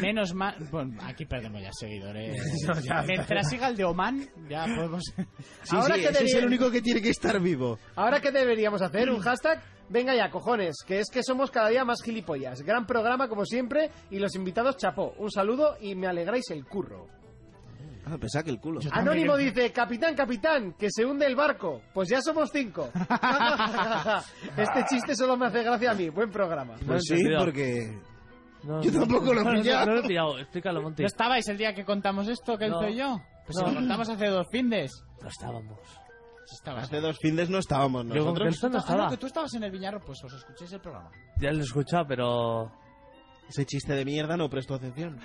[SPEAKER 2] Menos mal. Bueno, aquí perdemos ya seguidores.
[SPEAKER 1] No, ya.
[SPEAKER 2] Mientras siga el de Oman, ya podemos.
[SPEAKER 5] Sí,
[SPEAKER 1] Ahora
[SPEAKER 5] sí,
[SPEAKER 1] que
[SPEAKER 5] ese
[SPEAKER 1] te
[SPEAKER 5] es el
[SPEAKER 1] viene-
[SPEAKER 5] único que tiene que estar vivo.
[SPEAKER 1] Ahora que deberíamos hacer un hashtag, venga ya, cojones, que es que somos cada día más gilipollas. Gran programa como siempre y los invitados chapó. Un saludo y me alegráis el curro.
[SPEAKER 5] Ah, pensaba que el culo.
[SPEAKER 1] Anónimo dice, capitán, capitán, que se hunde el barco. Pues ya somos cinco. este chiste solo me hace gracia a mí. Buen programa.
[SPEAKER 5] Pues sí,
[SPEAKER 4] entendido.
[SPEAKER 5] porque...
[SPEAKER 4] No,
[SPEAKER 5] Yo
[SPEAKER 4] no,
[SPEAKER 5] tampoco lo he
[SPEAKER 4] no, no,
[SPEAKER 5] pillado.
[SPEAKER 4] No, lo he pillado, explícalo, Monty.
[SPEAKER 2] ¿No estabais el día que contamos esto, que
[SPEAKER 4] No.
[SPEAKER 2] y yo? Pues
[SPEAKER 4] No.
[SPEAKER 2] lo contamos hace dos findes.
[SPEAKER 4] No estábamos.
[SPEAKER 2] Sí Estabas
[SPEAKER 5] Hace dos fines no estábamos
[SPEAKER 4] Yo con
[SPEAKER 5] nosotros.
[SPEAKER 4] Creston no
[SPEAKER 2] Ah, no,
[SPEAKER 4] estaba.
[SPEAKER 2] que tú estabas en el Viñarro, pues os escuchéis el programa.
[SPEAKER 4] Ya lo he escuchado, pero
[SPEAKER 5] Ese chiste de mierda no presto atención.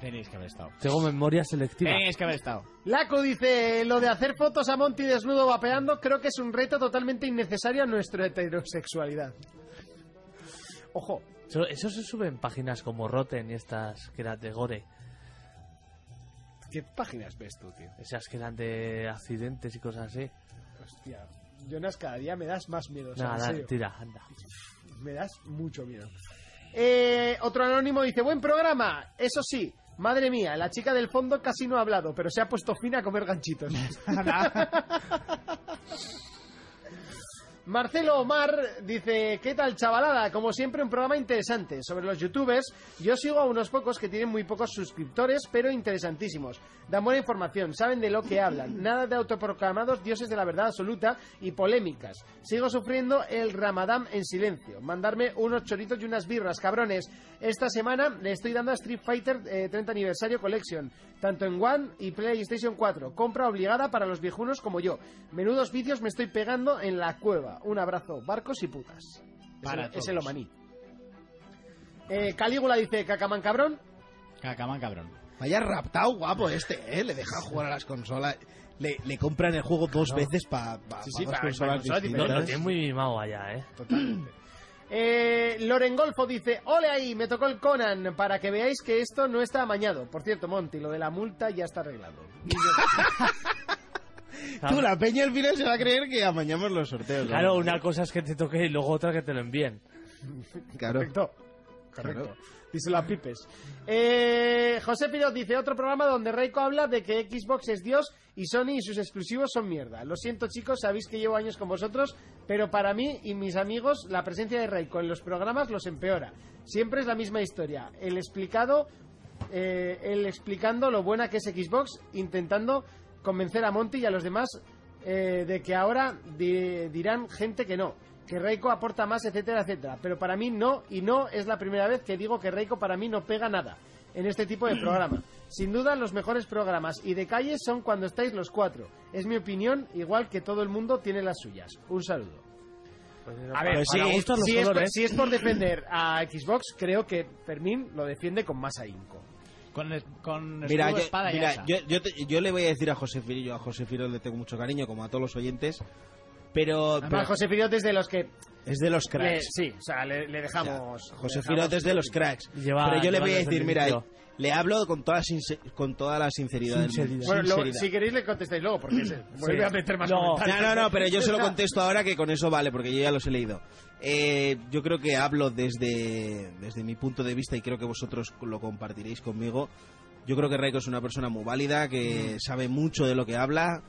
[SPEAKER 2] Tenéis que haber estado.
[SPEAKER 4] tengo memoria selectiva.
[SPEAKER 1] Eh.
[SPEAKER 2] Tenéis que haber estado.
[SPEAKER 1] Laco dice, lo de hacer fotos a Monty desnudo vapeando creo que es un reto totalmente innecesario a nuestra heterosexualidad. Ojo,
[SPEAKER 4] Eso, eso se sube en páginas como Rotten y estas que eran de Gore.
[SPEAKER 1] ¿qué páginas ves tú, tío?
[SPEAKER 4] Esas que eran de accidentes y cosas así.
[SPEAKER 1] Hostia, Jonas, cada día me das más miedo. o sea, en
[SPEAKER 4] Nada,
[SPEAKER 1] serio.
[SPEAKER 4] tira, anda.
[SPEAKER 1] Me das mucho miedo. Eh, otro anónimo dice, buen programa. Eso sí, madre mía, la chica del fondo casi no ha hablado, pero se ha puesto fina a comer ganchitos. Marcelo Omar dice, ¿qué tal chavalada? Como siempre un programa interesante sobre los youtubers. Yo sigo a unos pocos que tienen muy pocos suscriptores, pero interesantísimos. Dan buena información, saben de lo que hablan. Nada de autoproclamados dioses de la verdad absoluta y polémicas. Sigo sufriendo el ramadán en silencio. Mandarme unos choritos y unas birras, cabrones. Esta semana le estoy dando a Street Fighter eh, 30 Aniversario Collection, tanto en One y PlayStation 4. Compra obligada para los viejunos como yo. Menudos vicios me estoy pegando en la cueva. Un abrazo, barcos y putas. Es
[SPEAKER 2] Para
[SPEAKER 1] el- es
[SPEAKER 2] todos.
[SPEAKER 1] el omaní. Eh, Calígula dice, cacaman cabrón.
[SPEAKER 2] Cacamán, cabrón.
[SPEAKER 5] Vaya raptado guapo este, ¿eh? Le deja jugar a las consolas. Le, le compran el juego dos veces para
[SPEAKER 1] sí,
[SPEAKER 5] dos
[SPEAKER 1] pa- pa
[SPEAKER 5] consolas
[SPEAKER 1] consolas
[SPEAKER 4] No,
[SPEAKER 5] distintas.
[SPEAKER 4] lo tiene muy mimado allá, eh.
[SPEAKER 1] Totalmente. Eh, Loren Golfo dice, ole ahí, me tocó el Conan, para que veáis que esto no está amañado. Por cierto, Monty, lo de la multa ya está arreglado.
[SPEAKER 5] Tú, la peña al final se va a creer que amañamos los sorteos. ¿no?
[SPEAKER 4] Claro, una cosa es que te toque y luego otra que te lo envíen.
[SPEAKER 5] Claro.
[SPEAKER 1] Correcto. Correcto. Díselo a Pipes. Eh, José Pirot dice, otro programa donde Reiko habla de que Xbox es Dios y Sony y sus exclusivos son mierda. Lo siento chicos, sabéis que llevo años con vosotros, pero para mí y mis amigos la presencia de Reiko en los programas los empeora. Siempre es la misma historia. El explicado, eh, el explicando lo buena que es Xbox, intentando convencer a Monty y a los demás eh, de que ahora di- dirán gente que no, que Reiko aporta más, etcétera, etcétera. Pero para mí no, y no es la primera vez que digo que Reiko para mí no pega nada en este tipo de programa. Sin duda, los mejores programas y de calle son cuando estáis los cuatro. Es mi opinión, igual que todo el mundo tiene las suyas. Un saludo. A ver,
[SPEAKER 5] Pues sí,
[SPEAKER 1] para gustos los
[SPEAKER 5] sí es-
[SPEAKER 1] colores. si es por defender a Xbox, creo que Fermín lo defiende con más ahínco.
[SPEAKER 2] Con, es- con
[SPEAKER 5] Mira,
[SPEAKER 2] escudo,
[SPEAKER 5] yo,
[SPEAKER 2] espada y
[SPEAKER 5] mira,
[SPEAKER 2] hacha.
[SPEAKER 5] yo- yo te- yo le voy a decir a José Firo, yo a José Firo le tengo mucho cariño, como a todos los oyentes, pero,
[SPEAKER 1] Además,
[SPEAKER 5] pero
[SPEAKER 1] José Pirot es de los que...
[SPEAKER 5] es de los
[SPEAKER 1] le-
[SPEAKER 5] cracks.
[SPEAKER 1] sí, o sea, le, le dejamos...
[SPEAKER 5] O sea, José
[SPEAKER 1] le dejamos-
[SPEAKER 5] Firo es de los cracks.
[SPEAKER 4] Lleva-
[SPEAKER 5] pero yo le
[SPEAKER 4] lleva
[SPEAKER 5] voy a
[SPEAKER 4] desde
[SPEAKER 5] decir,
[SPEAKER 4] el
[SPEAKER 5] mira,
[SPEAKER 4] inicio.
[SPEAKER 5] le hablo con toda, sincer- con toda la sinceridad. del mundo.
[SPEAKER 4] Sinceridad.
[SPEAKER 1] Bueno, luego,
[SPEAKER 5] Sinceridad.
[SPEAKER 1] si queréis le contestáis luego, porque se vuelve Pues a meter más
[SPEAKER 4] No.
[SPEAKER 1] comentarios.
[SPEAKER 5] No, no, no, pero yo se lo contesto ahora que con eso vale, porque yo ya los he leído. Eh, yo creo que hablo desde, desde mi punto de vista y creo que vosotros lo compartiréis conmigo. Yo creo que Raiko es una persona muy válida, que sabe mucho de lo que habla.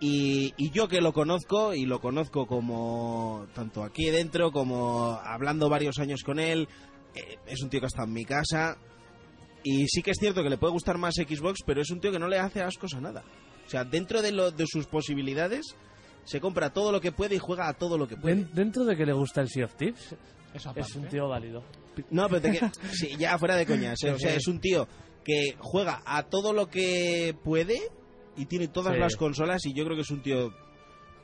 [SPEAKER 5] Y, y yo que lo conozco, y lo conozco como tanto aquí dentro como hablando varios años con él, eh, es un tío que ha estado en mi casa. Y sí que es cierto que le puede gustar más Xbox, pero es un tío que no le hace ascos a nada. O sea, dentro de, lo, de sus posibilidades, se compra todo lo que puede y juega a todo lo que puede.
[SPEAKER 4] Den- dentro de que le gusta el Sea of Tips,
[SPEAKER 2] Eso aparte.
[SPEAKER 4] es un tío válido.
[SPEAKER 5] No, pero te que- sí, ya fuera de coñas. ¿eh? O sea, es un tío que juega a todo lo que puede y tiene todas
[SPEAKER 4] Sí.
[SPEAKER 5] las consolas y yo creo que es un tío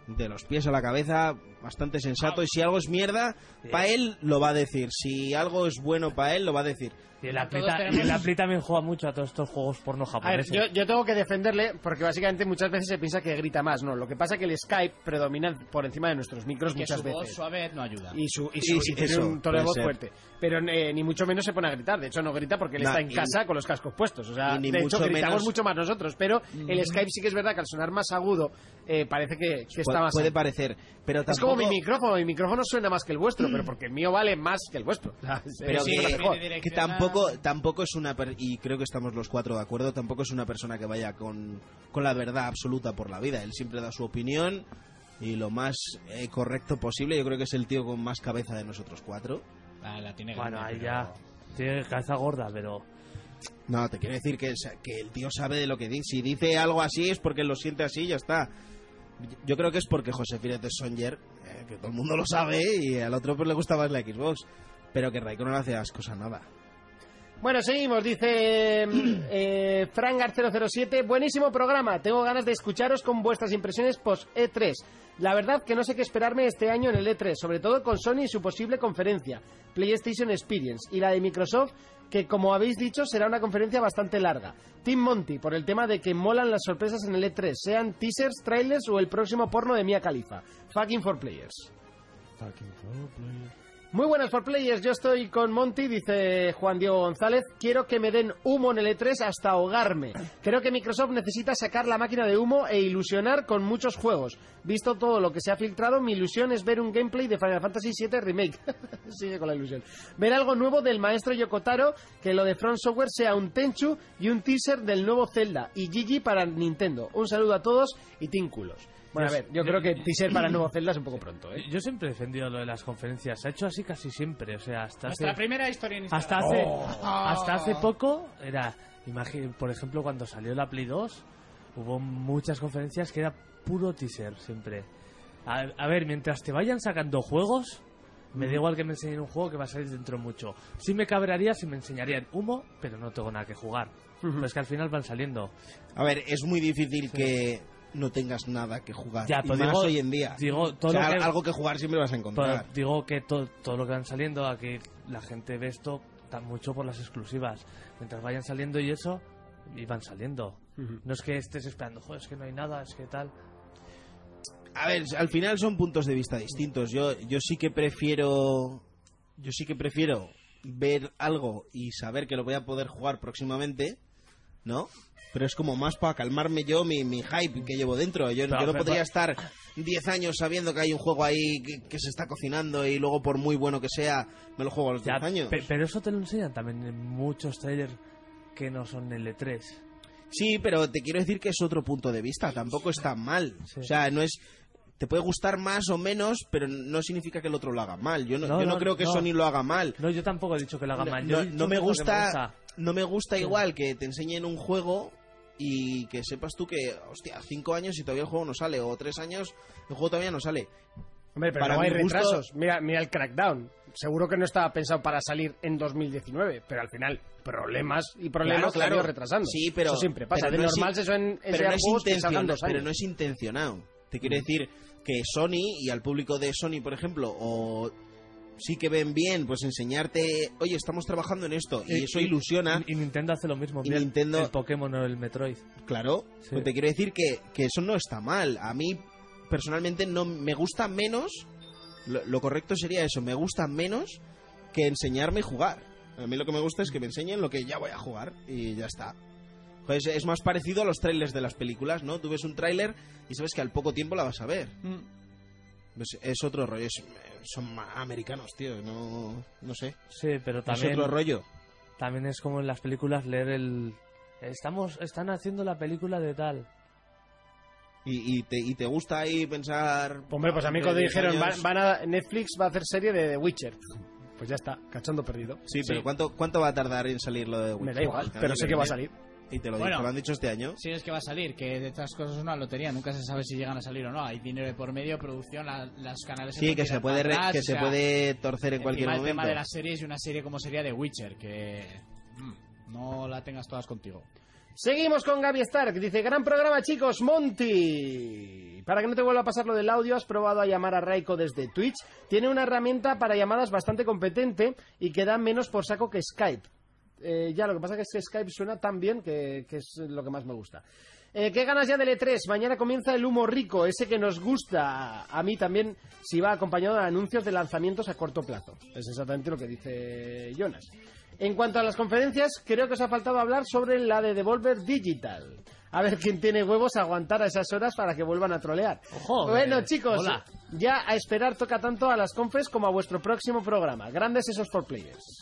[SPEAKER 5] de los pies a la cabeza, bastante sensato y si algo es mierda,
[SPEAKER 4] Sí.
[SPEAKER 5] para él lo va a decir. Si algo es bueno para él, lo va a decir.
[SPEAKER 4] Y el Apli,
[SPEAKER 2] Todos
[SPEAKER 4] ta-
[SPEAKER 2] tenemos-
[SPEAKER 4] y el Apli también juega mucho a todos estos juegos porno
[SPEAKER 1] A ver,
[SPEAKER 4] japoneses.
[SPEAKER 1] yo, yo tengo que defenderle porque básicamente muchas veces se piensa que grita más, ¿no? Lo que pasa es que el Skype predomina por encima de nuestros micros
[SPEAKER 2] que
[SPEAKER 1] muchas
[SPEAKER 2] su voz
[SPEAKER 1] veces.
[SPEAKER 2] suave no ayuda.
[SPEAKER 1] Y, su, y,
[SPEAKER 5] Sí,
[SPEAKER 1] su-
[SPEAKER 5] sí,
[SPEAKER 1] y tiene
[SPEAKER 5] eso,
[SPEAKER 1] un tono de
[SPEAKER 5] puede
[SPEAKER 1] voz
[SPEAKER 5] ser.
[SPEAKER 1] fuerte. Pero eh, ni mucho menos se pone a gritar. De hecho, no grita porque él
[SPEAKER 5] Nah,
[SPEAKER 1] está en
[SPEAKER 5] y-
[SPEAKER 1] casa con los cascos puestos. O sea,
[SPEAKER 5] y ni
[SPEAKER 1] de hecho,
[SPEAKER 5] mucho
[SPEAKER 1] gritamos
[SPEAKER 5] menos-
[SPEAKER 1] mucho más nosotros. Pero el Skype sí que es verdad que al sonar más agudo eh, parece que, que está
[SPEAKER 5] Pu-
[SPEAKER 1] más...
[SPEAKER 5] puede parecer, pero
[SPEAKER 1] es
[SPEAKER 5] tampoco...
[SPEAKER 1] como mi micrófono. Mi micrófono suena más que el vuestro, pero porque el mío vale más que el vuestro. O sea, es-
[SPEAKER 5] Pero
[SPEAKER 1] es
[SPEAKER 5] que,
[SPEAKER 1] mucho mejor.
[SPEAKER 5] que tampoco, tampoco es una... per- y creo que estamos los cuatro de acuerdo, tampoco es una persona que vaya con, con la verdad absoluta por la vida. Él siempre da su opinión y lo más eh, correcto posible. Yo creo que es el tío con más cabeza de nosotros cuatro.
[SPEAKER 2] Ah, la tiene
[SPEAKER 4] Bueno,
[SPEAKER 2] grande,
[SPEAKER 4] ahí
[SPEAKER 2] pero-
[SPEAKER 4] ya. Tiene cabeza gorda, pero.
[SPEAKER 5] No, te quiero decir que, sa- que el tío sabe de lo que dice. Si dice algo así es porque lo siente así y ya está. Yo- Yo creo que es porque José Pires de Songer, eh, que todo el mundo lo sabe y al otro pues le gusta más la Xbox. Pero que Raiko no le hace las cosas nada.
[SPEAKER 1] Bueno, seguimos, dice eh, Frangar007, buenísimo programa, tengo ganas de escucharos con vuestras impresiones post E3. La verdad que no sé qué esperarme este año en el E3, sobre todo con Sony y su posible conferencia, PlayStation Experience, y la de Microsoft, que como habéis dicho será una conferencia bastante larga. Tim Monty, por el tema de que molan las sorpresas en el E3, sean teasers, trailers o el próximo porno de Mia Khalifa. Fucking for players. Muy buenas for players, yo estoy con Monty, dice Juan Diego González. Quiero que me den humo en el E3 hasta ahogarme. Creo que Microsoft necesita sacar la máquina de humo e ilusionar con muchos juegos. Visto todo lo que se ha filtrado, mi ilusión es ver un gameplay de Final Fantasy VII Remake. Sigue con la ilusión. Ver algo nuevo del maestro Yokotaro, que lo de Front Software sea un Tenchu y un teaser del nuevo Zelda y Gigi para Nintendo. Un saludo a todos y tinculos. Bueno, a ver, yo creo que teaser para el nuevo Zelda es un poco pronto, ¿eh?
[SPEAKER 4] Yo siempre he defendido lo de las conferencias. Se ha hecho así casi siempre. O sea, hasta hace.
[SPEAKER 2] Nuestra primera historia en
[SPEAKER 4] Hasta
[SPEAKER 2] Instagram.
[SPEAKER 4] hace, hasta hace poco era, imagi- por ejemplo, cuando salió la Play 2, hubo muchas conferencias que era puro teaser siempre. A, a ver, mientras te vayan sacando juegos, me da igual que me enseñen un juego que va a salir dentro mucho. Sí me cabrearía si me enseñarían humo, pero no tengo nada que jugar. Pero es que al final van saliendo.
[SPEAKER 5] A ver, es muy difícil que no tengas nada que jugar.
[SPEAKER 4] Ya,
[SPEAKER 5] y
[SPEAKER 4] pero
[SPEAKER 5] más
[SPEAKER 4] digo-
[SPEAKER 5] hoy en día.
[SPEAKER 4] digo, todo
[SPEAKER 5] O sea,
[SPEAKER 4] lo que-
[SPEAKER 5] Algo que jugar siempre vas a encontrar.
[SPEAKER 4] Pero Pues digo que to- todo lo que van saliendo, aquí la gente ve esto tan mucho por las exclusivas. Mientras vayan saliendo y eso, y van saliendo. No es que estés esperando, joder, es que no hay nada, es que tal.
[SPEAKER 5] A ver, al final son puntos de vista distintos. Yo, yo sí que prefiero. Yo sí que prefiero ver algo y saber que lo voy a poder jugar próximamente, ¿no? Pero es como más para calmarme yo mi, mi hype que llevo dentro. Yo,
[SPEAKER 4] Pero,
[SPEAKER 5] yo
[SPEAKER 4] pero,
[SPEAKER 5] no podría
[SPEAKER 4] pero-
[SPEAKER 5] estar 10 años sabiendo que hay un juego ahí que, que se está cocinando y luego, por muy bueno que sea, me lo juego a los
[SPEAKER 4] Ya,
[SPEAKER 5] 10 años.
[SPEAKER 4] pe- pero eso te lo enseñan también en muchos trailers que no son L3.
[SPEAKER 5] Sí, pero te quiero decir que es otro punto de vista, tampoco está mal.
[SPEAKER 4] Sí.
[SPEAKER 5] O sea, no es te puede gustar más o menos, pero no significa que el otro lo haga mal. Yo no,
[SPEAKER 4] No,
[SPEAKER 5] yo no
[SPEAKER 4] no,
[SPEAKER 5] creo que
[SPEAKER 4] no.
[SPEAKER 5] Sony lo haga mal.
[SPEAKER 4] No, yo tampoco he dicho que lo haga mal. yo
[SPEAKER 5] No,
[SPEAKER 4] he dicho
[SPEAKER 5] no me
[SPEAKER 4] que es lo que
[SPEAKER 5] gusta, no me gusta igual que te enseñen un juego y que sepas tú que, hostia, cinco años y todavía el juego no sale, o tres años, el juego todavía no sale.
[SPEAKER 1] Hombre, pero
[SPEAKER 5] Para
[SPEAKER 1] no
[SPEAKER 5] mi
[SPEAKER 1] hay
[SPEAKER 5] gusto-
[SPEAKER 1] retrasos. Mira, mira el crackdown. Seguro que no estaba pensado para salir en 2019, pero al final problemas y problemas
[SPEAKER 5] Claro,
[SPEAKER 1] claro,
[SPEAKER 5] claro.
[SPEAKER 1] retrasando.
[SPEAKER 5] Sí, pero-
[SPEAKER 1] Eso siempre pasa.
[SPEAKER 5] pero
[SPEAKER 1] de
[SPEAKER 5] no es
[SPEAKER 1] normal
[SPEAKER 5] in-
[SPEAKER 1] se suelen
[SPEAKER 5] pero no,
[SPEAKER 1] enseñar
[SPEAKER 5] es
[SPEAKER 1] juegos que salgan
[SPEAKER 5] intencionado,
[SPEAKER 1] dos años.
[SPEAKER 5] pero no es intencionado. Te quiero decir que Sony y al público de Sony, por ejemplo, o sí que ven bien, pues enseñarte, oye, estamos trabajando en esto y
[SPEAKER 4] Y-
[SPEAKER 5] eso ilusiona,
[SPEAKER 4] Y, y Nintendo hace lo mismo.
[SPEAKER 5] Y
[SPEAKER 4] mira el-
[SPEAKER 5] Nintendo-
[SPEAKER 4] El Pokémon o el Metroid.
[SPEAKER 5] claro.
[SPEAKER 4] Sí.
[SPEAKER 5] Pero te quiero decir que, que eso no está mal. A mí personalmente no me gusta menos, lo, lo correcto sería eso, me gusta menos que enseñarme y jugar. A mí lo que me gusta es que me enseñen lo que ya voy a jugar y ya está. Joder, es- es más parecido a los trailers de las películas, ¿no? Tú ves un tráiler y sabes que al poco tiempo la vas a ver.
[SPEAKER 4] Mm.
[SPEAKER 5] Pues es otro rollo. es- son ma- americanos, tío. No, no sé.
[SPEAKER 4] Sí, pero
[SPEAKER 5] Es
[SPEAKER 4] también.
[SPEAKER 5] otro rollo.
[SPEAKER 4] También es como en las películas leer el. Estamos, están haciendo la película de tal.
[SPEAKER 5] Y, y te, y te gusta ahí pensar.
[SPEAKER 1] Hombre, pues a mí
[SPEAKER 5] de
[SPEAKER 1] cuando
[SPEAKER 5] 10
[SPEAKER 1] dijeron
[SPEAKER 5] Eh, años-
[SPEAKER 1] van, van a Netflix va a hacer serie de The Witcher. Pues ya está, cachondo perdido.
[SPEAKER 5] Sí, pero ¿cuánto, ¿cuánto va a tardar en salir lo de Witcher?
[SPEAKER 1] Me da igual,
[SPEAKER 5] A mí
[SPEAKER 1] pero sé que va a
[SPEAKER 5] me-
[SPEAKER 1] salir.
[SPEAKER 5] Y te lo,
[SPEAKER 2] Bueno.
[SPEAKER 5] digo, lo han dicho este año.
[SPEAKER 2] Sí, es que va a salir, que de estas cosas es una lotería, nunca se sabe si llegan a salir o no. Hay dinero de por medio, producción, la- las canales.
[SPEAKER 5] Sí, que
[SPEAKER 2] tiran
[SPEAKER 5] se
[SPEAKER 2] para
[SPEAKER 5] puede, re-
[SPEAKER 2] atrás,
[SPEAKER 5] que
[SPEAKER 2] o
[SPEAKER 5] se
[SPEAKER 2] sea,
[SPEAKER 5] puede torcer en
[SPEAKER 2] encima
[SPEAKER 5] cualquier
[SPEAKER 2] El tema de
[SPEAKER 5] momento.
[SPEAKER 2] las series y una serie como sería de Witcher, que mm, no la tengas todas contigo.
[SPEAKER 1] Seguimos con Gaby Stark. Dice, gran programa, chicos, Monty. Para que no te vuelva a pasar lo del audio, has probado a llamar a Raiko desde Twitch. Tiene una herramienta para llamadas bastante competente y que da menos por saco que Skype. eh, ya, lo que pasa es que este Skype suena tan bien que, que es lo que más me gusta. Eh, ¿Qué ganas ya del E3? Mañana comienza el humo rico, ese que nos gusta a mí también, si va acompañado de anuncios de lanzamientos a corto plazo. Es exactamente lo que dice Jonas. En cuanto a las conferencias, creo que os ha faltado hablar sobre la de Devolver Digital. A ver quién tiene huevos a aguantar a esas horas para que vuelvan a trolear.
[SPEAKER 4] Ojo,
[SPEAKER 1] bueno,
[SPEAKER 4] eh,
[SPEAKER 1] chicos,
[SPEAKER 4] hola.
[SPEAKER 1] ya a esperar toca tanto a las confes como a vuestro próximo programa. Grandes esos por players.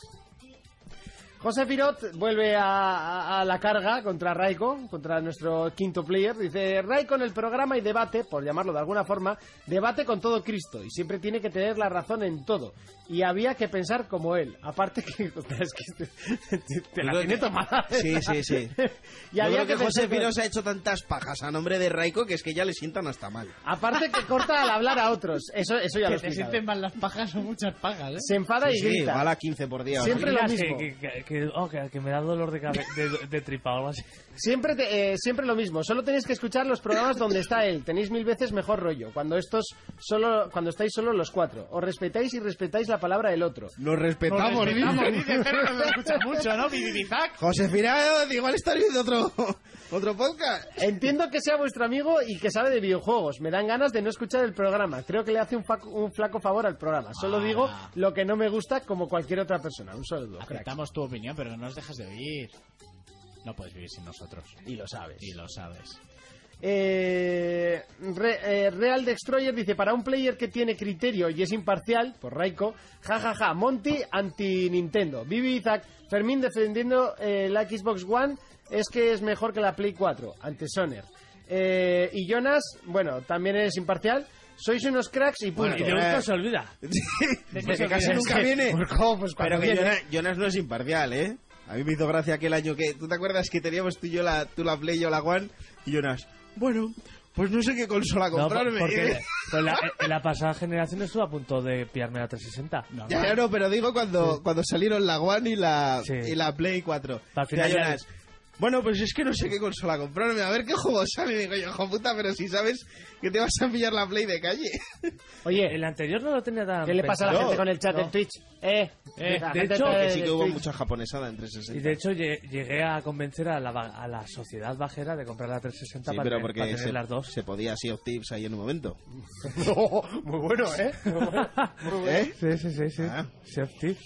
[SPEAKER 1] José Pirot vuelve a, a- a la carga contra Raiko, contra nuestro quinto player. Dice, Raiko en el programa y debate, por llamarlo de alguna forma, debate con todo Cristo y siempre tiene que tener la razón en todo. Y había que pensar como él. Aparte que... Es que te, te- te la
[SPEAKER 5] Yo creo
[SPEAKER 1] tiene
[SPEAKER 5] que-
[SPEAKER 1] tomada.
[SPEAKER 5] Sí, sí, sí.
[SPEAKER 1] y
[SPEAKER 5] Yo
[SPEAKER 1] había
[SPEAKER 5] creo que, José
[SPEAKER 1] pensar como-
[SPEAKER 5] Piros ha hecho tantas pajas a nombre de Raiko que es que ya le sientan hasta mal.
[SPEAKER 1] Aparte que corta al hablar a otros. Eso, eso ya lo he
[SPEAKER 2] Que te
[SPEAKER 1] explicado.
[SPEAKER 2] sienten mal las pajas o muchas pajas, ¿eh?
[SPEAKER 1] Se enfada
[SPEAKER 5] Sí,
[SPEAKER 1] y
[SPEAKER 5] sí,
[SPEAKER 1] grita.
[SPEAKER 5] va a la 15 por día.
[SPEAKER 1] Siempre-
[SPEAKER 4] Digas
[SPEAKER 1] lo
[SPEAKER 4] que-
[SPEAKER 1] mismo.
[SPEAKER 4] Que, que- que- oh, que- que me da dolor de, cabe- de, de tripa o algo así.
[SPEAKER 1] Siempre, te- eh, siempre lo mismo. Solo tenéis que escuchar los programas donde está él. Tenéis mil veces mejor rollo. Cuando estos solo, cuando estáis solo los cuatro. Os respetáis y respetáis la palabra del otro.
[SPEAKER 5] Nos respetamos.
[SPEAKER 2] dice, pero no lo escuchas mucho, ¿no? Bibibizac.
[SPEAKER 5] José Piros, igual está viendo otro, otro podcast.
[SPEAKER 1] Entiendo que sea vuestro amigo y que sabe de videojuegos. Me dan ganas de no escuchar el programa. Creo que le hace un, fac- un flaco favor al programa. Solo digo lo que no me gusta como cualquier otra persona. Un saludo. crack.
[SPEAKER 2] Aceptamos tu opinión, pero no nos dejas de oír. No puedes vivir sin nosotros.
[SPEAKER 1] Y lo sabes.
[SPEAKER 2] Y lo sabes.
[SPEAKER 1] Eh, Re- eh, Real Destroyer dice: Para un player que tiene criterio y es imparcial, por Raiko, jajaja, ja, Monty anti-Nintendo. Vivi Isaac, Fermín defendiendo eh, la Xbox One, es que es mejor que la Play 4, ante Soner. Eh, y Jonas, bueno, también eres imparcial. Sois unos cracks y punto.
[SPEAKER 5] Bueno,
[SPEAKER 4] Y de
[SPEAKER 5] Eh.
[SPEAKER 4] gusto se olvida.
[SPEAKER 5] Porque casi nunca viene.
[SPEAKER 1] Pues, ¿cómo? Pues cuando
[SPEAKER 5] Pero que
[SPEAKER 1] viene.
[SPEAKER 5] Jonas, Jonas no es imparcial, ¿eh? A mí me hizo gracia aquel año que... ¿Tú te acuerdas que teníamos tú y yo la, tú la Play y yo la One? Y Jonas, bueno, pues no sé qué consola
[SPEAKER 4] No,
[SPEAKER 5] comprarme.
[SPEAKER 4] porque con la, en la pasada generación estuve a punto de pillarme la 360.
[SPEAKER 5] Ya, ya no, pero digo cuando, cuando salieron la One y la,
[SPEAKER 4] Sí.
[SPEAKER 5] y la Play 4.
[SPEAKER 4] Al final
[SPEAKER 5] Ya,
[SPEAKER 4] ya-
[SPEAKER 5] Jonas, Bueno, pues es que no sé qué consola comprarme, a ver qué juego sale. Y digo, yo, hijo puta, pero si sabes que te vas a pillar la Play de calle.
[SPEAKER 1] Oye,
[SPEAKER 4] El anterior no lo tenía tan.
[SPEAKER 1] ¿qué le pasa a la
[SPEAKER 5] No,
[SPEAKER 1] gente con el chat
[SPEAKER 4] no.
[SPEAKER 1] en Twitch? Eh,
[SPEAKER 4] Eh,
[SPEAKER 1] la
[SPEAKER 4] de
[SPEAKER 1] gente
[SPEAKER 4] hecho-
[SPEAKER 1] está
[SPEAKER 5] Que
[SPEAKER 1] en
[SPEAKER 5] sí que hubo
[SPEAKER 1] Twitch.
[SPEAKER 5] mucha japonesada entre
[SPEAKER 4] Y de
[SPEAKER 5] 60.
[SPEAKER 4] hecho lle- llegué a convencer a la, ba- a la sociedad bajera de comprar la 360
[SPEAKER 5] Sí,
[SPEAKER 4] para,
[SPEAKER 5] pero
[SPEAKER 4] tener- para
[SPEAKER 5] porque
[SPEAKER 4] tener
[SPEAKER 5] se,
[SPEAKER 4] las dos.
[SPEAKER 5] se podía así Tips ahí en un momento.
[SPEAKER 1] Muy bueno, ¿eh?
[SPEAKER 5] ¿Eh?
[SPEAKER 4] Sí, sí, sí, sí.
[SPEAKER 5] Ah.
[SPEAKER 4] Chef tips.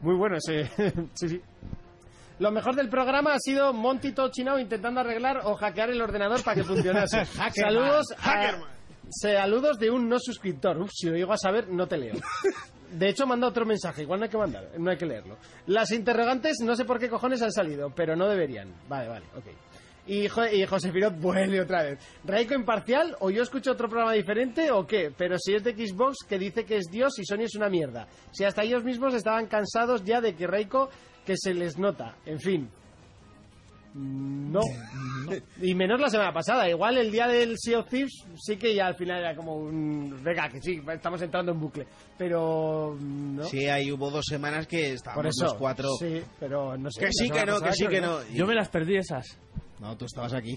[SPEAKER 1] Muy bueno ese. sí, sí. Lo mejor del programa ha sido Monty Tochinao intentando arreglar o hackear el ordenador para que funcionase. saludos, a- saludos de un no suscriptor. Uf, si lo llego a saber, no te leo. De hecho, manda otro mensaje. Igual no hay que mandar, no hay que leerlo. Las interrogantes, no sé por qué cojones han salido, pero no deberían. Vale, vale, ok. Y, jo- y José Pirot vuelve otra vez. ¿Raico imparcial? ¿O yo escucho otro programa diferente? ¿O qué? Pero si es de Xbox, que dice que es Dios y Sony es una mierda. Si hasta ellos mismos estaban cansados ya de que Raico que se les nota. En fin. No. Y menos la semana pasada. Igual el día del Sea of Thieves sí que ya al final era como un... Venga, que sí, estamos entrando en bucle. Pero... mm, No.
[SPEAKER 5] Sí, ahí hubo dos semanas que
[SPEAKER 1] Por
[SPEAKER 5] estábamos
[SPEAKER 1] eso.
[SPEAKER 5] los cuatro.
[SPEAKER 1] Sí, pero no sé.
[SPEAKER 5] Que sí,
[SPEAKER 1] la
[SPEAKER 5] que
[SPEAKER 1] semana
[SPEAKER 5] no, que
[SPEAKER 1] pasada
[SPEAKER 5] sí,
[SPEAKER 1] creo
[SPEAKER 5] que no. Y-
[SPEAKER 4] Yo me las perdí esas.
[SPEAKER 5] No, tú estabas aquí.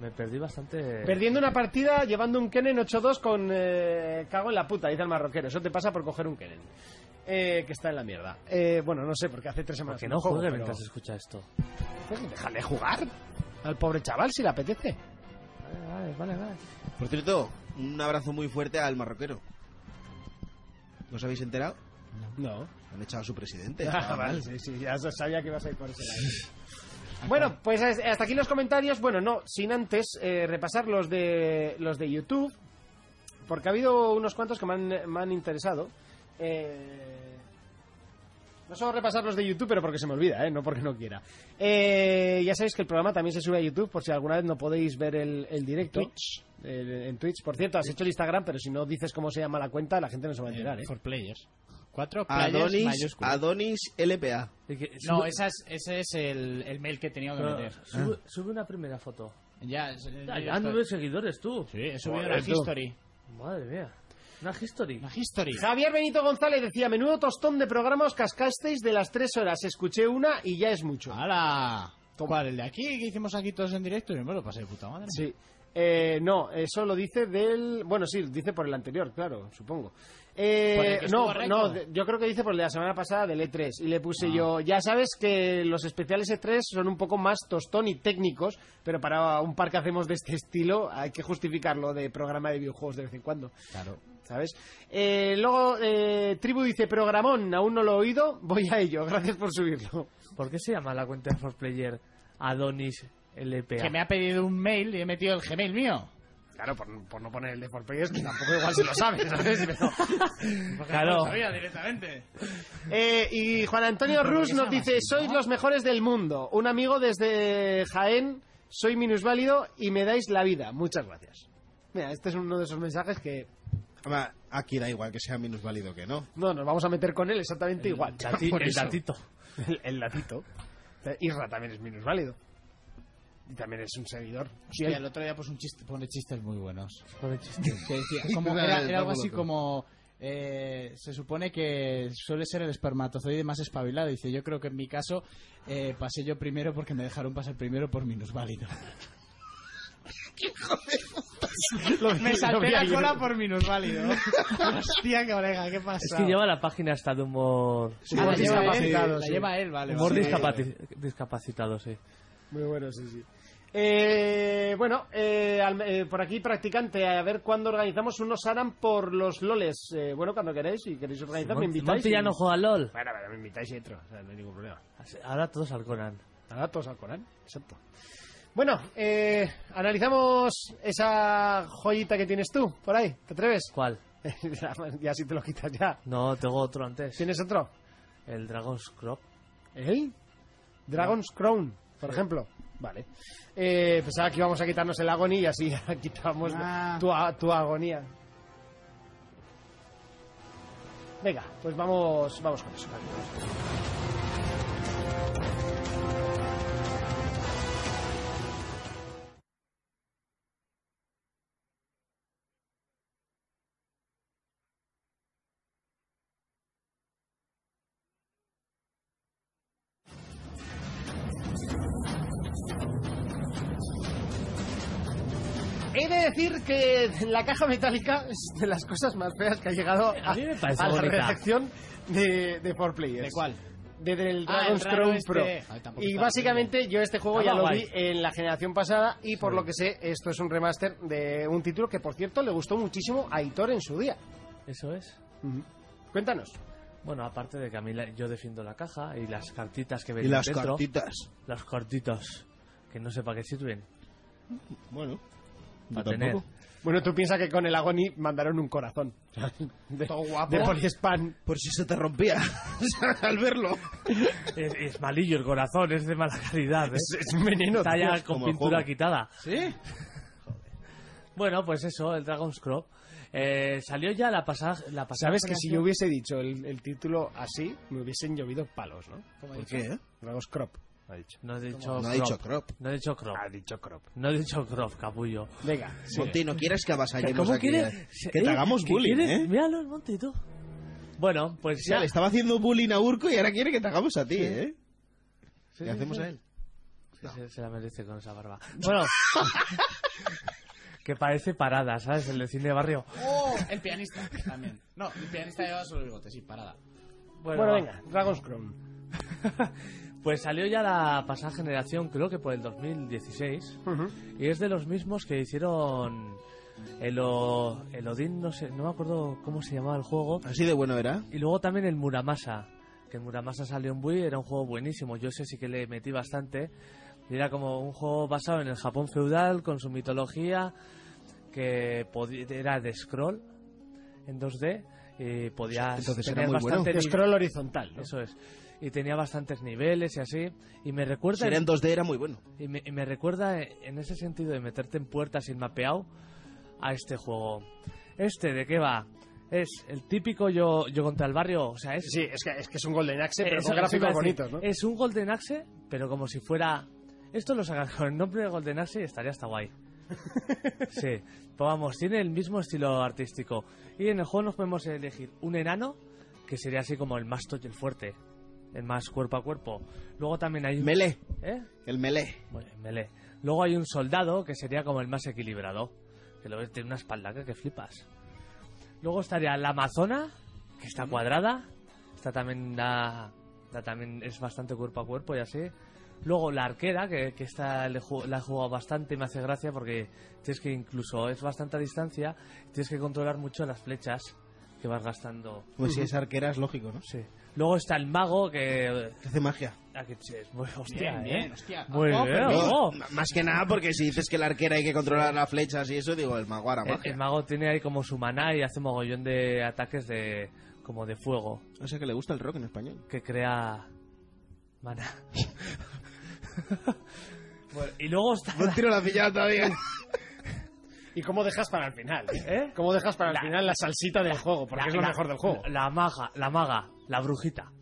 [SPEAKER 4] Me perdí bastante.
[SPEAKER 1] Perdiendo una partida llevando un Kennen 8-2 con eh, cago en la puta, dice el marroquero. Eso te pasa por coger un Kennen. Eh, que está en la mierda. Eh, bueno, no sé, porque hace tres semanas
[SPEAKER 4] Porque
[SPEAKER 1] que
[SPEAKER 4] no
[SPEAKER 1] juego,
[SPEAKER 4] juegue
[SPEAKER 1] pero-
[SPEAKER 4] mientras escucha esto.
[SPEAKER 1] Pues Déjale jugar al pobre chaval si le apetece.
[SPEAKER 4] Vale, vale, vale. vale.
[SPEAKER 5] Por cierto, un abrazo muy fuerte al marroquero. ¿No os habéis enterado?
[SPEAKER 1] No.
[SPEAKER 5] Han echado a su presidente.
[SPEAKER 1] Ah,
[SPEAKER 5] estaba
[SPEAKER 1] vale,
[SPEAKER 5] mal.
[SPEAKER 1] sí, sí, ya sabía que ibas a ir por ese lado. Bueno, pues as- hasta aquí los comentarios. Bueno, no, sin antes eh, repasar los de los de YouTube, porque ha habido unos cuantos que me han, me han interesado. Eh, no solo repasar los de YouTube, pero porque se me olvida, ¿eh? no porque no quiera. Eh, ya sabéis que el programa también se sube a YouTube, por si alguna vez no podéis ver el, el directo. El- en Twitch, por cierto, has hecho el Instagram, pero si no dices cómo se llama la cuenta, la gente no se va a enterar. ¿eh?
[SPEAKER 2] For players. Cuatro players
[SPEAKER 5] Adonis,
[SPEAKER 2] mayúsculas.
[SPEAKER 5] Adonis LPA.
[SPEAKER 4] Y que
[SPEAKER 2] No,
[SPEAKER 4] sube-
[SPEAKER 2] esa es- ese es el, el mail que he tenido que
[SPEAKER 4] no,
[SPEAKER 2] meter.
[SPEAKER 4] sube, sube una primera foto.
[SPEAKER 2] Ya, es- yo
[SPEAKER 4] Ah,
[SPEAKER 2] ya
[SPEAKER 4] ya nueve
[SPEAKER 2] estoy-
[SPEAKER 4] seguidores tú.
[SPEAKER 2] Sí, he subido una
[SPEAKER 1] Joder, tú.
[SPEAKER 2] history.
[SPEAKER 4] Madre mía. Una history.
[SPEAKER 2] Una history.
[SPEAKER 1] Javier Benito González decía, menudo tostón de programas cascasteis de las tres horas. Escuché una y ya es mucho.
[SPEAKER 2] Ah. ¡Hala! ¿Cuál? ¿El de aquí que hicimos aquí todos en directo? Y me lo pasé de puta madre.
[SPEAKER 1] Sí. Eh, no, eso lo dice del. Bueno, sí, dice por el anterior, claro, supongo. Eh,
[SPEAKER 2] ¿Por el
[SPEAKER 1] no,
[SPEAKER 2] que estuvo Ah. Reiko?
[SPEAKER 1] no, de- yo creo que dice por el de la semana pasada del E3. Y le puse yo, ya sabes que los especiales E3 son un poco más tostón y técnicos, pero para un par que hacemos de este estilo hay que justificarlo de programa de videojuegos de vez en cuando.
[SPEAKER 2] Claro.
[SPEAKER 1] ¿Sabes? Eh, luego, eh, Tribu dice, programón, aún no lo he oído, voy a ello, gracias por subirlo.
[SPEAKER 4] ¿Por qué se llama la cuenta de Forplayer Adonis LPA?
[SPEAKER 2] Que me ha pedido un mail y he metido el Gmail mío.
[SPEAKER 1] Claro, por, por no poner el de 4Players, que tampoco igual se lo sabe, ¿sabes? Pero-
[SPEAKER 4] Claro.
[SPEAKER 2] directamente.
[SPEAKER 1] Eh, y Juan Antonio
[SPEAKER 2] Pero
[SPEAKER 1] Rus
[SPEAKER 2] porque
[SPEAKER 1] nos
[SPEAKER 2] sea más
[SPEAKER 1] dice,
[SPEAKER 2] simple,
[SPEAKER 1] sois
[SPEAKER 2] ¿no?
[SPEAKER 1] los mejores del mundo. Un amigo desde Jaén, soy minusválido y me dais la vida. Muchas gracias. Mira, este es uno de esos mensajes que
[SPEAKER 5] Ama, Aquí da igual que sea minusválido que no.
[SPEAKER 1] no nos vamos a meter con él exactamente igual.
[SPEAKER 4] El dati-
[SPEAKER 1] Por
[SPEAKER 4] el
[SPEAKER 1] eso.
[SPEAKER 4] datito.
[SPEAKER 1] El, el latito. Isra también es minusválido. Y también es un seguidor.
[SPEAKER 2] Sí, el otro día pues un chiste, pone chistes muy buenos.
[SPEAKER 4] Pobre chiste.
[SPEAKER 2] Que decía, como- era, era algo así como... eh, se supone que suele ser el espermatozoide más espabilado. Dice, yo creo que en mi caso eh, pasé yo primero porque me dejaron pasar primero por minusválido. me salté la cola por minusválido. Hostia, qué oreja, qué pasa.
[SPEAKER 4] Es que lleva la página hasta de humor.
[SPEAKER 2] Ah, la
[SPEAKER 1] Sí,
[SPEAKER 2] lleva él,
[SPEAKER 1] discapacitado,
[SPEAKER 2] la
[SPEAKER 1] sí.
[SPEAKER 2] lleva él, vale. Eh,
[SPEAKER 4] Humor
[SPEAKER 2] vale.
[SPEAKER 4] discapaci- discapacitado, sí.
[SPEAKER 1] Muy bueno, sí, sí. Eh, bueno, eh, al- eh, por aquí practicante, a ver cuándo organizamos unos Aram por los loles. Eh, bueno, cuando queréis, si queréis organizar, me
[SPEAKER 4] Monty,
[SPEAKER 1] invitáis.
[SPEAKER 4] Monty ya
[SPEAKER 1] y-
[SPEAKER 4] no juega al LOL.
[SPEAKER 1] Bueno, bueno, me invitáis y entro, o sea, no hay ningún problema.
[SPEAKER 4] Ahora todos al Conan.
[SPEAKER 1] Ahora todos al Corán, exacto. Bueno, eh, analizamos esa joyita que tienes tú por ahí, ¿te atreves?
[SPEAKER 4] ¿Cuál?
[SPEAKER 1] ya, ya si te lo quitas ya.
[SPEAKER 4] No, tengo otro antes.
[SPEAKER 1] ¿Tienes otro?
[SPEAKER 4] El Dragon's Crop.
[SPEAKER 1] ¿El? Dragon's Crown, por ejemplo. Vale. Eh, pensaba que íbamos a quitarnos el agonía y así quitamos
[SPEAKER 4] Ah.
[SPEAKER 1] tu, a- tu agonía. Venga, pues vamos, vamos con eso. He de decir que la caja metálica es de las cosas más feas que ha llegado a,
[SPEAKER 4] A mí me parece
[SPEAKER 1] a la
[SPEAKER 4] bonita.
[SPEAKER 1] redacción de, del 4Players.
[SPEAKER 2] ¿De cuál?
[SPEAKER 1] De, del
[SPEAKER 2] Ah,
[SPEAKER 1] Dragon's
[SPEAKER 2] el raro
[SPEAKER 1] Crown
[SPEAKER 2] este.
[SPEAKER 1] Pro.
[SPEAKER 2] Ah, tampoco
[SPEAKER 1] y
[SPEAKER 2] está
[SPEAKER 1] básicamente yo este juego
[SPEAKER 4] Estaba
[SPEAKER 1] ya lo
[SPEAKER 4] guay.
[SPEAKER 1] vi en la generación pasada y por lo que sé esto es un remaster de un título que por cierto le gustó muchísimo a Hitor en su día.
[SPEAKER 4] Eso es.
[SPEAKER 1] Cuéntanos.
[SPEAKER 4] Bueno, aparte de que a mí la- yo defiendo la caja y las cartitas que
[SPEAKER 5] Y
[SPEAKER 4] venían
[SPEAKER 5] las
[SPEAKER 4] dentro.
[SPEAKER 5] cartitas.
[SPEAKER 4] Las cartitas. Que no sé para qué sirven.
[SPEAKER 5] Bueno.
[SPEAKER 4] Para
[SPEAKER 5] Yo
[SPEAKER 4] tener.
[SPEAKER 5] tampoco.
[SPEAKER 1] Bueno, tú piensas que con el Agony mandaron un corazón. De, de Poliespan.
[SPEAKER 5] Por si se te rompía al verlo.
[SPEAKER 4] Es, es malillo el corazón, es de mala calidad. ¿eh?
[SPEAKER 1] Es un veneno.
[SPEAKER 4] Está ya
[SPEAKER 5] Dios,
[SPEAKER 4] con
[SPEAKER 5] como el
[SPEAKER 4] pintura
[SPEAKER 5] juego.
[SPEAKER 4] quitada. ¿Sí? Bueno, pues eso, el Dragon's Crop. Eh, salió ya la pasada. La pasada
[SPEAKER 1] Sabes que si yo
[SPEAKER 4] generación-
[SPEAKER 1] hubiese dicho el, el título así, me hubiesen llovido palos, ¿no?
[SPEAKER 5] ¿Por qué? eh?
[SPEAKER 1] Dragos Crop, ha dicho.
[SPEAKER 4] No he dicho
[SPEAKER 5] No
[SPEAKER 4] crop.
[SPEAKER 5] ha dicho crop.
[SPEAKER 4] No he dicho crop.
[SPEAKER 1] Ha dicho Crop.
[SPEAKER 4] No he dicho crop, capullo.
[SPEAKER 1] Venga, sí.
[SPEAKER 5] Monti, no quieres que avasallemos
[SPEAKER 4] ¿Cómo
[SPEAKER 5] aquí,
[SPEAKER 4] quieres?
[SPEAKER 5] eh?
[SPEAKER 4] se-
[SPEAKER 5] Que
[SPEAKER 4] eh,
[SPEAKER 5] te hagamos
[SPEAKER 4] que
[SPEAKER 5] bullying,
[SPEAKER 4] quieres-
[SPEAKER 5] ¿eh?
[SPEAKER 4] Míralo, el monte y tú. Bueno, pues
[SPEAKER 5] O sea,
[SPEAKER 4] ya.
[SPEAKER 5] le estaba haciendo bullying a Urco y ahora quiere que te hagamos a ti, ¿eh?
[SPEAKER 4] Sí,
[SPEAKER 5] ¿Qué
[SPEAKER 4] sí,
[SPEAKER 5] hacemos
[SPEAKER 4] sí.
[SPEAKER 5] a él?
[SPEAKER 4] Se, se la merece con esa barba. Bueno. que parece parada, ¿sabes? El de cine de barrio.
[SPEAKER 2] Oh, el pianista también. No, el pianista llevaba solo el bigote, sí, parada.
[SPEAKER 4] Bueno,
[SPEAKER 1] Bueno,
[SPEAKER 4] va.
[SPEAKER 1] venga, Dragon's Crown.
[SPEAKER 4] Pues salió ya la pasada generación, creo que por el 2016. Y es de los mismos que hicieron el, O- el Odín, no sé, no me acuerdo cómo se llamaba el juego.
[SPEAKER 5] Así de bueno era.
[SPEAKER 4] Y luego también el Muramasa, que el Muramasa salió en Wii, era un juego buenísimo, yo ese sí que le metí bastante. Y era como un juego basado en el Japón feudal, con su mitología, que podi- era de scroll en 2D y podías
[SPEAKER 5] Entonces era
[SPEAKER 4] tener
[SPEAKER 5] muy bueno.
[SPEAKER 4] bastante
[SPEAKER 1] De
[SPEAKER 4] nive-
[SPEAKER 1] scroll horizontal. ¿no?
[SPEAKER 4] eso es. Y tenía bastantes niveles y así. Y me recuerda
[SPEAKER 5] Si era en 2D era muy bueno.
[SPEAKER 4] y me, y me recuerda eh, en ese sentido de meterte en puertas sin mapeado a este juego. Este, ¿de qué va? Es el típico yo, yo contra el barrio, o sea, es...
[SPEAKER 1] Sí, es que, es que es un Golden Axe, pero
[SPEAKER 4] es-
[SPEAKER 1] con
[SPEAKER 4] Eh, eso te iba
[SPEAKER 1] gráficos
[SPEAKER 4] a decir,
[SPEAKER 1] bonitos, ¿no?
[SPEAKER 4] Es un Golden Axe, pero como si fuera... Esto lo sacan con el nombre de Golden Axe y estaría hasta guay. sí, pues vamos, tiene el mismo estilo artístico. Y en el juego nos podemos elegir un enano, que sería así como el más tocho y el fuerte. el más cuerpo a cuerpo. Luego también hay... un-
[SPEAKER 5] Melee.
[SPEAKER 4] ¿Eh?
[SPEAKER 5] El melee.
[SPEAKER 4] Bueno, en melee. Luego hay un soldado que sería como el más equilibrado, que lo ves, tiene una espaldaca que flipas. Luego estaría la amazona, que está cuadrada, está también da, da también es bastante cuerpo a cuerpo y así. Luego la arquera, que, que esta le ju- la he jugado bastante y me hace gracia porque tienes que incluso es bastante a distancia, tienes que controlar mucho las flechas que vas gastando.
[SPEAKER 5] Pues si es arquera, es lógico, ¿no?
[SPEAKER 4] Sí. Luego está el mago que...
[SPEAKER 5] Que hace magia.
[SPEAKER 4] ah, que es muy hostia,
[SPEAKER 2] bien,
[SPEAKER 4] ¿eh?
[SPEAKER 2] bien, hostia.
[SPEAKER 4] Muy
[SPEAKER 2] Ojo,
[SPEAKER 4] bien, oh.
[SPEAKER 5] Yo,
[SPEAKER 4] ojo.
[SPEAKER 5] Oh, m- Más que nada porque si dices que el arquera hay que controlar las flechas y eso, digo, el mago hará
[SPEAKER 4] El-
[SPEAKER 5] magia.
[SPEAKER 4] Eh, El, mago tiene ahí como su maná y hace mogollón de ataques de como de fuego
[SPEAKER 5] O sea que le gusta el rock en español.
[SPEAKER 4] que crea maná. Bueno, y luego está
[SPEAKER 5] No tiro la pillada todavía.
[SPEAKER 1] ¿Y cómo dejas para el final?
[SPEAKER 4] ¿Eh?
[SPEAKER 1] ¿Cómo dejas para el
[SPEAKER 4] La-
[SPEAKER 1] final la salsita del juego? Porque es lo
[SPEAKER 4] la-
[SPEAKER 1] mejor del juego.
[SPEAKER 4] La, maga, la maga, la brujita.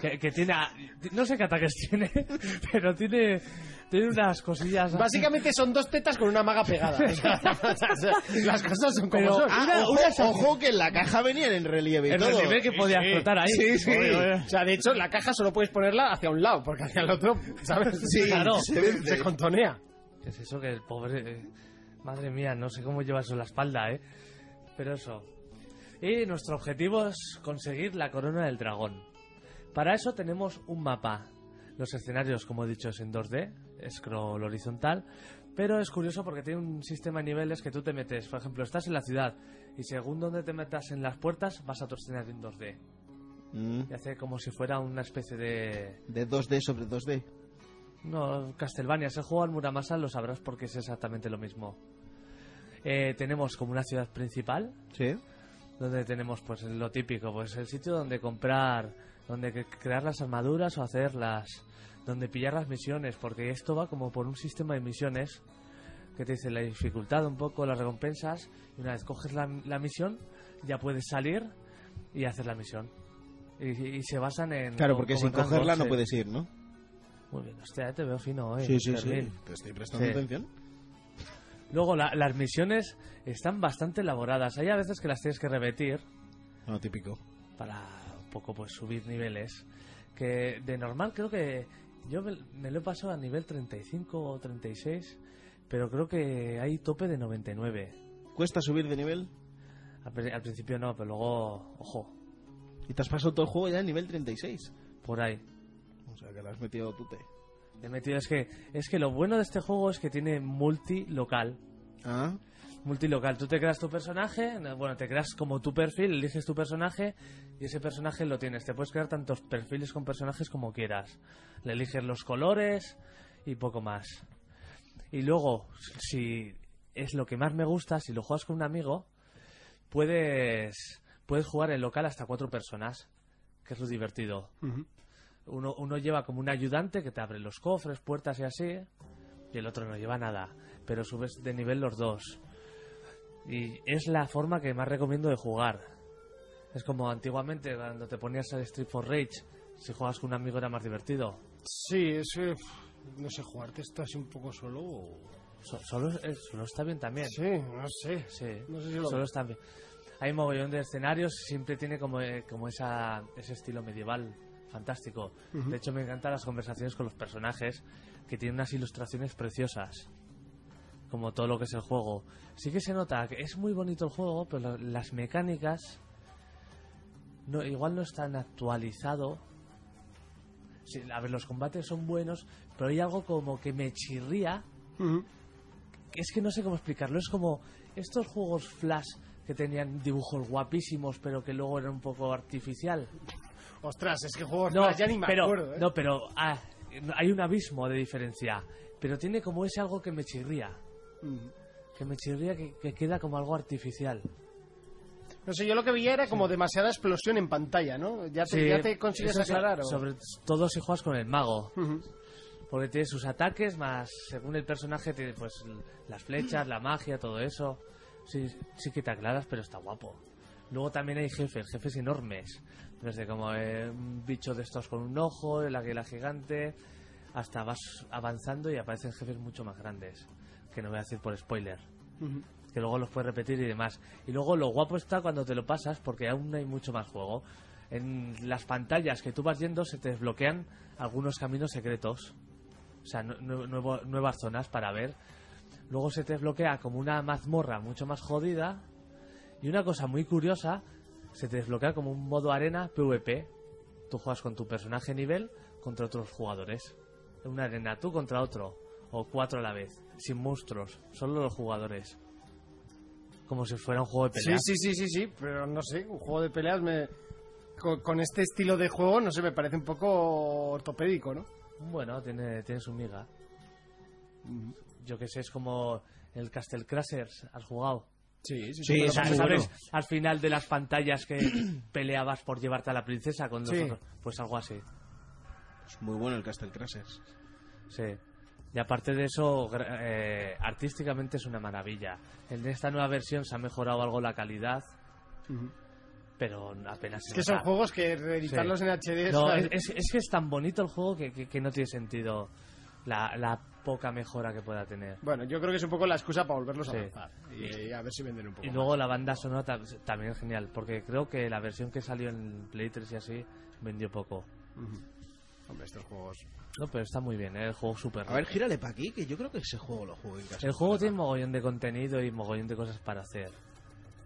[SPEAKER 4] Que, que tiene a- no sé qué ataques tiene, pero tiene tiene unas cosillas.
[SPEAKER 1] Básicamente son dos tetas con una maga pegada. O sea, Las cosas son como
[SPEAKER 4] Pero-
[SPEAKER 1] son.
[SPEAKER 5] Ah, ojo, ojo, que en la caja venían en relieve y
[SPEAKER 4] el
[SPEAKER 5] todo.
[SPEAKER 4] relieve que podía explotar ahí.
[SPEAKER 5] Sí, sí.
[SPEAKER 4] Oye, oye.
[SPEAKER 1] O sea, de hecho, la caja solo puedes ponerla hacia un lado, porque hacia el otro, ¿sabes?
[SPEAKER 5] Sí,
[SPEAKER 4] Claro.
[SPEAKER 5] se-
[SPEAKER 1] Se contonea.
[SPEAKER 4] ¿Qué es eso que el pobre... eh, Madre mía, no sé cómo lleva eso en la espalda, ¿eh? Pero eso. Y nuestro objetivo es conseguir la corona del dragón. Para eso tenemos un mapa. Los escenarios, como he dicho, es en 2D, scroll horizontal. Pero es curioso porque tiene un sistema de niveles que tú te metes. Por ejemplo, estás en la ciudad y según donde te metas en las puertas, vas a tu escenario en 2D.
[SPEAKER 5] Mm,
[SPEAKER 4] Y hace como si fuera una especie de...
[SPEAKER 5] De 2D sobre 2D.
[SPEAKER 4] No, Castlevania, si has jugado al Muramasa lo sabrás porque es exactamente lo mismo. Eh, tenemos como una ciudad principal,
[SPEAKER 5] Sí.
[SPEAKER 4] donde tenemos pues lo típico, pues el sitio donde comprar, donde cre- crear las armaduras o hacerlas, donde pillar las misiones, porque esto va como por un sistema de misiones que te dice la dificultad un poco, las recompensas, y una vez coges la, la misión, ya puedes salir y hacer la misión. Y, y se basan en...
[SPEAKER 5] Claro, porque
[SPEAKER 4] como
[SPEAKER 5] sin
[SPEAKER 4] en rangos,
[SPEAKER 5] cogerla no
[SPEAKER 4] sí.
[SPEAKER 5] puedes ir, ¿no?
[SPEAKER 4] Muy bien, hostia, te veo fino hoy. Fermín.
[SPEAKER 5] Te estoy prestando
[SPEAKER 4] Sí.
[SPEAKER 5] atención.
[SPEAKER 4] Luego, la- las misiones están bastante elaboradas. Hay a veces que las tienes que repetir
[SPEAKER 5] No, típico.
[SPEAKER 4] para un poco pues subir niveles. Que de normal creo que yo me, me lo he pasado a nivel 35 o 36, pero creo que hay tope de 99.
[SPEAKER 5] ¿Cuesta subir de nivel?
[SPEAKER 4] Al, pri- al principio no, pero luego, ojo,
[SPEAKER 5] Y te has pasado todo el juego ya en nivel 36.
[SPEAKER 4] por ahí.
[SPEAKER 5] O sea que la has metido tute.
[SPEAKER 4] Le he metido- es que es que lo bueno de este juego es que tiene multi local.
[SPEAKER 5] Ah,
[SPEAKER 4] multilocal. Tú te creas tu personaje, no, bueno, te creas como tu perfil, eliges tu personaje y ese personaje lo tienes. Te puedes crear tantos perfiles con personajes como quieras. Le eliges los colores y poco más. Y luego, si es lo que más me gusta, si lo juegas con un amigo, puedes, puedes jugar en local hasta cuatro personas, que es lo divertido. Uno, uno lleva como un ayudante que te abre los cofres, puertas y así, y el otro no lleva nada, pero subes de nivel los dos. Y es la forma que más recomiendo de jugar. Es como antiguamente, cuando te ponías al Street for Rage, si jugabas con un amigo era más divertido.
[SPEAKER 1] Sí, es. eh, No sé, jugarte esto así un poco solo. o-
[SPEAKER 4] So- solo, eh, solo está bien también.
[SPEAKER 1] Sí, no sé.
[SPEAKER 4] Sí,
[SPEAKER 1] No sé si lo-
[SPEAKER 4] solo está bien. Hay mogollón de escenarios, siempre tiene como, eh, como esa, ese estilo medieval fantástico. De hecho, me encantan las conversaciones con los personajes, que tienen unas ilustraciones preciosas. Como todo lo que es el juego. Sí que se nota que es muy bonito el juego, pero la- las mecánicas no, igual no están actualizado. Sí, a ver, los combates son buenos, pero hay algo como que me chirría
[SPEAKER 1] Ujú.
[SPEAKER 4] es que no sé cómo explicarlo. Es como estos juegos flash que tenían dibujos guapísimos, pero que luego era un poco artificial.
[SPEAKER 1] Ostras, es que juego
[SPEAKER 4] No,
[SPEAKER 1] Pues ya ni me
[SPEAKER 4] pero,
[SPEAKER 1] acuerdo. ¿eh?
[SPEAKER 4] no, pero ah, hay un abismo de diferencia. Pero tiene como ese algo que me chirría.
[SPEAKER 1] Ujú.
[SPEAKER 4] Que me chirría que, que queda como algo artificial.
[SPEAKER 1] No sé, yo lo que veía era como demasiada explosión en pantalla, ¿no? Ya te,
[SPEAKER 4] Sí,
[SPEAKER 1] ya te consigues
[SPEAKER 4] eso sí,
[SPEAKER 1] aclarar. ¿o?
[SPEAKER 4] Sobre todo si juegas con el mago.
[SPEAKER 1] Ujú.
[SPEAKER 4] Porque tiene sus ataques, más según el personaje, tiene pues l- las flechas, la magia, todo eso. Sí, sí que te aclaras, pero está guapo. Luego también hay jefes, jefes enormes. Desde como eh, un bicho de estos con un ojo, el águila gigante, hasta vas avanzando y aparecen jefes mucho más grandes. Que no voy a decir por spoiler. Que luego los puedes repetir y demás. Y luego lo guapo está cuando te lo pasas, porque aún hay mucho más juego. en las pantallas que tú vas yendo se te desbloquean algunos caminos secretos. O sea, nu- nu- nuevo- nuevas zonas para ver. Luego se te desbloquea como una mazmorra mucho más jodida. Y una cosa muy curiosa, se te desbloquea como un modo arena PvP. Tú juegas con tu personaje nivel contra otros jugadores. Una arena tú contra otro. O cuatro a la vez. Sin monstruos. Solo los jugadores. Como si fuera un juego de
[SPEAKER 1] Sí,
[SPEAKER 4] pelea.
[SPEAKER 1] sí, sí, sí, sí, pero no sé, un juego de peleas me... Con, con este estilo de juego, no sé, me parece un poco ortopédico, ¿no?
[SPEAKER 4] Bueno, tiene, tiene su miga. Yo que sé, es como el Castle Crashers. ¿Has jugado?
[SPEAKER 1] Sí,
[SPEAKER 5] Sí,
[SPEAKER 4] Pero
[SPEAKER 5] es
[SPEAKER 4] como
[SPEAKER 5] muy
[SPEAKER 4] sabes,
[SPEAKER 5] bueno.
[SPEAKER 4] al final de las pantallas que peleabas por llevarte a la princesa con
[SPEAKER 1] Sí.
[SPEAKER 4] nosotros, pues algo así.
[SPEAKER 5] Es muy bueno el Castle Crashers.
[SPEAKER 4] Sí. Y aparte de eso, gra- eh, artísticamente es una maravilla. En esta nueva versión se ha mejorado algo la calidad, pero apenas.
[SPEAKER 1] Es
[SPEAKER 4] se
[SPEAKER 1] que son
[SPEAKER 4] nota.
[SPEAKER 1] juegos que reeditarlos
[SPEAKER 4] Sí.
[SPEAKER 1] en HD es-
[SPEAKER 4] No, es, es- es que es tan bonito el juego que, que- que no tiene sentido la, la poca mejora que pueda tener.
[SPEAKER 1] Bueno, yo creo que es un poco la excusa para volverlos
[SPEAKER 4] Sí.
[SPEAKER 1] a lanzar. Y, a ver si venden un poco.
[SPEAKER 4] Y luego la banda sonora tam- también es genial, porque creo que la versión que salió en Play 3 y así vendió poco.
[SPEAKER 1] más. Hombre, estos juegos.
[SPEAKER 4] No, pero está muy bien, ¿eh? el juego súper
[SPEAKER 5] A ver, gírale para aquí, que yo creo que ese juego lo juego en casa.
[SPEAKER 4] El juego tiene mogollón de contenido y mogollón de cosas para hacer.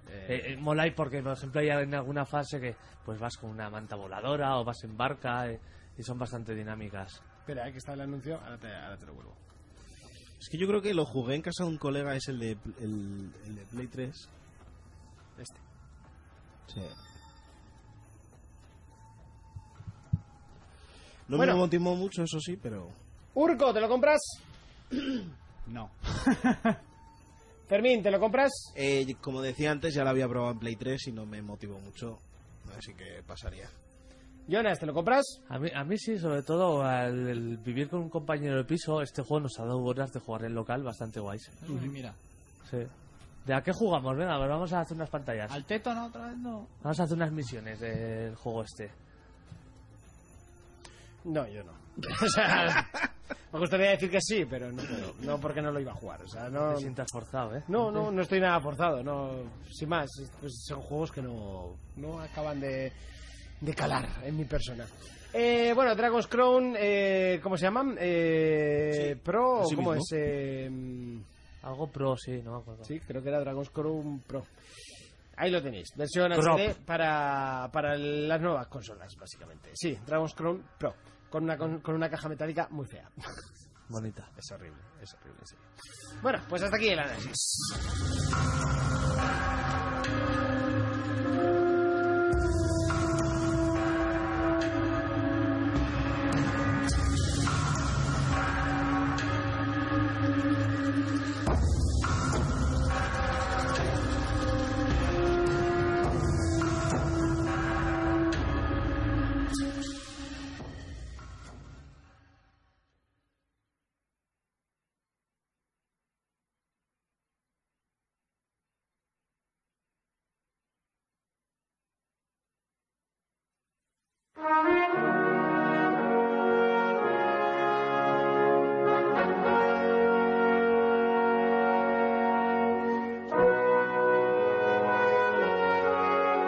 [SPEAKER 4] Eh, eh, mola y porque, por ejemplo, hay en alguna fase que pues vas con una manta voladora o vas en barca eh, y son bastante dinámicas.
[SPEAKER 1] Espera, eh, que está el anuncio. Ahora te, ahora te lo vuelvo.
[SPEAKER 5] Es que yo creo que lo jugué en casa de un colega, es el de, el, el de Play 3.
[SPEAKER 1] Este.
[SPEAKER 5] Sí. No
[SPEAKER 1] Bueno.
[SPEAKER 5] me motivó mucho, eso sí, pero...
[SPEAKER 1] Urco, ¿te lo compras?
[SPEAKER 2] No.
[SPEAKER 1] Fermín, ¿te lo compras?
[SPEAKER 5] Eh, como decía antes, ya la había probado en Play 3 y no me motivó mucho. Así que pasaría.
[SPEAKER 1] Jonas, ¿te lo compras?
[SPEAKER 4] A mí, a mí sí, sobre todo al el vivir con un compañero de piso, este juego nos ha dado horas de jugar en local bastante guays.
[SPEAKER 2] Uy, mira.
[SPEAKER 4] Sí. ¿De a qué jugamos? Venga, pues vamos a hacer unas pantallas.
[SPEAKER 2] Al teto no, otra vez no.
[SPEAKER 4] Vamos a hacer unas misiones del juego este.
[SPEAKER 1] No, yo no. o sea, me gustaría decir que sí, pero no, puedo. no porque no lo iba a jugar. O sea, no.
[SPEAKER 4] Te sientas forzado, ¿eh?
[SPEAKER 1] No, no, no estoy nada forzado, no, sin más, pues son juegos que no, no acaban de, de calar en mi persona. Eh, bueno, Dragon's Crown, eh, ¿cómo se llaman? Eh,
[SPEAKER 5] Sí,
[SPEAKER 1] Pro, o
[SPEAKER 5] así
[SPEAKER 1] ¿cómo
[SPEAKER 5] mismo.
[SPEAKER 1] es? Eh, mm,
[SPEAKER 4] Algo pro, sí, no me acuerdo.
[SPEAKER 1] sí, creo que era Dragon's Crown Pro. Ahí lo tenéis, versión
[SPEAKER 4] Crop.
[SPEAKER 1] HD para, para las nuevas consolas, básicamente. Sí, Dragon's Crown Pro, con una, con- con una caja metálica muy fea.
[SPEAKER 4] Bonita.
[SPEAKER 1] Es horrible, es horrible, sí. Bueno, pues hasta aquí el análisis.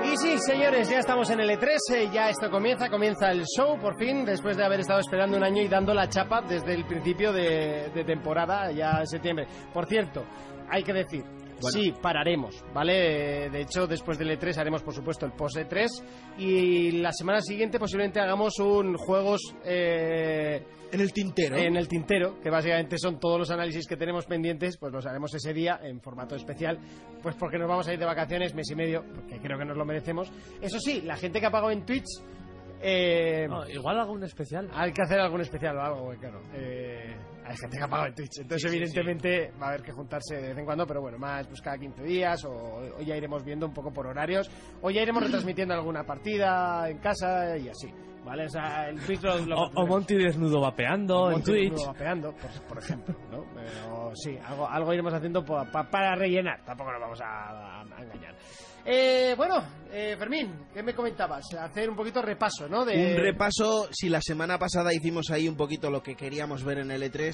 [SPEAKER 1] Y sí, señores, ya estamos en el E3, eh, ya esto comienza, comienza el show por fin, después de haber estado esperando un año y dando la chapa desde el principio de, de temporada, ya en septiembre. Por cierto, hay que decir, sí, pararemos, ¿vale? De hecho, después del E3 haremos, por supuesto, el post E3 y la semana siguiente posiblemente hagamos un juegos... eh,
[SPEAKER 5] En el tintero.
[SPEAKER 1] en el tintero, que básicamente son todos los análisis que tenemos pendientes, pues los haremos ese día en formato especial, pues porque nos vamos a ir de vacaciones mes y medio, porque creo que nos lo merecemos. Eso sí, la gente que ha pagado en Twitch, eh,
[SPEAKER 4] No, igual algún especial.
[SPEAKER 1] hay que hacer algún especial o algo, eh, claro. Eh, hay gente que ha pagado en Twitch, entonces evidentemente va a haber que juntarse de vez en cuando, pero bueno, más pues cada 15 días o, o ya iremos viendo un poco por horarios, o ya iremos retransmitiendo alguna partida en casa y así. ¿Vale? O sea, el Twitch lo, lo
[SPEAKER 4] O, o Monty desnudo vapeando en
[SPEAKER 1] Monty
[SPEAKER 4] Twitch.
[SPEAKER 1] Nudo vapeando, por, por ejemplo, ¿no? Pero sí, algo, algo iremos haciendo pa- pa- para rellenar, tampoco nos vamos a, a- a engañar. Eh, bueno, eh, Fermín, ¿qué me comentabas? Hacer un poquito repaso, ¿no? De...
[SPEAKER 5] Un repaso, si la semana pasada hicimos ahí un poquito lo que queríamos ver en el E3,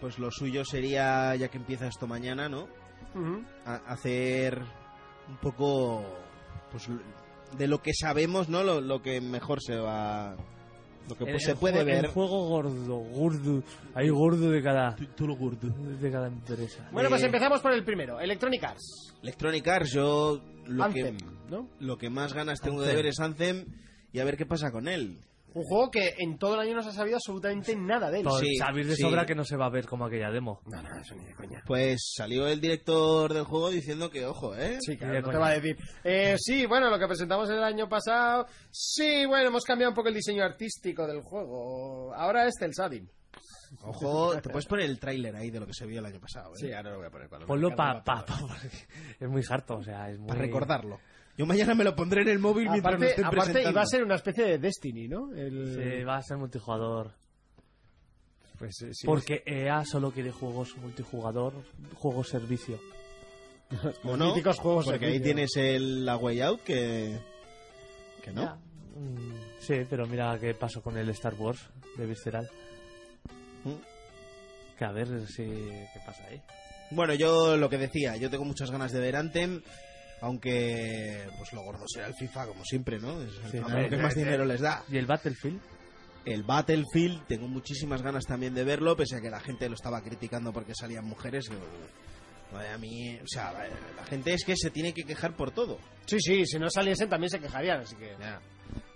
[SPEAKER 5] pues lo suyo sería, ya que empieza esto mañana, ¿no?
[SPEAKER 1] Ujú.
[SPEAKER 5] a- hacer un poco pues de lo que sabemos, ¿no? Lo, lo que mejor se va. Lo que
[SPEAKER 4] El-
[SPEAKER 5] pues, se
[SPEAKER 4] el
[SPEAKER 5] puede
[SPEAKER 4] juego-
[SPEAKER 5] ver.
[SPEAKER 4] El juego gordo, gordo. Hay gordo de cada,
[SPEAKER 5] gordo.
[SPEAKER 4] de cada empresa.
[SPEAKER 1] Bueno, pues
[SPEAKER 5] Eh,
[SPEAKER 1] empezamos por el primero, Electronic Arts.
[SPEAKER 5] Electronic Arts, yo lo
[SPEAKER 1] Anthem,
[SPEAKER 5] que
[SPEAKER 1] ¿no?
[SPEAKER 5] lo que más ganas tengo de
[SPEAKER 4] Anthem.
[SPEAKER 5] ver es Anthem y a ver qué pasa con él.
[SPEAKER 1] Un juego que en todo el año no se ha sabido absolutamente nada de él.
[SPEAKER 4] Todo-
[SPEAKER 5] sí,
[SPEAKER 4] sabéis de
[SPEAKER 5] sí.
[SPEAKER 4] sobra que no se va a ver como aquella demo.
[SPEAKER 1] pues, No, no, eso ni de coña.
[SPEAKER 5] Pues salió el director del juego diciendo que ojo, ¿eh?
[SPEAKER 1] Sí,
[SPEAKER 4] Ni
[SPEAKER 1] claro,
[SPEAKER 4] de
[SPEAKER 1] no te
[SPEAKER 4] coña.
[SPEAKER 1] va a decir. Eh, sí, bueno, lo que presentamos el año pasado. Sí, bueno, hemos cambiado un poco el diseño artístico del juego. Ahora es el Sadin.
[SPEAKER 5] Ojo, te puedes poner el tráiler ahí de lo que se vio el año pasado, ¿eh?
[SPEAKER 1] Sí, ahora lo voy a poner. cuando me
[SPEAKER 4] Ponlo
[SPEAKER 1] cargue
[SPEAKER 4] pa,
[SPEAKER 1] la
[SPEAKER 4] pa,
[SPEAKER 1] pelota.
[SPEAKER 4] pa, porque es muy harto, o sea, es muy...
[SPEAKER 5] Para recordarlo. Yo mañana me lo pondré en el móvil mientras lo
[SPEAKER 1] Aparte,
[SPEAKER 5] estén
[SPEAKER 1] aparte
[SPEAKER 5] presentando.
[SPEAKER 1] iba a ser una especie de Destiny, ¿no? El...
[SPEAKER 5] Eh,
[SPEAKER 4] Sí, va a ser multijugador.
[SPEAKER 1] Pues, eh, sí,
[SPEAKER 4] porque EA solo quiere juegos multijugador, juegos servicio.
[SPEAKER 5] ¿O no?
[SPEAKER 1] míticos juegos de
[SPEAKER 5] Porque ahí
[SPEAKER 1] vídeo.
[SPEAKER 5] tienes el, la way out que... Que no.
[SPEAKER 4] Ya. Mm, Sí, pero mira qué pasó con el Star Wars de Visceral.
[SPEAKER 5] Mm.
[SPEAKER 4] Que a ver eh, si... ¿Qué pasa ahí?
[SPEAKER 5] Bueno, yo lo que decía, yo tengo muchas ganas de ver Anthem, aunque pues lo gordo será el FIFA, como siempre, ¿no? Es al
[SPEAKER 4] Sí,
[SPEAKER 5] final
[SPEAKER 4] hombre,
[SPEAKER 5] lo que
[SPEAKER 4] eh,
[SPEAKER 5] más dinero les da.
[SPEAKER 4] ¿Y el Battlefield?
[SPEAKER 5] El Battlefield, tengo muchísimas ganas también de verlo, pese a que la gente lo estaba criticando porque salían mujeres. eh, madre, a mí, o sea, la gente es que se tiene que quejar por todo.
[SPEAKER 1] sí, sí, si no saliesen también se quejarían, así que.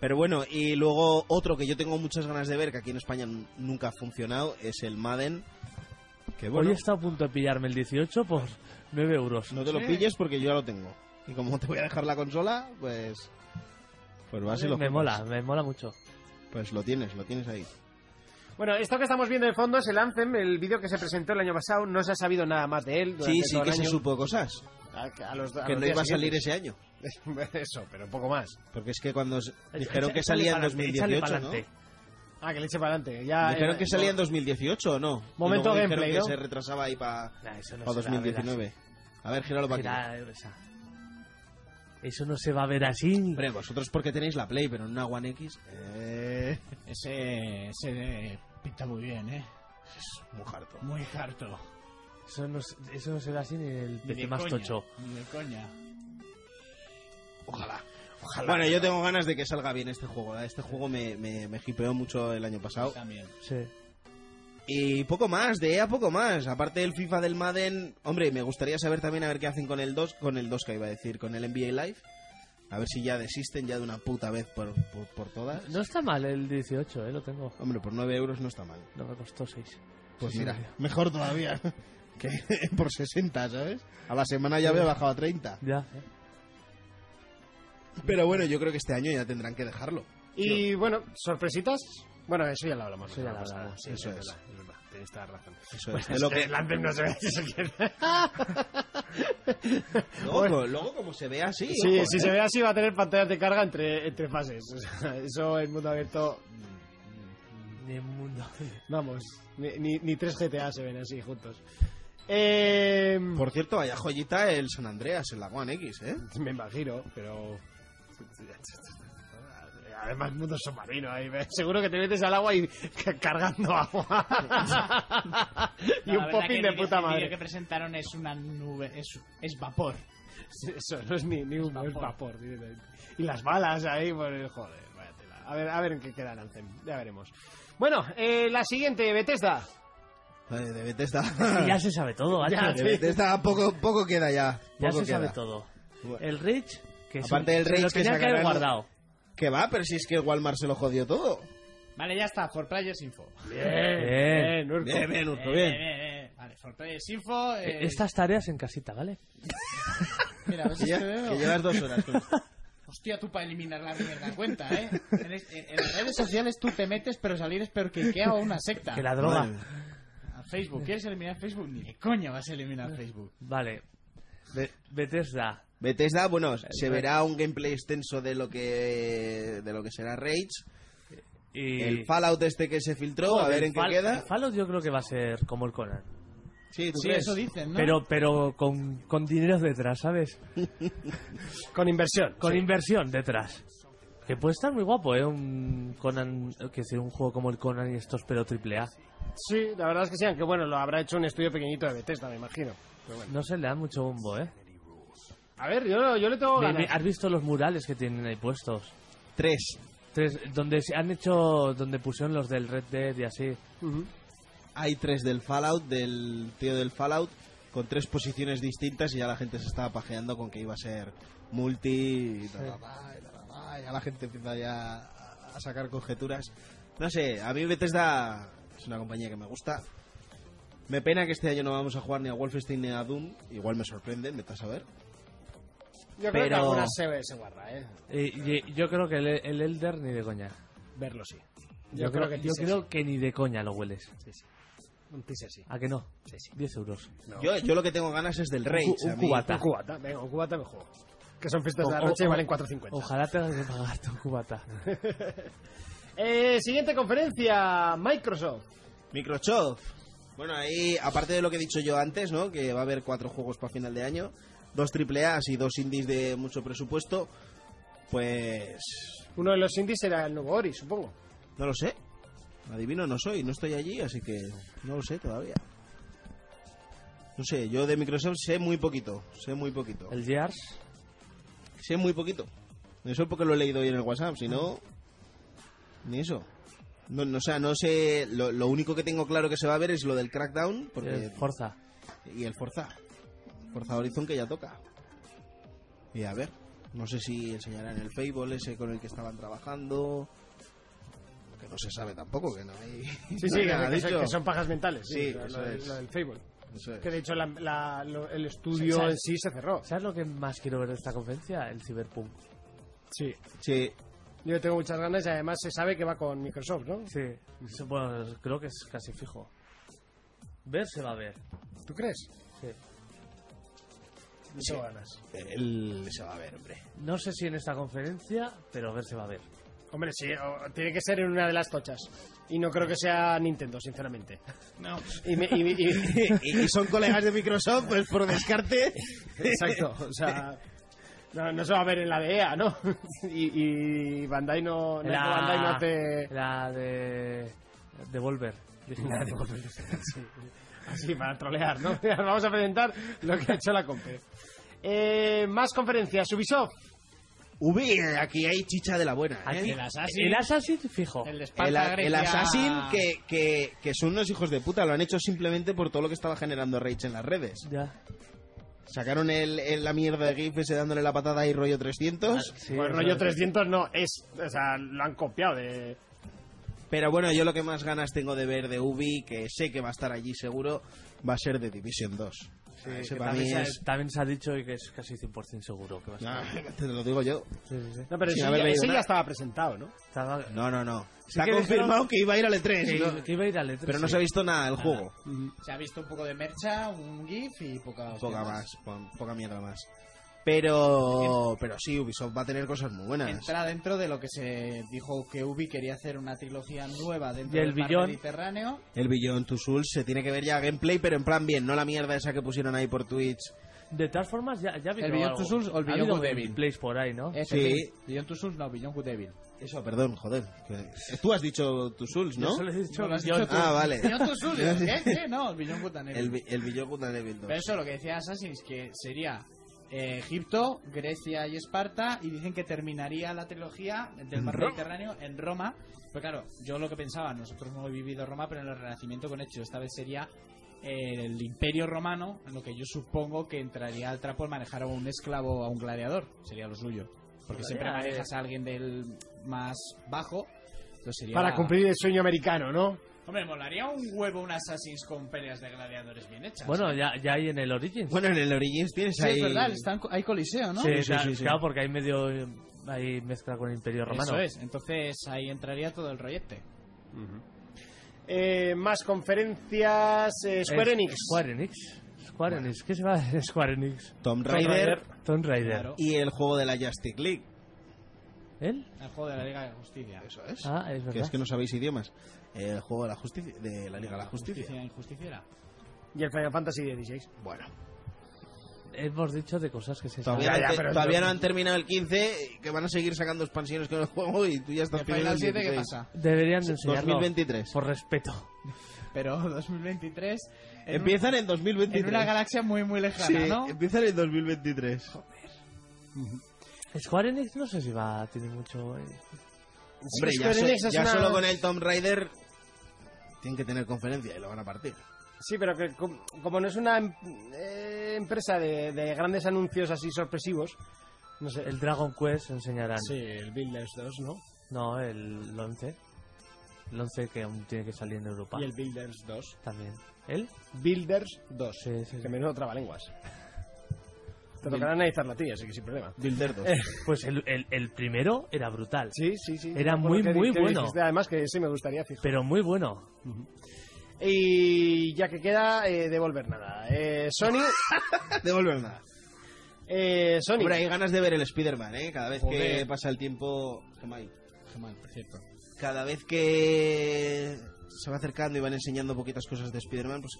[SPEAKER 5] Pero bueno, y luego otro que yo tengo muchas ganas de ver, que aquí en España n- nunca ha funcionado, es el Madden. Que Eh, bueno,
[SPEAKER 4] Hoy está a punto de pillarme el 18 por 9 euros.
[SPEAKER 5] no te lo pilles porque yo ya lo tengo. Y como te voy a dejar la consola, pues... Pues vas y lo
[SPEAKER 4] me
[SPEAKER 5] compras.
[SPEAKER 4] mola, me mola mucho.
[SPEAKER 5] Pues lo tienes, lo tienes ahí.
[SPEAKER 1] Bueno, esto que estamos viendo de fondo es el Anthem, el vídeo que se presentó el año pasado. No se ha sabido nada más de él.
[SPEAKER 5] Sí,
[SPEAKER 1] durante
[SPEAKER 5] sí
[SPEAKER 1] todo el
[SPEAKER 5] que se
[SPEAKER 1] año.
[SPEAKER 5] supo cosas.
[SPEAKER 1] A- a los- a
[SPEAKER 5] Que
[SPEAKER 1] los
[SPEAKER 5] no iba a
[SPEAKER 1] días
[SPEAKER 5] salir
[SPEAKER 1] siguientes.
[SPEAKER 5] ese año.
[SPEAKER 1] Eso, pero un poco más.
[SPEAKER 5] Porque es que cuando s- dijeron
[SPEAKER 4] Echa-
[SPEAKER 5] que
[SPEAKER 4] échale
[SPEAKER 5] salía en
[SPEAKER 4] pa'lante, échale
[SPEAKER 5] 2018, ¿no?
[SPEAKER 4] pa'lante.
[SPEAKER 1] Ah, que le eche para adelante. Ya,
[SPEAKER 5] Dijeron
[SPEAKER 1] eh,
[SPEAKER 5] que salía en 2018 o no. Y
[SPEAKER 1] Momento
[SPEAKER 5] luego dijeron
[SPEAKER 1] gameplay,
[SPEAKER 5] que
[SPEAKER 1] ¿no?
[SPEAKER 5] se retrasaba ahí para
[SPEAKER 4] Nah, eso no
[SPEAKER 5] pa
[SPEAKER 4] se va a ver así.
[SPEAKER 5] 2019. A ver, gíralo para aquí.
[SPEAKER 4] Será esa. Eso no se va a ver así.
[SPEAKER 5] Hombre, vosotros porque tenéis la Play, pero en una One X... Eh,
[SPEAKER 2] Ese, ese eh, pinta muy bien, ¿eh?
[SPEAKER 5] es muy harto.
[SPEAKER 2] Muy harto.
[SPEAKER 4] Eso no, se- eso no se ve así ni en el
[SPEAKER 2] Ni
[SPEAKER 4] PC
[SPEAKER 2] de
[SPEAKER 4] más
[SPEAKER 2] coña,
[SPEAKER 4] tocho.
[SPEAKER 2] Ni de coña.
[SPEAKER 5] Ojalá. Bueno, yo tengo ganas de que salga bien este juego. ¿eh? Este juego me, me, me hipeó mucho el año pasado.
[SPEAKER 2] También.
[SPEAKER 4] Sí.
[SPEAKER 5] Y poco más, de EA poco más. Aparte del FIFA del Madden, hombre, me gustaría saber también a ver qué hacen con el 2, con el 2 que iba a decir, con el NBA Live. A ver si ya desisten ya de una puta vez por, por, por todas.
[SPEAKER 4] No está mal el 18, eh, lo tengo.
[SPEAKER 5] Hombre, por 9 euros no está mal.
[SPEAKER 4] No me costó 6.
[SPEAKER 5] Pues mira, mejor todavía. Que por 60, ¿sabes? A la semana ya había bajado a 30.
[SPEAKER 4] Ya.
[SPEAKER 5] Pero bueno, yo creo que este año ya tendrán que dejarlo.
[SPEAKER 1] Y bueno, sorpresitas. Bueno, eso ya lo hablamos.
[SPEAKER 4] Eso ya lo
[SPEAKER 1] No pasa nada.
[SPEAKER 4] hablamos,
[SPEAKER 1] Sí,
[SPEAKER 5] eso
[SPEAKER 1] es
[SPEAKER 5] es.
[SPEAKER 1] verdad, es verdad, Tenéis toda la razón.
[SPEAKER 5] Eso es. De lo que,
[SPEAKER 1] El Anthem no se ve. si se quiere.
[SPEAKER 5] luego, luego como se ve así.
[SPEAKER 1] Sí,
[SPEAKER 5] ojo,
[SPEAKER 1] si
[SPEAKER 5] ¿eh?
[SPEAKER 1] se ve así va a tener pantallas de carga entre, entre fases. O sea, eso en mundo abierto,
[SPEAKER 4] Ni el mundo.
[SPEAKER 1] vamos, ni, ni, ni tres GTA se ven así juntos. Eh,
[SPEAKER 5] Por cierto, vaya joyita el San Andreas en la One X, ¿eh?
[SPEAKER 1] Me imagino, pero... Además, mundo submarino. ahí, Seguro que te metes al agua y ca- cargando agua. y
[SPEAKER 2] No,
[SPEAKER 1] un
[SPEAKER 2] la verdad
[SPEAKER 1] popín
[SPEAKER 2] que
[SPEAKER 1] de
[SPEAKER 2] el vídeo-
[SPEAKER 1] puta
[SPEAKER 2] el vídeo
[SPEAKER 1] madre.
[SPEAKER 2] que presentaron es una nube, es, es vapor.
[SPEAKER 1] Eso no es ni, ni humo, es vapor. directamente. Y las balas ahí, pues, joder, vaya tela. A ver, a ver en qué queda el Anthem, ya veremos. Bueno, eh, la siguiente, Bethesda.
[SPEAKER 5] Vale, de Bethesda.
[SPEAKER 4] ya se sabe todo, gacho.
[SPEAKER 1] Ya,
[SPEAKER 5] De
[SPEAKER 1] sí.
[SPEAKER 5] Bethesda poco, poco queda ya.
[SPEAKER 4] Ya
[SPEAKER 5] poco
[SPEAKER 4] se sabe
[SPEAKER 5] queda.
[SPEAKER 4] todo.
[SPEAKER 5] Bueno.
[SPEAKER 4] El Rich, que es un-
[SPEAKER 5] Aparte del
[SPEAKER 4] se lo
[SPEAKER 5] Rich que
[SPEAKER 4] tenía que, haber
[SPEAKER 5] sacaron-
[SPEAKER 4] guardado.
[SPEAKER 5] Que va, pero si es que Walmart se lo jodió todo.
[SPEAKER 2] Vale, ya está, For Players Info.
[SPEAKER 4] Bien.
[SPEAKER 1] Urco.
[SPEAKER 5] Bien, bien, Urco,
[SPEAKER 2] Eh,
[SPEAKER 5] bien.
[SPEAKER 2] eh, eh, Vale, For Players Info. eh,
[SPEAKER 4] Estas tareas en casita, ¿vale?
[SPEAKER 2] Mira, a ver si
[SPEAKER 5] Que, ya-
[SPEAKER 2] te veo.
[SPEAKER 5] que llevas dos horas. con-
[SPEAKER 2] Hostia, tú para eliminar la mierda cuenta, ¿eh? En, es- en- en las redes sociales tú te metes, pero salir es peor que Ikea o una secta.
[SPEAKER 4] Que la droga.
[SPEAKER 5] Madre mía.
[SPEAKER 2] A Facebook, ¿quieres eliminar Facebook? Ni de coña vas a eliminar Facebook.
[SPEAKER 4] Vale. Be- Bethesda.
[SPEAKER 5] Bethesda, bueno, se verá un gameplay extenso de lo que de lo que será Rage.
[SPEAKER 4] Y...
[SPEAKER 5] El Fallout este que se filtró, a
[SPEAKER 4] Joder,
[SPEAKER 5] ver en qué
[SPEAKER 4] Fall-
[SPEAKER 5] queda.
[SPEAKER 4] el Fallout yo creo que va a ser como el Conan.
[SPEAKER 5] Sí, ¿tú
[SPEAKER 2] Sí,
[SPEAKER 5] crees?
[SPEAKER 2] eso dicen, ¿no?
[SPEAKER 4] Pero, pero con, con dinero detrás, ¿sabes?
[SPEAKER 1] Con inversión.
[SPEAKER 4] Con
[SPEAKER 1] Sí.
[SPEAKER 4] inversión detrás. Que puede estar muy guapo, ¿eh? Un Conan, que sea un juego como el Conan y estos, pero triple A.
[SPEAKER 1] Sí, la verdad es que sí, aunque bueno, lo habrá hecho un estudio pequeñito de Bethesda, me imagino.
[SPEAKER 4] No se le da mucho bombo, ¿eh?
[SPEAKER 1] A ver, yo, yo le tengo
[SPEAKER 4] Me-
[SPEAKER 1] ganas.
[SPEAKER 4] me- ¿Has visto los murales que tienen ahí puestos?
[SPEAKER 5] Tres.
[SPEAKER 4] Tres, donde se han hecho, donde pusieron los del Red Dead y así.
[SPEAKER 1] Ujú.
[SPEAKER 5] Hay tres del Fallout, del tío del Fallout, con tres posiciones distintas y ya la gente se estaba pajeando con que iba a ser multi y ta, ta, ta, y ta, ta, ta, y ya la gente empieza ya a sacar conjeturas. No sé, a mí Bethesda es una compañía que me gusta. Me pena que este año no vamos a jugar ni a Wolfenstein ni a Doom. Igual me sorprende, me estás a ver.
[SPEAKER 1] Yo creo que
[SPEAKER 5] Pero-
[SPEAKER 1] algunas se, se guarda, ¿eh?
[SPEAKER 4] Eh, y- yo creo que el, el Elder ni de coña.
[SPEAKER 1] Verlo sí.
[SPEAKER 4] Yo, creo, que, yo
[SPEAKER 1] teaser
[SPEAKER 4] creo que ni de coña lo hueles.
[SPEAKER 1] sí. Sí, sí. Un teaser sí.
[SPEAKER 4] ¿A que no?
[SPEAKER 1] Sí, sí.
[SPEAKER 4] 10 euros.
[SPEAKER 5] Yo, yo lo que tengo ganas es del Rage.
[SPEAKER 4] un
[SPEAKER 5] a mí.
[SPEAKER 4] cubata.
[SPEAKER 1] Un cubata, venga, un cubata me juego. Que son fiestas de la
[SPEAKER 4] O-
[SPEAKER 1] noche
[SPEAKER 4] o-
[SPEAKER 1] y valen 4.50.
[SPEAKER 4] Ojalá tengas que pagar tu cubata.
[SPEAKER 1] Eh, siguiente conferencia, Microsoft.
[SPEAKER 5] Microsoft. Bueno, ahí, aparte de lo que he dicho yo antes, ¿no? Que va a haber cuatro juegos para final de año, dos triple A y dos indies de mucho presupuesto, pues.
[SPEAKER 1] Uno de los indies era el nuevo Ori, supongo.
[SPEAKER 5] No lo sé. Adivino no soy, no estoy allí, así que no lo sé todavía. No sé, yo de Microsoft sé muy poquito, sé muy poquito.
[SPEAKER 4] El Gears.
[SPEAKER 5] Sé muy poquito. Eso porque lo he leído hoy en el WhatsApp, si no... Ni eso. No, no, o sea, no sé... Lo, lo único que tengo claro que se va a ver es lo del Crackdown porque
[SPEAKER 4] el Forza.
[SPEAKER 5] y el Forza. Forza Horizon que ya toca. Y a ver, no sé si enseñarán el Fable ese con el que estaban trabajando. Que no se sabe tampoco, que no hay...
[SPEAKER 1] Sí,
[SPEAKER 5] no
[SPEAKER 1] sí,
[SPEAKER 5] hay
[SPEAKER 1] que,
[SPEAKER 5] nada
[SPEAKER 1] que son-
[SPEAKER 5] dicho.
[SPEAKER 1] que son pajas mentales.
[SPEAKER 5] Sí,
[SPEAKER 1] o sea,
[SPEAKER 5] eso
[SPEAKER 1] lo, del-
[SPEAKER 5] es.
[SPEAKER 1] lo del Fable.
[SPEAKER 5] Eso es.
[SPEAKER 1] Que de hecho la- la- lo- el estudio
[SPEAKER 4] Sí, sí.
[SPEAKER 1] en sí se cerró.
[SPEAKER 4] ¿Sabes lo que más quiero ver de esta conferencia? El Cyberpunk.
[SPEAKER 1] Sí.
[SPEAKER 5] Sí,
[SPEAKER 1] Yo tengo muchas ganas y además se sabe que va con Microsoft, ¿no?
[SPEAKER 4] Sí. Eso, Bueno, creo que es casi fijo. Ver se va a ver.
[SPEAKER 1] ¿Tú crees?
[SPEAKER 4] Sí.
[SPEAKER 1] Yo Tengo ganas.
[SPEAKER 5] el- se va a ver, hombre.
[SPEAKER 4] No sé si en esta conferencia, pero ver se va a ver.
[SPEAKER 1] Hombre, sí, o- tiene que ser en una de las tochas. Y no creo que sea Nintendo, sinceramente.
[SPEAKER 5] No.
[SPEAKER 1] Y me- y me- y-
[SPEAKER 5] y, y son colegas de Microsoft, pues por descarte.
[SPEAKER 1] Exacto, o sea, no, no se va a ver en la de EA, ¿no? Y, y Bandai no, no, Bandai no hace
[SPEAKER 4] la de. Devolver. Ah,
[SPEAKER 1] así para trolear, ¿no? Vamos a presentar lo que ha hecho la compra. Eh, más conferencias, Ubisoft,
[SPEAKER 5] V, aquí hay chicha de la buena.
[SPEAKER 1] Ah,
[SPEAKER 5] ¿eh?
[SPEAKER 4] Aquí,
[SPEAKER 2] El Assassin.
[SPEAKER 4] El Assassin, fijo.
[SPEAKER 2] El de
[SPEAKER 5] El,
[SPEAKER 2] Esparta,
[SPEAKER 5] el
[SPEAKER 2] Grecia-
[SPEAKER 5] Assassin, que, que, que son unos hijos de puta, lo han hecho simplemente por todo lo que estaba generando Rage en las redes.
[SPEAKER 4] Ya.
[SPEAKER 5] Sacaron el, el- la mierda de GIF ese dándole la patada ahí rollo 300.
[SPEAKER 4] Ah, Sí,
[SPEAKER 1] pues
[SPEAKER 4] eso
[SPEAKER 1] rollo
[SPEAKER 4] es.
[SPEAKER 1] 300 no, es, o sea, lo han copiado de...
[SPEAKER 5] Pero bueno, yo lo que más ganas tengo de ver de Ubi, que sé que va a estar allí seguro, va a ser de Division 2.
[SPEAKER 4] Sí,
[SPEAKER 5] Ese
[SPEAKER 4] que
[SPEAKER 5] para mí
[SPEAKER 4] también, se ha-
[SPEAKER 5] es...
[SPEAKER 4] también se ha dicho que es casi 100% seguro que va a estar.
[SPEAKER 5] Ah, te lo digo yo.
[SPEAKER 1] No, pero
[SPEAKER 5] Sin
[SPEAKER 1] ese,
[SPEAKER 5] haber
[SPEAKER 1] ya,
[SPEAKER 5] leído
[SPEAKER 1] ese ya
[SPEAKER 5] nada.
[SPEAKER 1] estaba presentado, ¿no?
[SPEAKER 4] Estaba-
[SPEAKER 5] No, no, no. Está
[SPEAKER 4] que
[SPEAKER 5] confirmado que iba a ir al E
[SPEAKER 4] que,
[SPEAKER 5] E3, ¿no?
[SPEAKER 4] que iba a ir al E3,
[SPEAKER 5] pero no
[SPEAKER 4] sí.
[SPEAKER 5] se ha visto nada del juego.
[SPEAKER 2] Se ha visto un poco de mercha, un GIF y poca.
[SPEAKER 5] Poca más, po- poca mierda más. Pero, pero sí, Ubisoft va a tener cosas muy buenas.
[SPEAKER 2] Entra dentro de lo que se dijo que Ubi quería hacer una trilogía nueva dentro
[SPEAKER 4] Y el
[SPEAKER 2] del mar
[SPEAKER 4] Beyond.
[SPEAKER 2] Mediterráneo.
[SPEAKER 5] El Beyond Two Souls se tiene que ver ya gameplay, pero en plan bien, no la mierda esa que pusieron ahí por Twitch.
[SPEAKER 4] De todas formas, ya, ya ha habido
[SPEAKER 2] El Beyond
[SPEAKER 4] algo.
[SPEAKER 2] Two Souls o el
[SPEAKER 4] Ha
[SPEAKER 2] Beyond
[SPEAKER 4] habido
[SPEAKER 2] Good Evil.
[SPEAKER 4] gameplays por ahí, ¿no?
[SPEAKER 2] Eso,
[SPEAKER 5] Sí.
[SPEAKER 2] sí. Beyond Two Souls, no, Beyond Good Devil.
[SPEAKER 5] Eso, perdón, joder. que- Tú has dicho Two Souls, ¿no?
[SPEAKER 4] Yo solo he dicho
[SPEAKER 2] No, lo has
[SPEAKER 4] Beyond-
[SPEAKER 2] dicho tú.
[SPEAKER 5] Ah, vale.
[SPEAKER 2] Beyond Two Souls, digo, ¿qué? ¿Qué? No, el Beyond Good and Evil.
[SPEAKER 5] El, Bi- el Beyond Good and Evil 2.
[SPEAKER 2] Pero eso lo que decía Assassin's, que sería eh, Egipto, Grecia y Esparta, y dicen que terminaría la trilogía del mar Mediterráneo en Roma. Pero claro, yo lo que pensaba, nosotros no hemos vivido Roma, pero en el Renacimiento con hecho, esta vez sería eh, el Imperio Romano, en lo que yo supongo que entraría al trapo el manejar a un esclavo, a un gladiador, sería lo suyo. Porque siempre
[SPEAKER 4] Vaya, eh.
[SPEAKER 2] manejas a alguien del más bajo. entonces sería-
[SPEAKER 1] Para cumplir el sueño americano, ¿no?
[SPEAKER 2] Hombre, molaría un huevo un Assassin's con peleas de gladiadores bien hechas.
[SPEAKER 4] Bueno, ya, ya hay en el Origins.
[SPEAKER 5] Bueno, en el Origins tienes
[SPEAKER 2] Sí,
[SPEAKER 5] ahí.
[SPEAKER 2] es verdad, está en co- hay coliseo, ¿no?
[SPEAKER 4] Sí,
[SPEAKER 5] Sí, sí,
[SPEAKER 4] claro,
[SPEAKER 5] sí, sí.
[SPEAKER 4] claro, porque hay medio. eh, Hay mezcla con el Imperio Romano.
[SPEAKER 2] Eso es, entonces ahí entraría todo el rollete.
[SPEAKER 1] Eh, más conferencias, eh, Square
[SPEAKER 4] Es-
[SPEAKER 1] Enix.
[SPEAKER 4] Square Enix. Square Enix. ¿Qué se va a hacer Square Enix?
[SPEAKER 5] Tomb
[SPEAKER 1] Tomb Raider.
[SPEAKER 5] Raider
[SPEAKER 4] Tomb Raider.
[SPEAKER 2] Claro.
[SPEAKER 5] y el juego de la Justice League.
[SPEAKER 4] ¿Él?
[SPEAKER 2] El juego de la Liga de Justicia.
[SPEAKER 5] Eso es.
[SPEAKER 4] Ah, es
[SPEAKER 5] que
[SPEAKER 4] verdad.
[SPEAKER 5] es que no sabéis idiomas. El juego de la justicia, de la Liga de la Justicia.
[SPEAKER 2] Justicia injusticiera.
[SPEAKER 1] Y el Final Fantasy XVI.
[SPEAKER 5] Bueno,
[SPEAKER 4] Hemos dicho de cosas que se
[SPEAKER 5] todavía,
[SPEAKER 1] Ya,
[SPEAKER 5] no,
[SPEAKER 1] ya,
[SPEAKER 5] te-
[SPEAKER 1] pero-
[SPEAKER 5] todavía no han terminado el 15, que van a seguir sacando expansiones con el juego y tú ya estás
[SPEAKER 2] ¿El Final 7 qué
[SPEAKER 5] 16.
[SPEAKER 2] pasa?
[SPEAKER 4] Deberían de enseñarlo.
[SPEAKER 5] 2023.
[SPEAKER 4] Por respeto.
[SPEAKER 2] Pero 2023... en
[SPEAKER 5] Empiezan en
[SPEAKER 2] un- En
[SPEAKER 5] 2023.
[SPEAKER 2] una galaxia muy, muy lejana,
[SPEAKER 5] Sí, eh,
[SPEAKER 2] ¿no?
[SPEAKER 5] empiezan en 2023.
[SPEAKER 4] Square Enix no sé si va a tener mucho. eh,
[SPEAKER 5] Hombre, ya,
[SPEAKER 1] Square
[SPEAKER 5] so-
[SPEAKER 1] Enix es
[SPEAKER 5] ya
[SPEAKER 1] una-
[SPEAKER 5] solo con el Tomb Raider tienen que tener conferencia y lo van a partir.
[SPEAKER 1] Sí, pero que com- como no es una em- eh, empresa de, de grandes anuncios así sorpresivos, no sé.
[SPEAKER 4] El Dragon Quest enseñarán.
[SPEAKER 1] sí, el Builders 2, ¿no?
[SPEAKER 4] No, el 11. El 11 que aún tiene que salir en Europa.
[SPEAKER 1] Y el Builders 2.
[SPEAKER 4] También. ¿El?
[SPEAKER 1] Builders 2.
[SPEAKER 4] Sí, sí, sí.
[SPEAKER 1] Que menudo trabalenguas. Te tocará analizar la tía, así que sin problema.
[SPEAKER 5] Builder 2.
[SPEAKER 4] Pues el, el- el primero era brutal.
[SPEAKER 1] Sí, sí, sí.
[SPEAKER 4] Era
[SPEAKER 1] Me acuerdo
[SPEAKER 4] muy,
[SPEAKER 1] que di-
[SPEAKER 4] muy
[SPEAKER 1] que
[SPEAKER 4] bueno.
[SPEAKER 1] dijiste, además, que sí me gustaría, fijo.
[SPEAKER 4] Pero muy bueno.
[SPEAKER 1] Y ya que queda, eh, devolver nada. Eh, Sony.
[SPEAKER 5] Devolver nada.
[SPEAKER 1] eh, Sony.
[SPEAKER 5] Hombre, hay ganas de ver el Spider-Man, ¿eh? Cada vez que
[SPEAKER 1] Joder.
[SPEAKER 5] pasa el tiempo... Gemay.
[SPEAKER 2] Gemay, por cierto.
[SPEAKER 5] Cada vez que se va acercando y van enseñando poquitas cosas de Spider-Man, pues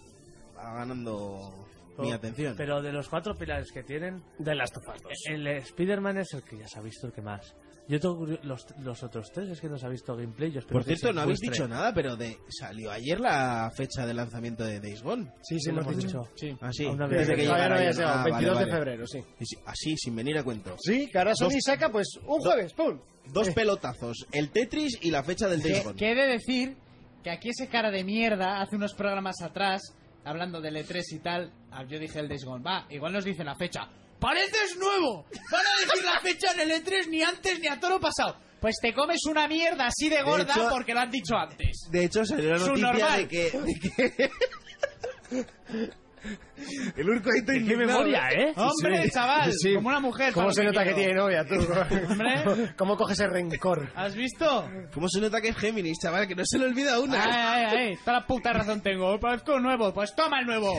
[SPEAKER 5] va ganando
[SPEAKER 1] Oh,
[SPEAKER 5] mi atención.
[SPEAKER 4] Pero de los cuatro pilares que tienen,
[SPEAKER 1] de las tofatos.
[SPEAKER 4] el Spider-Man es el que ya se ha visto el que más. Yo tengo curio- los, los otros tres, es que no se ha visto gameplay. Yo espero
[SPEAKER 5] Por
[SPEAKER 4] que
[SPEAKER 5] cierto,
[SPEAKER 4] se
[SPEAKER 5] no habéis
[SPEAKER 4] muestre.
[SPEAKER 5] dicho nada, pero de, salió ayer la fecha de lanzamiento de Days Gone. Ah,
[SPEAKER 1] Sí, sí,
[SPEAKER 4] Lo
[SPEAKER 1] hemos
[SPEAKER 4] hemos
[SPEAKER 1] dicho.
[SPEAKER 4] dicho.
[SPEAKER 2] Sí.
[SPEAKER 5] Así,
[SPEAKER 4] Aún no
[SPEAKER 1] Desde
[SPEAKER 4] Desde
[SPEAKER 1] que
[SPEAKER 4] que
[SPEAKER 1] todavía no
[SPEAKER 5] llegara
[SPEAKER 1] había
[SPEAKER 5] ayer.
[SPEAKER 1] llegado,
[SPEAKER 5] Ah, vale,
[SPEAKER 1] 22 de
[SPEAKER 5] vale.
[SPEAKER 1] febrero, sí.
[SPEAKER 5] Y sí, Así, sin venir a cuento.
[SPEAKER 1] Sí, que ahora Sony
[SPEAKER 5] Dos-
[SPEAKER 1] saca pues un jueves, ¡pum!
[SPEAKER 5] Dos pelotazos, el Tetris y la fecha del Days
[SPEAKER 2] Que,
[SPEAKER 5] Gone.
[SPEAKER 2] que he de decir que aquí ese cara de mierda hace unos programas atrás, hablando del E3 y tal, ah, yo dije el Days Gone, va, igual nos dicen la fecha. ¡Pareces nuevo! Van a decir la fecha en el E3 ni antes ni a todo lo pasado. Pues te comes una mierda así de gorda
[SPEAKER 5] hecho-
[SPEAKER 2] porque lo han dicho antes.
[SPEAKER 5] De hecho, salió la noticia
[SPEAKER 2] Subnormal.
[SPEAKER 5] de que, de que- El urco ahí está
[SPEAKER 4] ¡Qué
[SPEAKER 5] indignado,
[SPEAKER 4] memoria, eh!
[SPEAKER 2] ¡Hombre, chaval!
[SPEAKER 1] Sí.
[SPEAKER 2] Como una mujer.
[SPEAKER 1] ¿Cómo
[SPEAKER 2] para
[SPEAKER 1] se
[SPEAKER 2] lo
[SPEAKER 1] nota que
[SPEAKER 2] quiero.
[SPEAKER 1] tiene novia, tú?
[SPEAKER 2] Hombre.
[SPEAKER 1] ¿Cómo coges el rencor?
[SPEAKER 2] ¿Has visto?
[SPEAKER 5] ¿Cómo se nota que es Géminis, chaval? Que no se le olvida
[SPEAKER 2] Ay,
[SPEAKER 5] una.
[SPEAKER 1] Ah,
[SPEAKER 2] ay, ay, toda la puta razón tengo. Parezco nuevo, pues toma el nuevo.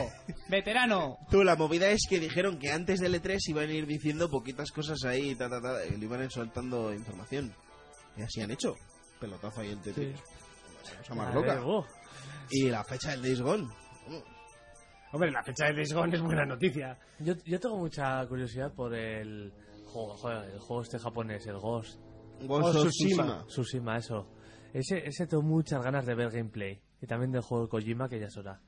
[SPEAKER 2] Veterano.
[SPEAKER 5] Tú, la movida es que dijeron que antes del E3 iban a ir diciendo poquitas cosas ahí, ta, ta, ta, y le iban a ir soltando información. Y así han hecho. Pelotazo ahí el Tetris. Una cosa más
[SPEAKER 4] A
[SPEAKER 5] loca.
[SPEAKER 4] ver, oh.
[SPEAKER 5] Y la fecha del Days Gone.
[SPEAKER 1] Hombre, la fecha de Days Gone es buena noticia.
[SPEAKER 4] Yo, yo tengo mucha curiosidad por el juego, joder, el juego este japonés, el Ghost
[SPEAKER 5] Ghost
[SPEAKER 1] Oh,
[SPEAKER 5] of
[SPEAKER 1] Tsushima.
[SPEAKER 5] Tsushima.
[SPEAKER 4] Tsushima, eso. Ese, ese tengo muchas ganas de ver gameplay. Y también del juego de Kojima, que ya es hora.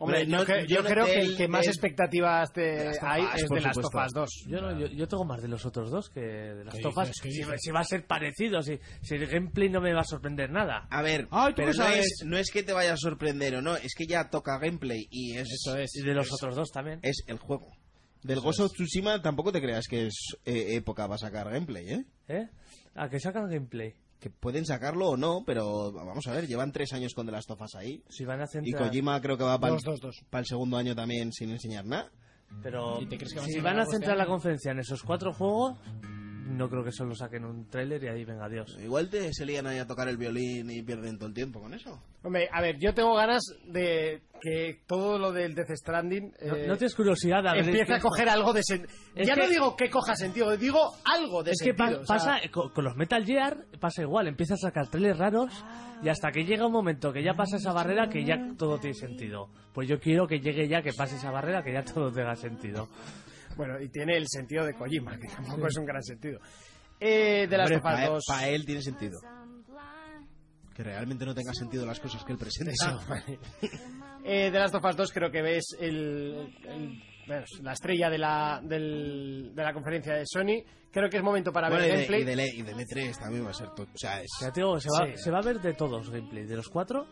[SPEAKER 1] Hombre,
[SPEAKER 5] Hombre, no-
[SPEAKER 1] yo, cre- yo
[SPEAKER 5] yo no
[SPEAKER 1] creo
[SPEAKER 5] del-
[SPEAKER 1] que el que más
[SPEAKER 5] del-
[SPEAKER 1] expectativas te-
[SPEAKER 5] of
[SPEAKER 1] hay
[SPEAKER 5] Us,
[SPEAKER 1] es
[SPEAKER 5] por
[SPEAKER 1] de las
[SPEAKER 5] supuesto.
[SPEAKER 1] Tofas 2.
[SPEAKER 4] Yo, no, yo, yo tengo más de los otros dos que de las
[SPEAKER 1] ¿Qué
[SPEAKER 4] tofas.
[SPEAKER 1] dices? ¿Qué
[SPEAKER 4] Si,
[SPEAKER 1] dices?
[SPEAKER 4] si va a ser parecido, si, si el gameplay no me va a sorprender nada.
[SPEAKER 5] A ver,
[SPEAKER 2] Ay, ¿tú
[SPEAKER 5] pero
[SPEAKER 2] qué
[SPEAKER 5] no
[SPEAKER 2] sabes?
[SPEAKER 5] es, no es que te vaya a sorprender o no, es que ya toca gameplay y es, eh,
[SPEAKER 4] Y de los otros dos también.
[SPEAKER 5] es el juego. Del Ghost of Tsushima tampoco te creas que es eh, época para sacar gameplay, ¿eh?
[SPEAKER 4] ¿Eh? A que sacan gameplay.
[SPEAKER 5] Que pueden sacarlo o no, pero vamos a ver, llevan tres años con de las tofas ahí.
[SPEAKER 4] Si van a
[SPEAKER 5] Y
[SPEAKER 4] centrar.
[SPEAKER 5] Kojima creo que va para
[SPEAKER 1] Dos, dos, dos.
[SPEAKER 5] el segundo año también sin enseñar nada.
[SPEAKER 4] Pero
[SPEAKER 2] ¿Y te crees que van a
[SPEAKER 4] si
[SPEAKER 2] sacar
[SPEAKER 4] van a
[SPEAKER 2] algo este
[SPEAKER 4] centrar la
[SPEAKER 2] año?
[SPEAKER 4] conferencia en esos cuatro juegos, no creo que solo saquen un tráiler y ahí venga adiós.
[SPEAKER 5] Pues Igual te se lían ahí a tocar el violín y pierden todo el tiempo con eso.
[SPEAKER 1] Hombre, a ver, yo tengo ganas de que todo lo del Death Stranding
[SPEAKER 4] ¿No,
[SPEAKER 1] eh,
[SPEAKER 4] no tienes curiosidad a ver
[SPEAKER 1] empiece
[SPEAKER 4] qué-
[SPEAKER 1] a coger algo de sentido.
[SPEAKER 4] Es
[SPEAKER 1] Ya
[SPEAKER 4] que-
[SPEAKER 1] no digo que coja sentido, digo algo de
[SPEAKER 4] Es que
[SPEAKER 1] sentido.
[SPEAKER 4] pa-
[SPEAKER 1] o sea,
[SPEAKER 4] pasa eh, con, con los Metal Gear, pasa igual, empieza a sacar trailers raros y hasta que llega un momento que ya pasa esa barrera que ya todo tiene sentido. Pues yo quiero que llegue ya, que pase esa barrera, que ya todo tenga sentido.
[SPEAKER 1] Bueno, y tiene el sentido de Kojima, que tampoco es un gran sentido. Eh, de las
[SPEAKER 5] para,
[SPEAKER 1] Tofas
[SPEAKER 5] él,
[SPEAKER 1] 2.
[SPEAKER 5] pa' él tiene sentido. Que realmente no tenga sentido las cosas que él presenta.
[SPEAKER 1] Eh, de las Tofas 2 creo que ves el, el- bueno, es la estrella de la, del- de la conferencia de Sony. Creo que es momento para
[SPEAKER 5] Bueno,
[SPEAKER 1] ver
[SPEAKER 5] y,
[SPEAKER 1] el
[SPEAKER 5] de,
[SPEAKER 1] gameplay.
[SPEAKER 5] y del E- y del E3 también va a ser todo. O sea, es-
[SPEAKER 4] Ya te digo, se va,
[SPEAKER 1] Sí.
[SPEAKER 4] se va a ver de todos gameplay, de los cuatro.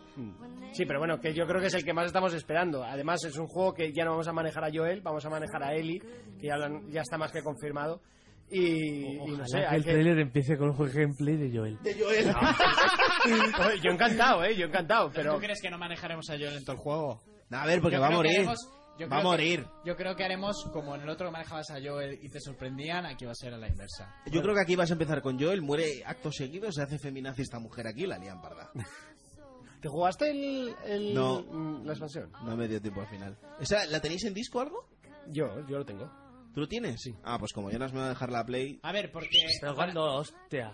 [SPEAKER 1] Sí, pero bueno, que yo creo que es el que más estamos esperando. Además, es un juego que ya no vamos a manejar a Joel, vamos a manejar a Eli, que ya, lo han- ya está más que confirmado. Y, y
[SPEAKER 4] Ojalá
[SPEAKER 1] no sé,
[SPEAKER 4] que
[SPEAKER 1] hay
[SPEAKER 4] el
[SPEAKER 1] que-
[SPEAKER 4] trailer empiece con un gameplay de Joel.
[SPEAKER 1] Oye, yo encantado, ¿eh? Yo encantado,
[SPEAKER 2] ¿Tú
[SPEAKER 1] pero...
[SPEAKER 2] crees que no manejaremos a Joel en todo el juego?
[SPEAKER 5] No, a ver, porque
[SPEAKER 2] Yo
[SPEAKER 5] va a
[SPEAKER 2] creo que
[SPEAKER 5] morir.
[SPEAKER 2] haremos- yo
[SPEAKER 5] va
[SPEAKER 2] creo
[SPEAKER 5] a
[SPEAKER 2] que-
[SPEAKER 5] morir.
[SPEAKER 2] yo creo que haremos como en el otro que manejabas a Joel y te sorprendían, aquí va a ser a la inversa.
[SPEAKER 5] Yo creo que aquí vas a empezar con Joel, muere acto seguido, se hace feminazi esta mujer aquí, la lían parda.
[SPEAKER 1] ¿Te jugaste el, el-
[SPEAKER 5] No.
[SPEAKER 1] mm, la expansión?
[SPEAKER 5] No me dio tiempo al final. ¿Esa, ¿La tenéis en disco o algo?
[SPEAKER 1] Yo, yo lo tengo.
[SPEAKER 5] ¿Tú lo tienes? Sí. Ah, pues como Jonas me va a dejar la play.
[SPEAKER 2] A ver, porque...
[SPEAKER 4] Pero cuando, hostia.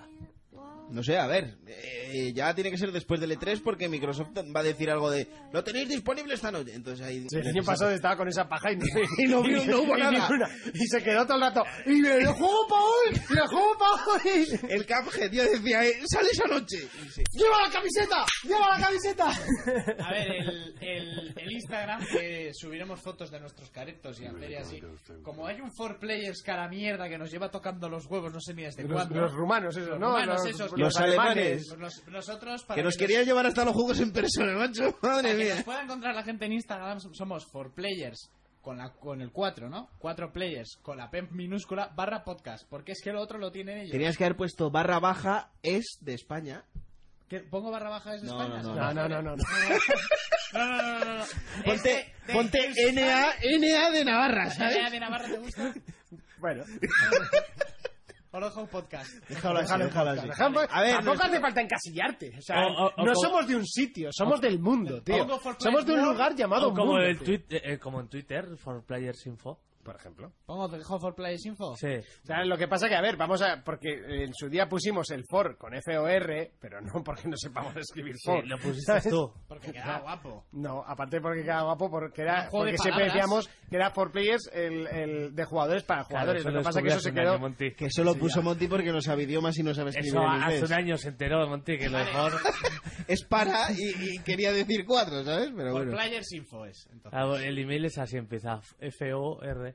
[SPEAKER 5] No sé, a ver, eh, ya tiene que ser después del E3 porque Microsoft va a decir algo de lo tenéis disponible esta noche. Entonces ahí
[SPEAKER 1] Sí, el año pasado estaba con esa paja y no, y no vi-
[SPEAKER 5] Y no hubo
[SPEAKER 1] y
[SPEAKER 5] nada.
[SPEAKER 1] ni una. Y se quedó todo el rato. ¡Y me lo juego pa' hoy! ¡Lo juego pa' hoy!
[SPEAKER 5] el Cuphead ya decía, eh, sale esa noche. Y sí.
[SPEAKER 1] ¡Lleva la camiseta! ¡Lleva la camiseta!
[SPEAKER 2] A ver, el, el- el Instagram, que subiremos fotos de nuestros caretos y hacer y así. Como hay un 4Players cara mierda que nos lleva tocando los huevos, no sé ni desde
[SPEAKER 1] Los,
[SPEAKER 2] cuándo.
[SPEAKER 1] los rumanos, esos,
[SPEAKER 2] Los
[SPEAKER 1] ¿no?
[SPEAKER 2] rumanos
[SPEAKER 1] los,
[SPEAKER 2] esos,
[SPEAKER 1] los
[SPEAKER 5] los
[SPEAKER 1] alemanes.
[SPEAKER 2] Pues nos- nosotros, para
[SPEAKER 5] Que nos
[SPEAKER 2] que
[SPEAKER 5] quería llevar hasta los juegos en persona, macho. Madre
[SPEAKER 2] para que nos
[SPEAKER 5] mía.
[SPEAKER 2] pueda encontrar la gente en Instagram, somos 4Players. Con, la, con el 4, ¿no? 4 players con la P minúscula barra podcast. Porque es que lo otro lo tienen ellos.
[SPEAKER 5] Tenías que haber puesto barra baja es de España.
[SPEAKER 2] ¿Qué, ¿Pongo barra baja desde
[SPEAKER 5] No,
[SPEAKER 2] España?
[SPEAKER 5] no,
[SPEAKER 1] No, no, no, no. no.
[SPEAKER 2] No, no, no, no, no.
[SPEAKER 5] Ponte,
[SPEAKER 2] Este de-
[SPEAKER 5] ponte NA, NA de Navarra,
[SPEAKER 2] ¿Idea
[SPEAKER 5] ¿sabes?
[SPEAKER 2] de Navarra te gusta?
[SPEAKER 1] Bueno,
[SPEAKER 2] O lo dejo en podcast.
[SPEAKER 5] Déjalo así, déjalo así.
[SPEAKER 1] dejamos-
[SPEAKER 5] A ver,
[SPEAKER 1] tampoco
[SPEAKER 5] nuestro-
[SPEAKER 1] hace falta encasillarte. O sea,
[SPEAKER 4] O- o- o
[SPEAKER 1] no
[SPEAKER 4] como-
[SPEAKER 1] somos de un sitio, somos del mundo, tío.
[SPEAKER 2] Pongo for play
[SPEAKER 1] Somos de un
[SPEAKER 2] now,
[SPEAKER 1] lugar llamado
[SPEAKER 4] O como,
[SPEAKER 1] mundo.
[SPEAKER 4] el
[SPEAKER 1] tío.
[SPEAKER 4] tuit- eh, eh, como en Twitter, for Players Info.
[SPEAKER 1] Por ejemplo.
[SPEAKER 2] ¿Pongo dejo for players info?
[SPEAKER 4] Sí.
[SPEAKER 1] O sea, lo que pasa que, a ver, vamos a... Porque en su día pusimos el for con F-O-R, pero no porque no sepamos escribir
[SPEAKER 4] Sí,
[SPEAKER 1] for.
[SPEAKER 4] lo pusiste
[SPEAKER 1] ¿sabes?
[SPEAKER 4] tú.
[SPEAKER 2] Porque queda guapo.
[SPEAKER 1] No, aparte porque quedaba guapo, porque, era,
[SPEAKER 2] Un juego de
[SPEAKER 1] porque siempre
[SPEAKER 2] palabras.
[SPEAKER 1] decíamos que era for players el, el de jugadores para jugadores.
[SPEAKER 4] Claro,
[SPEAKER 1] lo que
[SPEAKER 4] eso
[SPEAKER 1] pasa que eso
[SPEAKER 4] descubrí hace
[SPEAKER 1] se
[SPEAKER 4] un
[SPEAKER 1] quedó...
[SPEAKER 4] año, Monty.
[SPEAKER 5] Que solo puso Monty porque no sabe idiomas y no sabe escribir
[SPEAKER 4] Eso
[SPEAKER 5] en
[SPEAKER 4] hace
[SPEAKER 5] inglés.
[SPEAKER 4] un año se enteró Monty que lo dejó.
[SPEAKER 5] Es para y, y quería decir cuatro, ¿sabes?
[SPEAKER 2] For
[SPEAKER 5] Pero bueno.
[SPEAKER 2] players info es. Entonces.
[SPEAKER 4] Ah, bueno, El email es así, empieza F-O-R.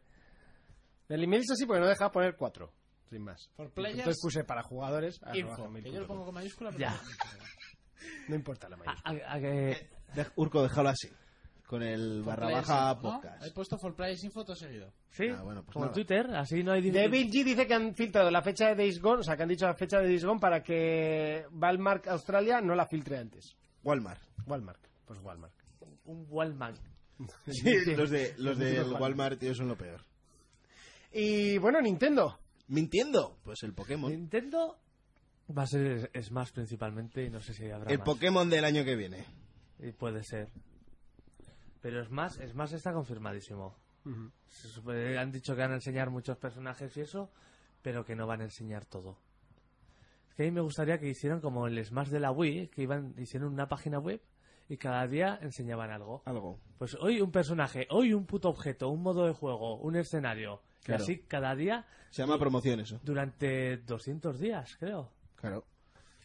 [SPEAKER 1] El email es así porque no dejaba poner cuatro, sin más.
[SPEAKER 2] For players
[SPEAKER 1] Entonces puse para jugadores. arroba
[SPEAKER 5] Ah,
[SPEAKER 2] info.
[SPEAKER 1] gmail
[SPEAKER 2] Que yo lo
[SPEAKER 1] punto com.
[SPEAKER 2] pongo con mayúscula. Pero
[SPEAKER 4] Ya.
[SPEAKER 1] No importa la mayoría.
[SPEAKER 4] A- a- a que-
[SPEAKER 5] Dej- Urco, déjalo así. Con el
[SPEAKER 2] For
[SPEAKER 5] barra
[SPEAKER 2] players
[SPEAKER 5] baja
[SPEAKER 2] info, ¿no?
[SPEAKER 5] podcast.
[SPEAKER 4] pues.
[SPEAKER 2] He puesto for players info todo seguido.
[SPEAKER 4] Sí,
[SPEAKER 5] Ah, bueno, pues
[SPEAKER 4] como
[SPEAKER 5] nada.
[SPEAKER 4] Twitter, así no hay dif-
[SPEAKER 1] David G dice que han filtrado la fecha de Days Gone, o sea, que han dicho la fecha de Days Gone para que Walmart Australia no la filtre antes.
[SPEAKER 5] Walmart.
[SPEAKER 1] Walmart, pues Walmart.
[SPEAKER 4] un Wallman.
[SPEAKER 5] Sí, los de los del Walmart, tío, son lo peor.
[SPEAKER 1] Y bueno, Nintendo.
[SPEAKER 5] Mintiendo, pues el Pokémon.
[SPEAKER 4] Nintendo va a ser es- Smash principalmente y no sé si habrá
[SPEAKER 5] El
[SPEAKER 4] más.
[SPEAKER 5] Pokémon del año que viene.
[SPEAKER 4] Y puede ser. Pero Smash, Smash está confirmadísimo. Se supe- han dicho que van a enseñar muchos personajes y eso, pero que no van a enseñar todo. Es que a mí me gustaría que hicieran como el Smash de la Wii, que iban hicieron una página web y cada día enseñaban algo.
[SPEAKER 5] Algo.
[SPEAKER 4] Pues hoy un personaje, hoy un puto objeto, un modo de juego, un escenario. Y
[SPEAKER 5] Claro.
[SPEAKER 4] así cada día
[SPEAKER 5] Se llama promoción eso.
[SPEAKER 4] durante 200 días, creo.
[SPEAKER 5] Claro.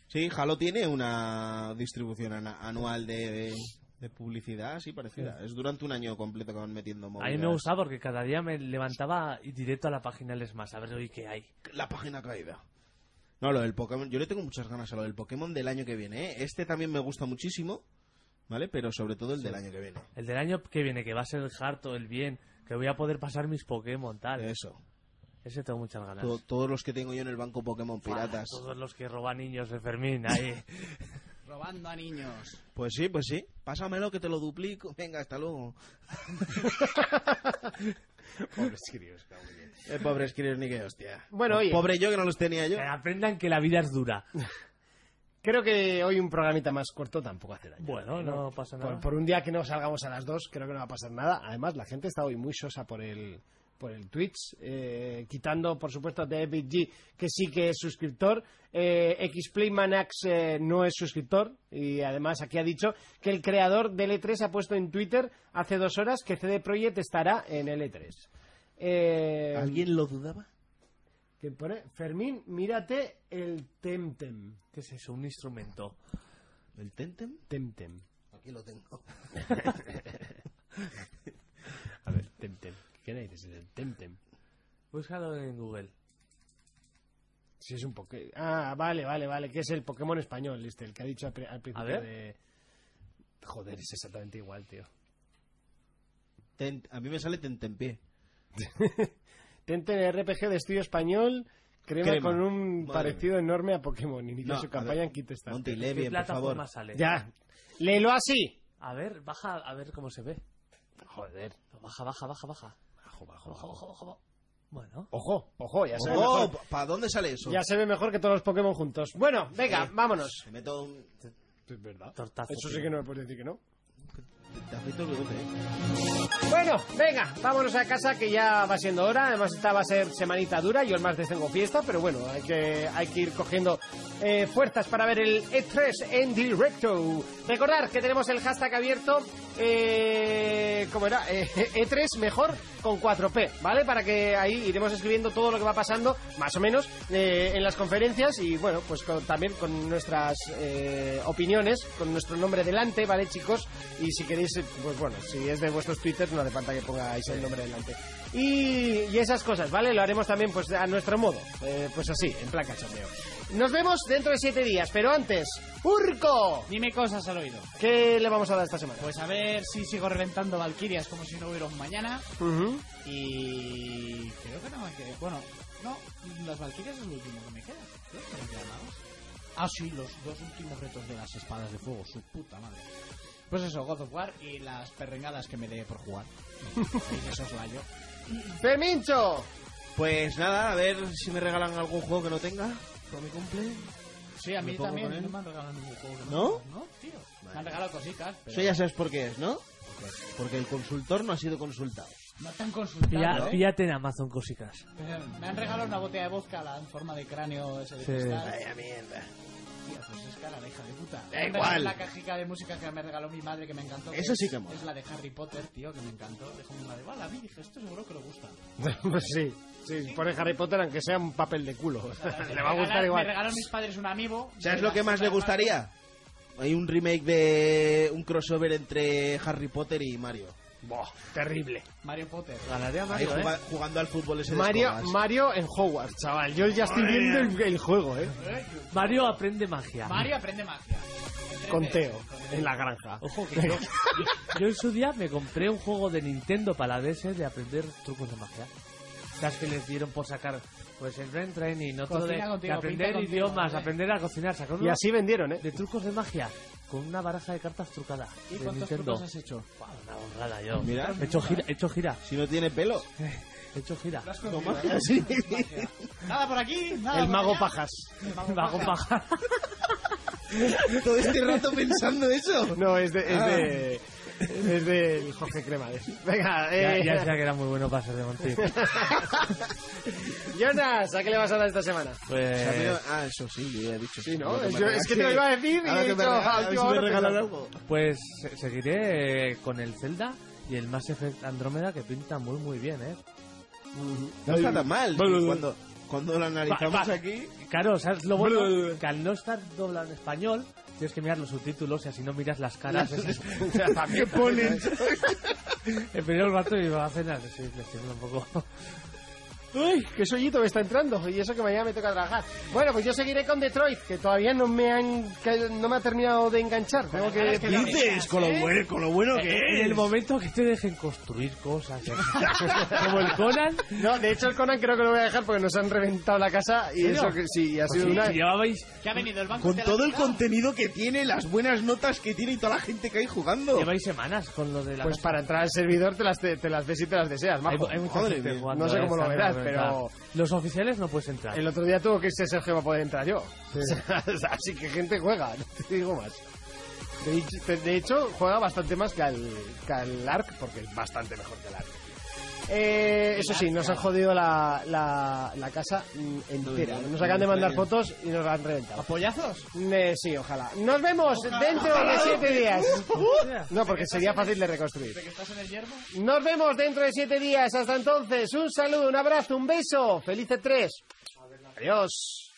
[SPEAKER 5] Sí, Halo tiene una distribución ana- anual de, de, de publicidad así parecida. Es durante un año completo que van metiendo
[SPEAKER 4] A mí
[SPEAKER 5] movidas.
[SPEAKER 4] me gustaba porque cada día me levantaba y directo a la página del Smash a ver hoy qué hay.
[SPEAKER 5] La página caída. No, lo del Pokémon. Yo le tengo muchas ganas a lo del Pokémon del año que viene. ¿eh? Este también me gusta muchísimo, ¿vale? Pero sobre todo el del año que viene.
[SPEAKER 4] El del año que viene, que va a ser el harto, el bien, que voy a poder pasar mis Pokémon, tal.
[SPEAKER 1] Eh,
[SPEAKER 5] Eso.
[SPEAKER 4] Ese tengo muchas ganas.
[SPEAKER 5] To- todos los que tengo yo en el banco Pokémon piratas.
[SPEAKER 4] Ah, Todos los que roban niños de Fermín ahí.
[SPEAKER 2] Robando a niños.
[SPEAKER 5] Pues sí, pues sí. Pásamelo que te lo duplico. Venga, hasta luego.
[SPEAKER 1] Pobres críos, cabrón.
[SPEAKER 5] Eh, pobres críos ni que hostia. Eh,
[SPEAKER 1] Bueno, oye.
[SPEAKER 5] Pobre yo que no los tenía yo.
[SPEAKER 4] que aprendan que la vida es dura.
[SPEAKER 1] Creo que hoy un programita más corto tampoco hace daño.
[SPEAKER 4] Bueno, no pasa nada.
[SPEAKER 1] Por, por un día que no salgamos a las dos, creo que no va a pasar nada. Además, la gente está hoy muy sosa por el por el Twitch, eh, quitando, por supuesto, de Epic G, que sí que es suscriptor. Eh, XPlayManax eh, no es suscriptor. Y además aquí ha dicho que el creador del E3 ha puesto en Twitter hace dos horas que CD Projekt estará en el E3. Eh,
[SPEAKER 5] ¿Alguien lo dudaba?
[SPEAKER 1] que pone, Fermín, mírate el Temtem.
[SPEAKER 4] ¿Qué es eso? Un instrumento.
[SPEAKER 5] ¿El Tentem?
[SPEAKER 1] Temtem.
[SPEAKER 5] Aquí lo tengo.
[SPEAKER 1] A ver, Temtem. ¿Qué dices? El Temtem.
[SPEAKER 4] Búscalo en Google.
[SPEAKER 1] Sí, es un Pokémon. Ah, vale, vale, vale. Que es el Pokémon español, este, el que ha dicho al, pri- al principio
[SPEAKER 4] ver.
[SPEAKER 1] de. Joder, es exactamente igual, tío.
[SPEAKER 5] Ten- a mí me sale Tentempié.
[SPEAKER 1] Tenten RPG de estudio español, crema,
[SPEAKER 5] Crema.
[SPEAKER 1] con un
[SPEAKER 5] Madre
[SPEAKER 1] parecido enorme a Pokémon. Inició
[SPEAKER 5] No,
[SPEAKER 1] su
[SPEAKER 5] a
[SPEAKER 1] campaña
[SPEAKER 5] ver.
[SPEAKER 1] en Quito Star.
[SPEAKER 5] Monty
[SPEAKER 4] ¿Qué
[SPEAKER 5] Levy, por
[SPEAKER 4] plataforma
[SPEAKER 5] favor.
[SPEAKER 4] sale?
[SPEAKER 1] Ya. Léelo así.
[SPEAKER 4] A ver, baja, a ver cómo se ve.
[SPEAKER 1] Joder.
[SPEAKER 4] Baja, baja, baja, baja.
[SPEAKER 1] Bajo, bajo, bajo.
[SPEAKER 4] Ojo, ojo, ojo. ojo. Bueno.
[SPEAKER 1] Ojo, ojo, ya se ve
[SPEAKER 5] ¡Oh!
[SPEAKER 1] mejor.
[SPEAKER 5] ¿Para dónde sale eso?
[SPEAKER 1] Ya se ve mejor que todos los Pokémon juntos. Bueno, venga, vámonos.
[SPEAKER 5] Se meto un...
[SPEAKER 1] Es verdad.
[SPEAKER 4] Tortazo,
[SPEAKER 1] Ah, Eso sí
[SPEAKER 4] tío.
[SPEAKER 1] que no me puedes decir que no.
[SPEAKER 5] Te afecto el bigote, ¿eh?
[SPEAKER 1] Bueno, venga, vámonos a casa que ya va siendo hora. Además, esta va a ser semanita dura. Yo el martes tengo fiesta, pero bueno, hay que, hay que ir cogiendo eh, fuerzas para ver el E3 en directo. Recordad que tenemos el hashtag abierto. Eh, ¿Cómo era? Eh, E3 mejor con 4P, ¿vale? Para que ahí iremos escribiendo todo lo que va pasando, más o menos, eh, en las conferencias y bueno, pues con- también con nuestras eh, opiniones, con nuestro nombre delante, ¿vale, chicos? Y si queréis, eh, pues bueno, si es de vuestros twitters, no hace falta que pongáis el nombre delante. Y, y esas cosas, ¿vale? Lo haremos también pues a nuestro modo, eh, pues así, en plan cachondeo. Nos vemos dentro de siete días, pero antes, ¡Urco!
[SPEAKER 2] Dime cosas al oído.
[SPEAKER 1] ¿Qué le vamos a dar esta semana?
[SPEAKER 2] Pues a ver si sigo reventando Valkyrias como si no hubiera un mañana.
[SPEAKER 1] Ujú.
[SPEAKER 2] Y creo que no me quedé. Bueno, no, las Valkyrias es lo último que me queda. Creo que no me queda nada más. Ah, sí, los dos últimos retos de las espadas de fuego, su puta madre. Pues eso, God of War y las perrengadas que me dé por jugar. y eso es yo.
[SPEAKER 1] ¡Fermincho!
[SPEAKER 5] Pues nada, a ver si me regalan algún juego que no tenga por mi cumple.
[SPEAKER 2] Sí, a
[SPEAKER 5] ¿Me
[SPEAKER 2] mí
[SPEAKER 5] pongo
[SPEAKER 2] también.
[SPEAKER 5] con él?
[SPEAKER 2] No me han regalado ningún juego. que
[SPEAKER 5] ¿No?
[SPEAKER 2] tenga, No, tío. Me han regalado cositas. Pero
[SPEAKER 5] Eso ya sabes por qué es, ¿no? Porque el consultor no ha sido consultado.
[SPEAKER 2] No tan consultado.
[SPEAKER 4] Pilla-
[SPEAKER 2] ¿eh?
[SPEAKER 4] Píllate en Amazon cositas.
[SPEAKER 2] Pero me han regalado una botella de vodka la- en forma de cráneo ese de
[SPEAKER 4] Sí.
[SPEAKER 2] cristal.
[SPEAKER 5] Vaya mierda.
[SPEAKER 2] Tía, pues es cara, la hija de puta.
[SPEAKER 5] Da igual.
[SPEAKER 2] La cajica de música que me regaló mi madre que me encantó. que
[SPEAKER 5] Eso sí
[SPEAKER 2] es-
[SPEAKER 5] que mola.
[SPEAKER 2] Es la de Harry Potter, tío, que me encantó. Dejó mi madre, vale, a mí dije, esto seguro que le gusta.
[SPEAKER 1] Pues sí, sí, pone Harry Potter aunque sea un papel de culo.
[SPEAKER 2] Me
[SPEAKER 1] Le va a gustar
[SPEAKER 2] regalaron- Me
[SPEAKER 1] igual.
[SPEAKER 2] regalaron mis padres un amigo.
[SPEAKER 5] ¿Sabes
[SPEAKER 2] de
[SPEAKER 5] lo que
[SPEAKER 2] la
[SPEAKER 5] más le
[SPEAKER 2] puta madre.
[SPEAKER 5] gustaría? Hay un remake de un crossover entre Harry Potter y Mario.
[SPEAKER 1] Buah, terrible.
[SPEAKER 2] Mario Potter.
[SPEAKER 4] Ganaría
[SPEAKER 5] Ahí
[SPEAKER 4] Mario, ¿eh?
[SPEAKER 5] juga- jugando al fútbol ese de
[SPEAKER 1] Mario,
[SPEAKER 5] escobas.
[SPEAKER 1] Mario en Hogwarts, chaval. Yo ya estoy viendo el, el juego, ¿eh?
[SPEAKER 2] Eh,
[SPEAKER 4] Mario aprende magia.
[SPEAKER 2] Mario aprende magia.
[SPEAKER 1] Conteo en la granja.
[SPEAKER 4] Ojo, que yo, yo- yo en su día me compré un juego de Nintendo para la DS de aprender trucos de magia. Las que les dieron por sacar, pues el brain training, no todo de,
[SPEAKER 2] Cocina
[SPEAKER 4] de
[SPEAKER 2] contigo,
[SPEAKER 4] aprender
[SPEAKER 2] pinta contigo,
[SPEAKER 4] idiomas,
[SPEAKER 2] ¿vale?
[SPEAKER 4] aprender a cocinar, sacar
[SPEAKER 1] Y
[SPEAKER 4] uno
[SPEAKER 1] así vendieron, ¿eh?
[SPEAKER 4] de trucos de magia con una baraja de cartas trucada
[SPEAKER 2] ¿Y
[SPEAKER 4] de
[SPEAKER 2] cuántos
[SPEAKER 4] Nintendo.
[SPEAKER 2] trucos has hecho?
[SPEAKER 4] Buah, Una borrada yo.
[SPEAKER 5] Mira.
[SPEAKER 4] he hecho gira, he hecho gira,
[SPEAKER 5] Si no tiene pelo.
[SPEAKER 4] he hecho gira.
[SPEAKER 2] Lo has conseguido,
[SPEAKER 5] magia,
[SPEAKER 2] ¿eh?
[SPEAKER 5] sí.
[SPEAKER 2] Magia. Nada por aquí, nada
[SPEAKER 1] El
[SPEAKER 2] por
[SPEAKER 1] mago
[SPEAKER 2] allá.
[SPEAKER 1] pajas.
[SPEAKER 2] El mago
[SPEAKER 4] Vago
[SPEAKER 2] paja.
[SPEAKER 4] paja.
[SPEAKER 5] Todo este rato pensando eso.
[SPEAKER 1] No, es de. Es
[SPEAKER 5] Ah.
[SPEAKER 1] de. Es de Jorge Cremades. Venga,
[SPEAKER 4] Ya,
[SPEAKER 1] eh.
[SPEAKER 4] ya decía que era muy bueno para ser de Monty.
[SPEAKER 1] Jonas, ¿a qué le vas a dar esta semana?
[SPEAKER 5] O sea, mira-
[SPEAKER 4] Pues,
[SPEAKER 5] Ah, eso sí, yo ya he dicho.
[SPEAKER 1] Eh, Sí, ¿no?
[SPEAKER 5] Lo que me
[SPEAKER 1] Yo-
[SPEAKER 5] regala-
[SPEAKER 1] es que te lo iba a decir y
[SPEAKER 5] Ahora
[SPEAKER 1] he
[SPEAKER 5] que me
[SPEAKER 1] dicho,
[SPEAKER 5] regala-
[SPEAKER 1] ah,
[SPEAKER 5] a
[SPEAKER 1] tío,
[SPEAKER 5] ver si me
[SPEAKER 1] ahora
[SPEAKER 5] regalan
[SPEAKER 1] pensando.
[SPEAKER 5] algo.
[SPEAKER 4] pues se- seguiré eh, con el Zelda y el Mass Effect Andrómeda que pinta muy muy bien, ¿eh?
[SPEAKER 5] No está tan mal.
[SPEAKER 1] Vale, vale.
[SPEAKER 5] Cuando, cuando lo analizamos
[SPEAKER 4] Va, va.
[SPEAKER 5] aquí.
[SPEAKER 4] Claro, ¿sabes lo bueno?
[SPEAKER 1] Blu, blu, blu.
[SPEAKER 4] Que al no estar doblado en español, tienes que mirar los subtítulos y así no miras las caras. esas.
[SPEAKER 1] ¿Qué ponen?
[SPEAKER 4] El primer rato me va a cenar, sí, me siento un poco.
[SPEAKER 1] Uy, qué soñito me está entrando. Y eso que mañana me toca trabajar. Bueno, pues yo seguiré con Detroit, que todavía no me han ca- no me ha terminado de enganchar. Tengo que
[SPEAKER 2] Es que lo veas, ¿eh?
[SPEAKER 5] bueno, con lo bueno
[SPEAKER 4] En el momento que te dejen construir cosas, como el Conan,
[SPEAKER 1] No, de hecho el Conan creo que lo voy a dejar porque nos han reventado la casa y
[SPEAKER 4] ¿Serio? Pues
[SPEAKER 1] eso que sí, ha sido
[SPEAKER 4] sí,
[SPEAKER 1] una
[SPEAKER 4] que llevabais,
[SPEAKER 2] Que ha venido el banco y
[SPEAKER 5] Con
[SPEAKER 2] te la
[SPEAKER 5] todo
[SPEAKER 2] ha
[SPEAKER 5] el
[SPEAKER 2] quitado.
[SPEAKER 5] contenido que tiene, las buenas notas que tiene y toda la gente que hay jugando.
[SPEAKER 4] lleváis semanas con lo de la.
[SPEAKER 1] pues para entrar al servidor te las te las ves y te las deseas,
[SPEAKER 4] hay,
[SPEAKER 1] majo.
[SPEAKER 4] hay mucha
[SPEAKER 5] Madre
[SPEAKER 4] gente
[SPEAKER 5] mía.
[SPEAKER 4] jugando,
[SPEAKER 1] No sé
[SPEAKER 4] ¿eh?
[SPEAKER 1] cómo lo
[SPEAKER 4] Está
[SPEAKER 1] verás, pero-
[SPEAKER 4] muy reventado. Los oficiales no puedes entrar.
[SPEAKER 1] El otro día tuvo que irse Sergio para poder entrar yo. Así que gente juega, no te digo más. De hecho, de- de hecho, juega bastante más que al, que al ARC, porque es bastante mejor que el ARC. Eh, eso sí, nos han jodido la, la, la casa mm, entera.
[SPEAKER 5] No, no,
[SPEAKER 1] Nos
[SPEAKER 5] no,
[SPEAKER 1] acaban de
[SPEAKER 5] no,
[SPEAKER 1] mandar
[SPEAKER 5] no.
[SPEAKER 1] fotos y nos la han reventado.
[SPEAKER 2] ¿Pollazos?
[SPEAKER 1] Eh, sí, ojalá. Nos vemos dentro de siete días. No, porque sería fácil de reconstruir.
[SPEAKER 2] ¿De que estás en el yermo?
[SPEAKER 1] Nos vemos dentro de siete días. Hasta entonces, un saludo, un abrazo, un beso. Feliz 3. Adiós.